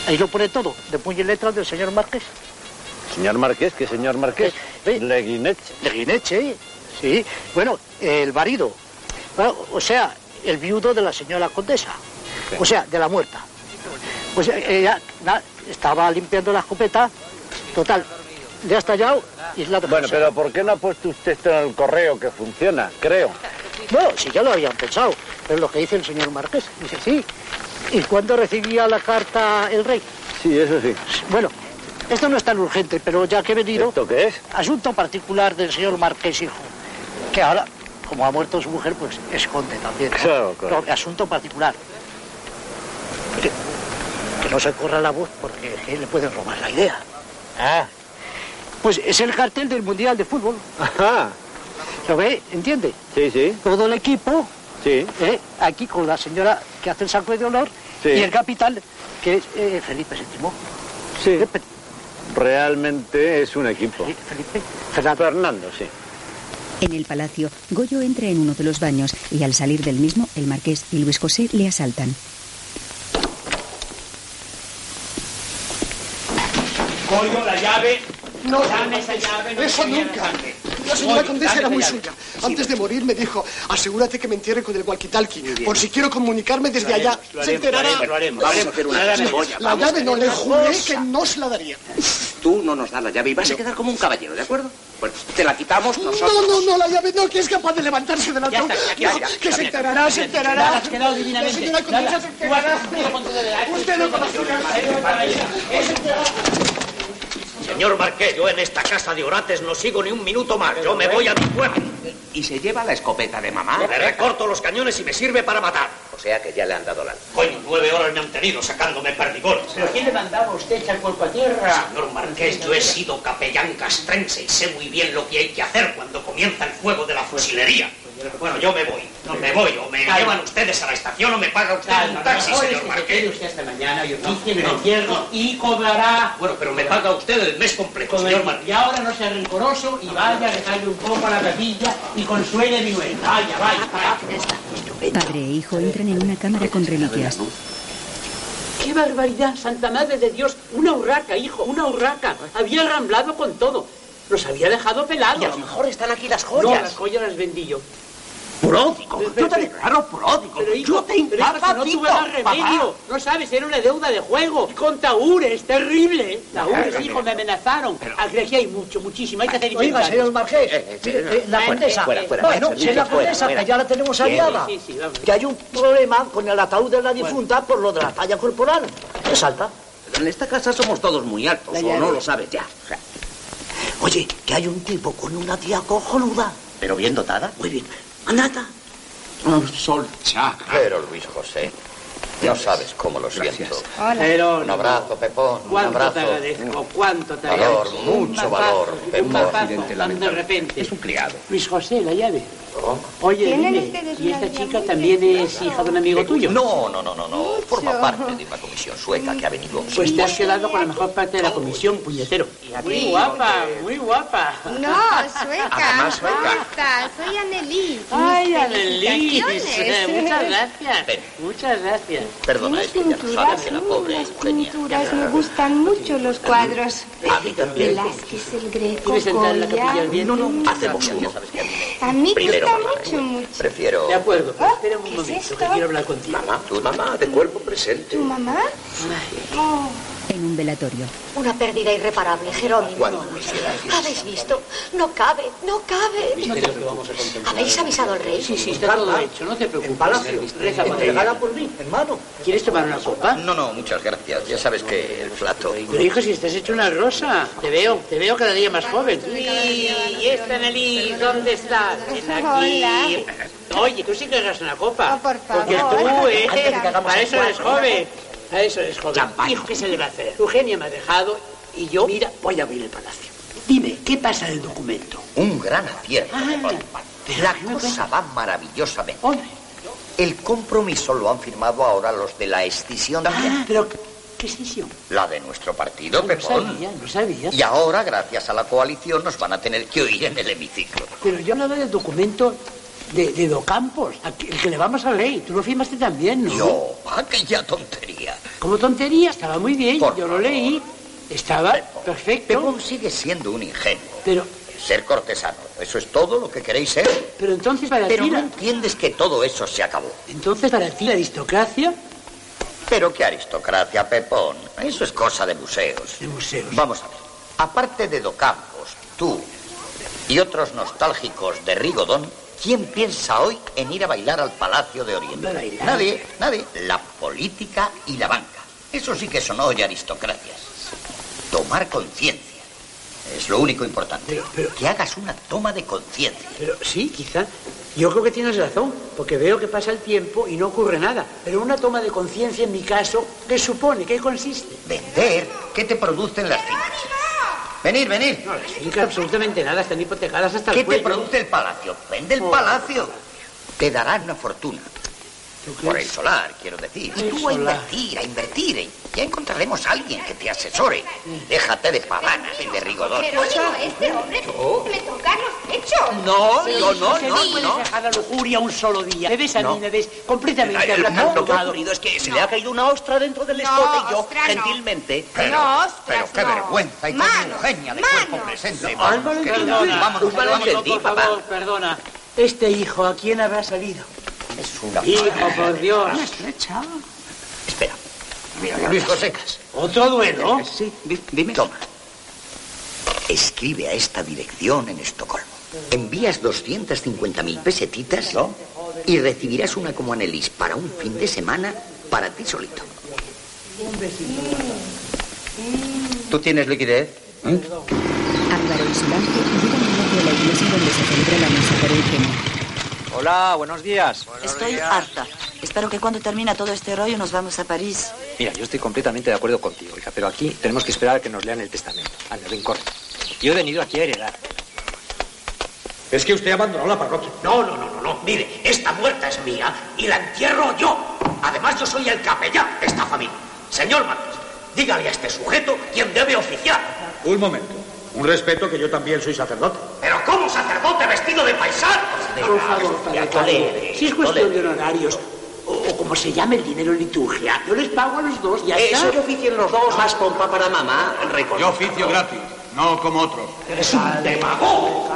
ahí lo pone todo, de puño y letras del señor Márquez. Eh, Señor Marqués, ¿qué señor Marqués? Leguineche. Leguineche, sí. Bueno, el marido. Bueno, o sea, el viudo de la señora condesa. O sea, de la muerta. Pues ella na- estaba limpiando la escopeta. Total, le ha estallado y la Bueno, pero ¿por qué no ha puesto usted esto en el correo que funciona? Creo. No, si ya lo habían pensado. Pero lo que dice el señor Marqués, dice sí. ¿Y cuándo recibía la carta el rey? Sí, eso sí. Bueno, esto no es tan urgente, pero ya que he venido... ¿Esto qué es? Asunto particular del señor Marqués, hijo. Que ahora, como ha muerto su mujer, pues esconde también. ¿no? Claro, claro. No, asunto particular. Que, que no se corra la voz porque eh, le pueden robar la idea. Ah. Pues es el cartel del Mundial de Fútbol. Ajá. ¿Lo ve? ¿Entiende? Sí, sí. Todo el equipo, Sí. eh, aquí con la señora que hace el saco de honor, Sí. y el capitán, que es eh, Felipe VII. Sí. Realmente es un equipo. Felipe. Fernando. Fernando, sí. En el palacio, Goyo entra en uno de los baños y al salir del mismo, el marqués y Luis José le asaltan. Coño, la llave. No, dame esa llave. No Eso señora. nunca. La Coño, señora dame condesa era esa muy llave. suya. Antes de morir me dijo, asegúrate que me entierre con el walkie-talkie, por si quiero comunicarme desde allá. Se enterará. Vamos a hacer una La gran cebolla. Vamos a llave hacer no le una juré cosa. que no se la daría. Tú no nos das la llave y vas a quedar como un caballero, ¿de acuerdo? Bueno, te la quitamos nosotros. No, no, no, la llave no, que es capaz de levantarse del altar. Ya está, ya, ya, No, ya, que ya, se ya. enterará, se Nada, enterará. has quedado divinamente. La señora condesa Nada, se tú vas enterará. a- tú vas a punto de dejar. Usted no conoce Señor Marqués, yo en esta casa de orates no sigo ni un minuto más. Yo me voy a mi pueblo. Y se lleva la escopeta de mamá. Le recorto los cañones y me sirve para matar. O sea que ya le han dado la... Coño, nueve horas me han tenido sacándome perdigones. ¿Pero quién le mandaba a usted echar cuerpo a tierra? Señor Marqués, yo he sido capellán castrense y sé muy bien lo que hay que hacer cuando comienza el fuego de la fusilería. Bueno, yo me voy. No, me voy. O me Calma. llevan ustedes a la estación o me paga usted Calma, un taxi, no, hoy señor se Marqués. usted hasta mañana, yo me entierro y cobrará. Bueno, pero me paga usted el mes completo, señor Marqués. Y ahora no sea rencoroso y vaya a dejarle un poco a la capilla y consuele mi duelo. Vaya, vaya, vaya. Padre e hijo entran en una cámara con reliquias. ¡Qué barbaridad, Santa Madre de Dios! Una urraca, hijo, una urraca. Había ramblado con todo. Los había dejado pelados. Y a lo mejor están aquí las joyas. No, las joyas las vendí yo. Pródigo, yo te declaro pródigo. Pero, hijo, yo te no tuve más papá. remedio. No sabes, era una deuda de juego. Con tahúres, terrible. Tahúres, Pero- hijo, me amenazaron. Aquí hay mucho, muchísimo. Hay que hacer Oiga, inventario. señor Marqués, mire, eh, la condesa. bueno, si la condesa, que ya la tenemos aliada. Sí, sí, sí, vamos. Que hay un problema con el ataúd de la difunta por lo de la talla corporal. ¿Qué salta? En esta casa somos todos muy altos, La o no llave. lo sabes ya. Oye, que hay un tipo con una tía cojonuda. Pero bien dotada. Muy bien. Anata. Sol Chaga. Pero Luis José, no sabes cómo lo siento. Hola. Pero un abrazo, Pepón, un ¿Cuánto abrazo. te agradezco? ¿Cuánto te Valor, agradezco? mucho Un valor, papazo, Pepón. Un papazo, Accidente tan de repente. Es un criado. Luis José, la llave. Oye, ¿Tienen dime, ustedes ¿y una esta vida chica también es hija de un amigo tuyo? No, no, no, no, no. Forma parte de una comisión sueca que ha venido. Pues te has quedado con la mejor parte de la comisión, puñetero. Muy guapa, muy guapa. No, sueca. Además, sueca. ¿Cómo estás? Soy Anneli. Ay, Mis Anneli, felicitaciones. muchas gracias. Muchas gracias. Perdona, es que ya tú sabes que la pobre Eugenia. Pinturas, me gustan mucho los cuadros. A mí también. Velázquez, el Greco, ¿Quieres entrar en la capilla Goya. No, no, hacemos uno. A mí me Primero, gusta mamá. mucho, mucho. Prefiero. De acuerdo, pero espera un ¿Qué es momento, que esto? quiero hablar contigo. Mamá, tu mamá, de cuerpo presente. ¿Tu mamá? Oh, En un velatorio. una pérdida irreparable, Jerónimo. ¿Habéis visto? No cabe, no cabe. ¿Habéis avisado al rey? Sí, sí, está todo hecho, no te preocupes. En palacio, reza por él. Regala por mí, hermano. ¿Quieres tomar una copa? No, no, muchas gracias. Ya sabes que el plato. Pero hijo, si estás hecho una rosa. Te veo, te veo cada día más joven. Y esta Nelly, ¿dónde estás? Está aquí. Hola. Oye, tú sí que hagas una copa. por favor. Porque tú, eh, Antes de que hagamos para eso el eres cuadro. joven. Para eso eres joven. Hijo, ¿qué se le va a hacer? Eugenia me ha dejado y yo, mira, voy a abrir el palacio. Dime, ¿qué pasa del documento? Ah, Un gran acierto. La cosa va maravillosamente. El compromiso lo han firmado ahora los de la escisión también. Ah, Pero, ¿qué escisión? La de nuestro partido, No Pepón. sabía, no sabía. Y ahora, gracias a la coalición, nos van a tener que oír en el hemiciclo. Pero yo hablaba del documento de, de Docampos, aquel que le vamos al rey. Tú lo firmaste también, ¿no? Yo, aquella tontería. Como tontería, estaba muy bien, yo lo leí. Estaba perfecto. Pepón sigue siendo un ingenuo. Pero, Ser cortesano, eso es todo lo que queréis ser. pero entonces para Pero ti... no la- entiendes que todo eso se acabó. Entonces para ti la aristocracia... Pero qué aristocracia, Pepón. Eso es cosa de museos. De museos. Vamos a ver. Aparte de Docampos, tú y otros nostálgicos de Rigodón, ¿quién piensa hoy en ir a bailar al Palacio de Oriente? bailar. Nadie, nadie. La política y la banca. Eso sí que son hoy aristocracias. Tomar conciencia. Es lo único importante. Que hagas una toma de conciencia. Pero sí, quizá. Yo creo que tienes razón, porque veo que pasa el tiempo y no ocurre nada. Pero una toma de conciencia en mi caso, ¿qué supone? ¿Qué consiste? Vender. ¿Qué te producen las fincas? Venir, venir. No, las fincas absolutamente nada, están hipotecadas hasta ¿Qué el cuello. te produce el palacio? Vende el Oh. palacio. Te darán una fortuna. Por el solar, quiero decir. Y El tú a solar. invertir, a invertir. ¿eh? Ya encontraremos a alguien que te asesore. Déjate de pavanas y de rigodón. Jerónimo, este hombre me toca los pechos. No, Pero yo si no, se no, puede no. dejar la lujuria un solo día. Me ves a No. mí, me ves completamente Ay, lo- lo que ha abrumado. ocurrido es que se le ha caído una ostra dentro del No, escote y yo, ostra no. gentilmente... Pero, No, ostras, pero qué no. vergüenza y con Mano, Eugenia de cuerpo presente. No, Vámonos, Álvaro, que- perdona, vámonos, Álvaro, vámonos, por por favor, favor. perdona. Este hijo, ¿a quién habrá salido? Es una Hijo, mala- por Dios. Espera. Luis José. ¿Otro duelo? Eh, Sí, dime. Toma. Escribe a esta dirección en Estocolmo. Envías 250.000 pesetitas ¿no? y recibirás una como Anelis para un fin de semana para ti solito. ¿Tú tienes liquidez? Álvaro y Solange llegan al lado de la iglesia donde se celebra la misa por Eugenia. Hola, buenos días. Estoy harta. Espero que cuando termina todo este rollo nos vamos a París. Mira, yo estoy completamente de acuerdo contigo, hija, pero aquí tenemos que esperar a que nos lean el testamento. Anda, ven, corre. Yo he venido aquí a heredar. Es que usted abandonó la parroquia. No, no, no, no, no. Mire, esta muerta es mía y la entierro yo. Además, yo soy el capellán de esta familia. Señor Marqués, dígale a este sujeto quién debe oficiar. Un momento. Un respeto que yo también soy sacerdote. Pero ¿cómo sacerdote vestido de paisano? Por favor, padre Ya, Carlos, tolere, si es cuestión de honorarios o, o como se llame el dinero en liturgia, yo les pago a los dos y ya Eso, está. que oficien los dos, más pompa para mamá. Yo oficio gratis, no como otros. Es un demagogo.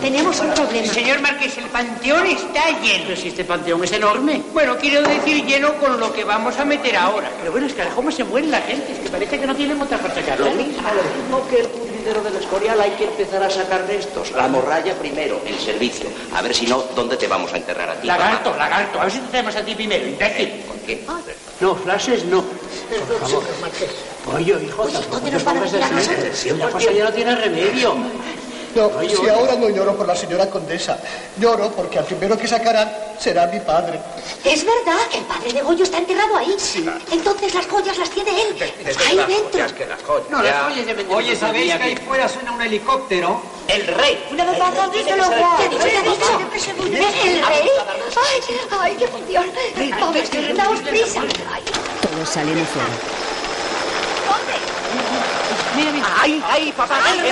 Tenemos un problema. Señor Marqués, el panteón está lleno. Pero si este panteón es enorme. Bueno, quiero decir lleno con lo que vamos a meter ahora. Pero bueno, es que cómo se muere la gente, es que parece que no tienen otra cosa que hacer. Lo mismo, lo mismo que el pudridero del Escorial, hay que empezar a sacar de estos. La morralla primero, el servicio. A ver si no, ¿dónde te vamos a enterrar a ti? Lagarto, lagarto, a ver si te tenemos a ti primero, imbécil. ¿Por qué? No, flashes no. Por favor. Pollo, hijo, Pues, tampoco te pongas de frente. La cosa ya no tiene remedio. No, Ay, si yo- ahora no lloro por la señora condesa, lloro porque al primero que sacarán será mi padre. Es verdad que el padre de Goyo está enterrado ahí. Entonces las joyas las tiene él. ahí dentro. No, las joyas de vender Oye, no se ¿sabéis veía que ahí bien. fuera suena un helicóptero? El rey. Una vez más, has visto lo ¿Qué guau. ha ¿Qué ha dicho? dicho? ¿Qué ha dicho? ¿Qué ha dicho? ¿El rey? Ay, ay, qué función. Vamos, daos prisa. Ay, Todos salen afuera. Mira, mira. ¡Ay, ay, papá! ¡El rey!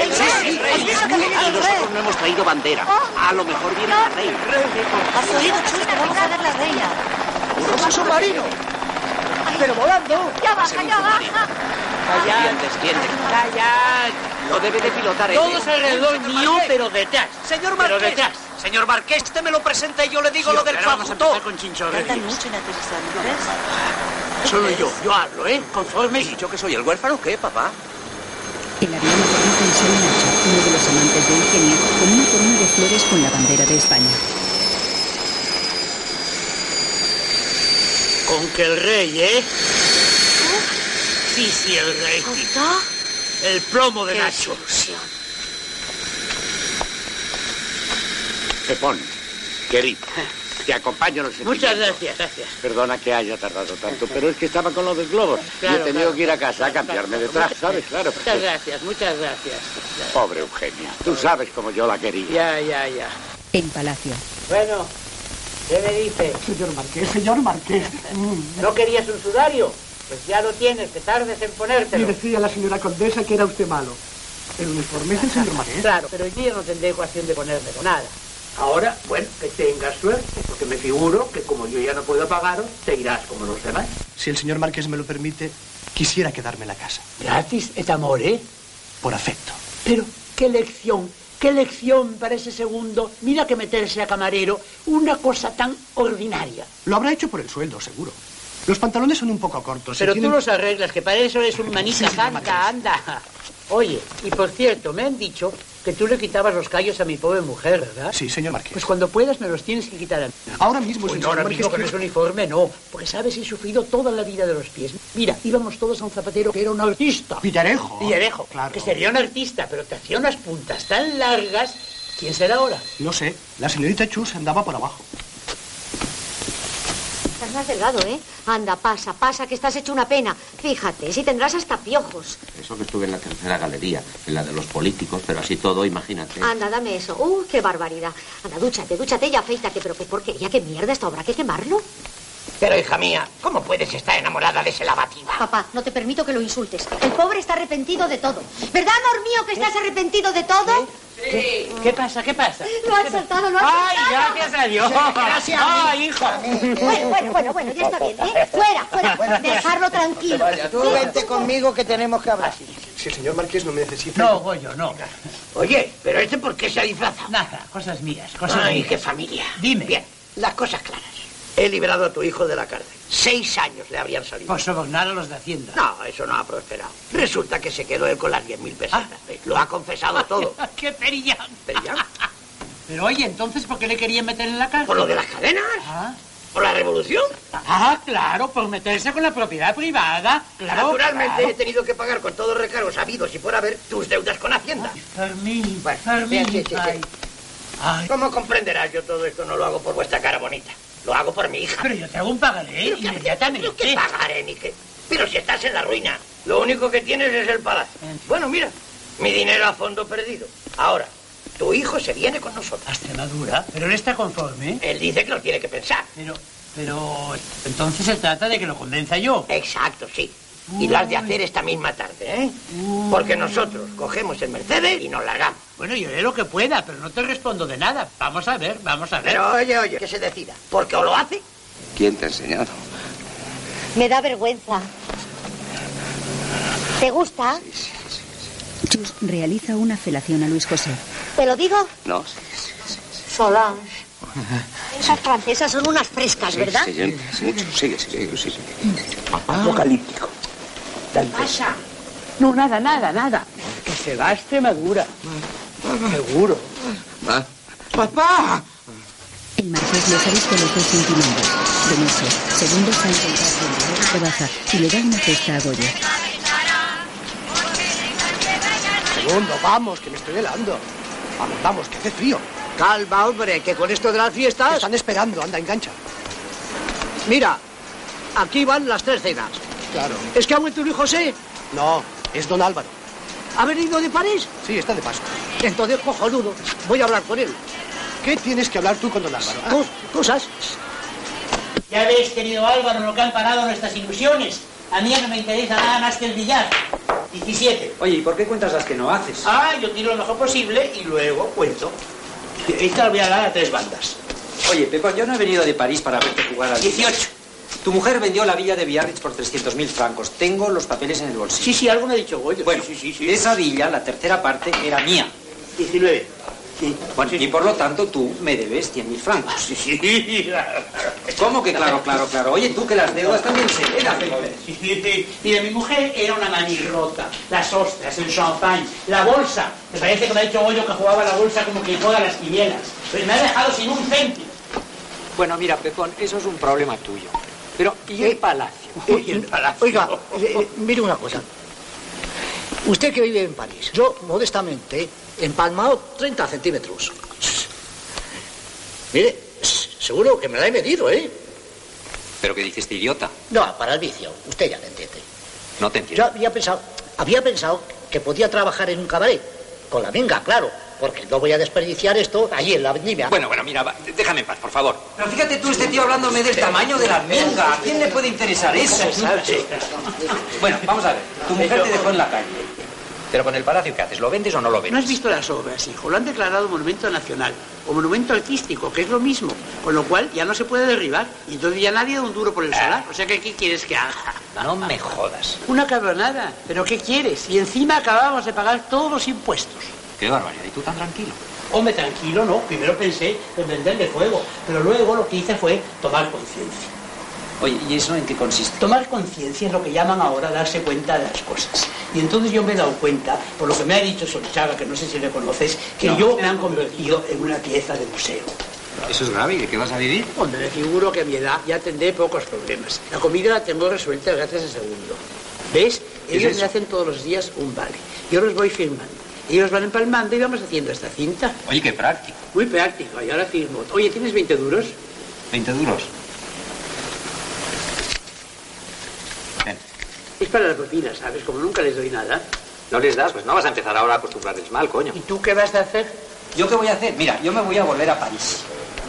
¡El Sí, rey! sí, ¿Has visto que viene Y el nosotros rey? Oh. no hemos traído bandera. A lo mejor viene el rey. ¿Has oído, Chusca? Vamos a ver la reina. ¡Un submarino! Pero volando. Ya baja, ya baja. Callad, desciende. Callad. Lo debe de pilotar él. Todos alrededor mío, pero detrás. Señor Pero Marqués. detrás. Señor Marqués, usted me lo presenta y yo le digo Sí, lo del pero vamos a facultó. empezar con chinchorrerías. Tardan Solo yo, yo hablo, ¿eh? Conforme. ¿Y yo que soy el huérfano qué, papá? El avión aterriza en San Nacho, uno de los amantes de Eugenia, con una corona de flores con la bandera de España. Con que el rey, ¿eh? Sí, sí, el rey. El plomo de Nacho. Pepón, querido, te acompaño en el Muchas sentimiento. gracias, gracias. Perdona que haya tardado tanto, pero es que estaba con lo del globo. Claro, y he tenido claro. que ir a casa a cambiarme de traje, ¿sabes? Claro. Muchas gracias, muchas gracias. Pobre Eugenia, tú sabes cómo yo la quería. Ya, ya, ya. En Palacio. Bueno, ¿qué me dices? Señor Marqués, señor Marqués. ¿No querías un sudario? Pues ya lo tienes, que tardes en Y ponértelo. decía la señora condesa que era usted malo. El uniforme es el señor Marqués. Claro, pero yo ya no tendré ocasión de ponérmelo, nada. Ahora, bueno, que tengas suerte, porque me figuro que como yo ya no puedo pagaros, te irás como los demás. Si el señor Marqués me lo permite, quisiera quedarme en la casa. Gratis et amore. Por afecto. Pero qué lección, qué lección para ese segundo. Mira que meterse a camarero, una cosa tan ordinaria. Lo habrá hecho por el sueldo, seguro. Los pantalones son un poco cortos. Pero se tú tienen- los arreglas, que para eso eres un manita santa, anda. Oye, y por cierto, me han dicho que tú le quitabas los callos a mi pobre mujer, ¿verdad? Sí, señor Marqués. Pues cuando puedas me los tienes que quitar a mí. Ahora mismo, Pues señor no, ahora Marqués, mismo con quiero- ese uniforme no, porque sabes, he sufrido toda la vida de los pies. Mira, íbamos todos a un zapatero que era un artista. Villarejo. Villarejo, que sería un artista, pero te hacía unas puntas tan largas. ¿Quién será ahora? No sé, la señorita Chus andaba por abajo. Estás más delgado, ¿eh? Anda, pasa, pasa, que estás hecho una pena. Fíjate, si tendrás hasta piojos. Eso que estuve en la tercera galería, en la de los políticos, pero así todo, imagínate. Anda, dame eso. ¡Uh, qué barbaridad! Anda, dúchate, dúchate y afeítate. ¿Pero qué porquería? ¿Qué mierda? ¿Esto habrá que quemarlo? Pero, hija mía, ¿cómo puedes estar enamorada de ese lavativo? Papá, no te permito que lo insultes. El pobre está arrepentido de todo. ¿Verdad, amor mío, que estás arrepentido de todo? ¿Qué, qué pasa? ¿Qué pasa? Lo has saltado, lo has ¡Ay, saltado. gracias a Dios! Gracias a mí. ¡Ay, hijo! Bueno, bueno, bueno, bueno, ya está bien, ¿eh? Fuera, fuera. Dejarlo tranquilo. Tú vente conmigo que tenemos que hablar. Si el señor Marqués no me necesita... No, Goyo, no. Oye, pero este por qué se ha disfrazado? Nada, cosas mías, cosas Ay, mías. qué familia. Dime. Bien, las cosas claras. He liberado a tu hijo de la cárcel. Seis años le habrían salido. Por Pues sobornar a los de Hacienda. No, eso no ha prosperado. Resulta que se quedó él con las 10.000 pesetas. Ah. Lo ha confesado todo. ¡Qué perillán! ¿Perillán? Pero oye, entonces, ¿por qué le querían meter en la cárcel? ¿Por lo de las cadenas? Ah, ¿Por la revolución? Ah, claro, por meterse con la propiedad privada. Claro, Naturalmente he claro. tenido que pagar con todos recargos habidos y por haber tus deudas con Hacienda. Fermín, bien, Fermín. sí, sí, sí. ay. Como comprenderás, yo todo esto no lo hago por vuestra cara bonita. Lo hago por mi hija. Pero yo te hago un pagaré Pero que- inmediatamente. pero que pagaré, ni qué. Pero si estás en la ruina, lo único que tienes es el palacio. Bueno, mira, mi dinero a fondo perdido. Ahora, Tu hijo se viene con nosotros. Extremadura. Pero él está conforme. ¿eh? Él dice que lo tiene que pensar. Pero, pero entonces se trata de que lo convenza yo. Exacto, sí. Y lo has de hacer esta misma tarde, ¿eh? Porque nosotros cogemos el Mercedes y nos largamos. Bueno, yo haré lo que pueda, pero no te respondo de nada. Vamos a ver, vamos a ver. Pero ¿eh? oye, oye, que se decida. Porque o lo hace. ¿Quién te ha enseñado? Me da vergüenza. ¿Te gusta? Chus realiza una felación a Luis José. ¿Te lo digo? No. Solange. Esas francesas son unas frescas, ¿verdad? Sí, sí, mucho. Sigue, sigue, sigue. Apocalíptico. ¿Qué pasa? No, nada, nada, nada. Que se va a Extremadura. Seguro. Va. ¡Papá! El marqués los ha visto los dos intimados. De noche, segundo se ha encontrado en la que baja y le da una cesta a Goya. Segundo, vamos, que me estoy helando. Vamos, vamos, que hace frío. Calma, hombre, que con esto de las fiestas... están esperando, anda, engancha. Mira, aquí van las tres cenas. Claro. ¿Es que ha vuelto Luis José? No, es don Álvaro. ¿Ha venido de París? Sí, está de paso. Entonces, cojonudo, voy a hablar con él. ¿Qué tienes que hablar tú con don Álvaro? Cos- cosas. Ya ves, querido Álvaro, lo que han parado nuestras ilusiones. A mí ya no me interesa nada más que el billar. 17. Oye, ¿y por qué cuentas las que no haces? Ah, yo tiro lo mejor posible y luego cuento. Esta la voy a dar a tres bandas. Oye, Pepón, yo no he venido de París para verte jugar al... 18. Tu mujer vendió la villa de Biarritz por 300.000 francos. Tengo los papeles en el bolsillo. Sí, sí, algo me ha dicho Goyo. Bueno, esa villa, la tercera parte, era mía. 19. Bueno, y por lo tanto tú me debes 100.000 francos. Sí, sí. ¿Cómo que claro, claro, claro? Oye, tú que las deudas también se heredan. Mira, mi mujer era una manirrota. Las ostras, el champán, la bolsa. Me parece que me ha dicho Goyo que jugaba a la bolsa como que juega a las quinielas. Pues me ha dejado sin un céntimo. Bueno, mira, Pepón, eso es un problema tuyo. Pero, ¿y Eh, el palacio? Oiga, eh, eh, mire una cosa. Usted que vive en París, yo modestamente, empalmado 30 centímetros. Mire, seguro que me la he medido, ¿eh? ¿Pero qué dijiste, idiota? No, para el vicio, usted ya me entiende. No te entiendo. Yo había pensado, había pensado que podía trabajar en un cabaret, con la minga, claro, porque no voy a desperdiciar esto allí en la vendimia. Bueno, bueno, mira, va, déjame en paz, por favor. Pero fíjate tú, este tío hablándome del tamaño de la minga. ¿A quién le puede interesar eso? Bueno, vamos a ver. Tu mujer te dejó en la calle. Pero con el palacio, ¿qué haces? ¿Lo vendes o no lo ¿No vendes? has visto las obras, hijo? Lo han declarado monumento nacional o monumento artístico, que es lo mismo. Con lo cual ya no se puede derribar y entonces ya nadie da un duro por el solar. O sea que, ¿qué quieres que haga? No me jodas. Una cabronada. ¿Pero qué quieres? Y encima acabamos de pagar todos los impuestos. Qué barbaridad. ¿Y tú tan tranquilo? Hombre, tranquilo, no. Primero pensé en venderle fuego, pero luego lo que hice fue tomar conciencia. Oye, ¿y eso en qué consiste? Tomar conciencia es lo que llaman ahora darse cuenta de las cosas. Y entonces yo me he dado cuenta, por lo que me ha dicho Solichaga, que no sé si le conoces, que No. yo me han convertido en una pieza de museo. Eso es grave. ¿Y de qué vas a vivir? Hombre, me figuro que a mi edad ya tendré pocos problemas. La comida la tengo resuelta gracias a Segundo. ¿Ves? ¿Qué es Ellos me eso? hacen todos los días un vale. Yo los voy firmando. Ellos van empalmando y vamos haciendo esta cinta. Oye, qué práctico. Muy práctico, y ahora firmo. Oye, ¿tienes 20 duros? 20 duros. Es para la propina, ¿sabes? Como nunca les doy nada. No les das, pues no vas a empezar ahora a acostumbrarles mal, coño. ¿Y tú qué vas a hacer? ¿Yo qué voy a hacer? Mira, yo me voy a volver a París.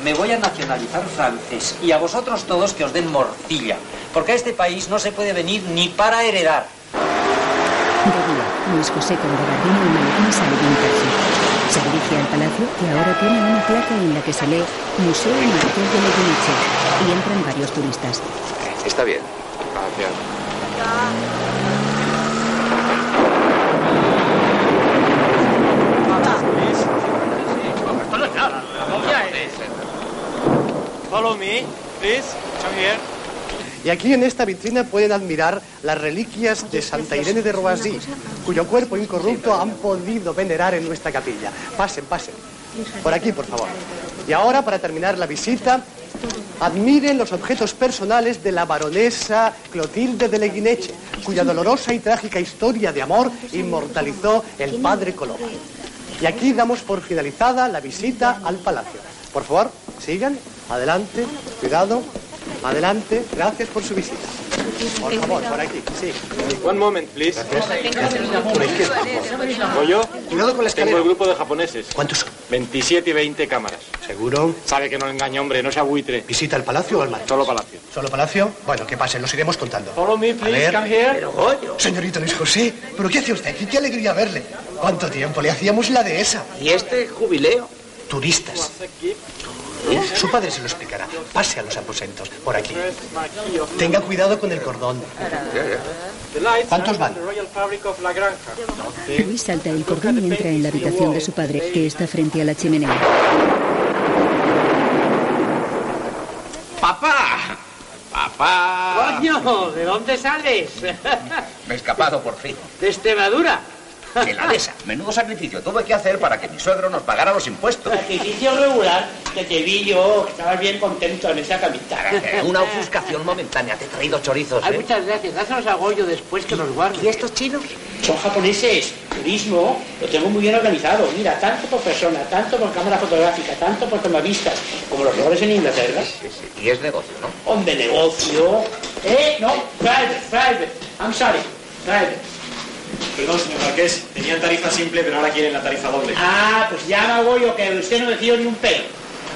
Me voy a nacionalizar francés y a vosotros todos que os den morcilla. Porque a este país no se puede venir ni para heredar. De día, Luis José con gabardina y maletín sale de un taxi. Se dirige al palacio que ahora tiene una placa en la que se lee Museo Marqués de Leguiniche y entran varios turistas. Está bien. Gracias. Follow me, please. Come here. Y aquí en esta vitrina pueden admirar las reliquias de Santa Irene de Roasí, cuyo cuerpo incorrupto han podido venerar en nuestra capilla. Pasen, pasen. Por aquí, por favor. Y ahora, para terminar la visita, admiren los objetos personales de la baronesa Clotilde de Leguineche, cuya dolorosa y trágica historia de amor inmortalizó el padre Coloma. Y aquí damos por finalizada la visita al palacio. Por favor, sigan. Adelante, cuidado. Adelante, gracias por su visita. Por favor, por aquí, sí. One moment, please. Goyo, cuidado con la Tengo el grupo de japoneses. ¿Cuántos son? 27 y 20 cámaras. ¿Seguro? Sabe que no le engaña, hombre, no sea buitre. ¿Visita el palacio o el mar? Solo palacio. ¿Solo palacio? Bueno, que pasen, los iremos contando. Follow me, please, come here. Pero, Goyo. Señorito Luis José, ¿pero qué hace usted aquí? Qué alegría verle. ¿Cuánto tiempo le hacíamos la dehesa? ¿Y este jubileo? Turistas. ¿Eh? Su padre se lo explicará. Pase a los aposentos, por aquí. Tenga cuidado con el cordón. ¿Cuántos van? Luis salta el cordón y entra en la habitación de su padre, que está frente a la chimenea. ¡Papá! ¡Papá! Coño, ¿de dónde sales? Me he escapado por fin. ¿De Extremadura? De la dehesa. Menudo sacrificio tuve que hacer para que mi suegro nos pagara los impuestos. Sacrificio regular que te vi yo, que estabas bien contento en esa camita. Una ofuscación momentánea. Te he traído chorizos, Ay, ¿eh? muchas gracias. Dáselos a Goyo después que los guarde. ¿Y estos chinos? Son japoneses. Turismo. Lo tengo muy bien organizado. Mira, tanto por persona, tanto por cámara fotográfica, tanto por tomavistas, como los mejores en Inglaterra. Y es negocio, ¿no? Hombre, negocio. Eh, no, private, private. I'm sorry, private. Perdón, señor Marqués. Tenían tarifa simple, pero ahora quieren la tarifa doble. Ah, pues llama a Goyo, que usted no me fío ni un pelo.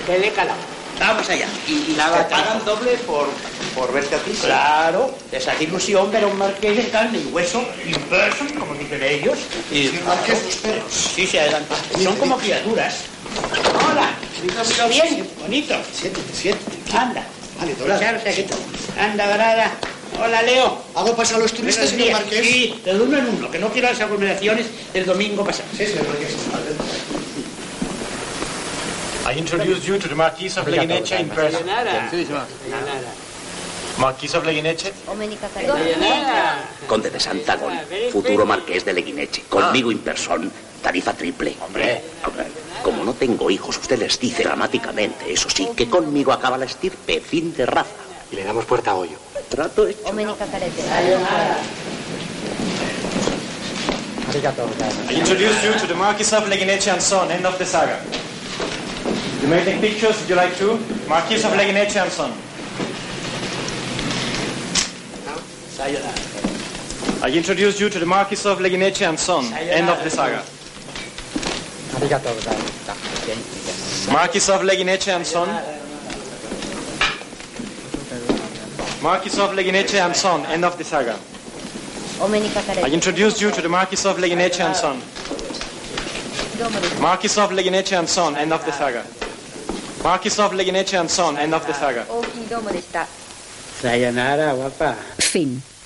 Que le he calado. Vamos allá. Y, y nada, pagan doble por, por verte a ti. Claro, esa ilusión, pero un marqués de carne y hueso, inverso, como dicen ellos. Y- el marqués de perros. Sí, se adelanta. Son como criaturas. Hola, bien, bonito. Siéntete, siéntete. Anda. Vale, Dorada. aquí. Anda, dorada. Hola, Leo. ¿Hago pasar a los Buenos turistas, señor días. Marqués? Sí, te uno en uno, que no quiero las aglomeraciones del domingo pasado. Sí, señor Marqués. I introduce you to the Marquis of Leguineche in person. Marquis of Leguineche. Conde de Santagón, futuro marqués de Leguineche. Conmigo in person, tarifa triple. Hombre. Como no tengo hijos, usted les dice dramáticamente, eso sí, que conmigo acaba la estirpe, fin de raza. Le damos puerta a hoyo. Trato hecho. I introduce you to the Marquis of Leguineche and Son, end of the saga. You may take pictures if you like to. Marquis of Leguineche and Son. I introduce you to the Marquis of Leguineche and Son, end of the saga. Marquis of Leguineche and Son. Marquis of Leguineche and Son, end of the saga. I introduced you to the Marquis of Leguineche and Son. Marquis of Leguineche and Son, end of the saga. Marquis of Leguineche and Son, end of the saga. Sayonara, guapa. Fin.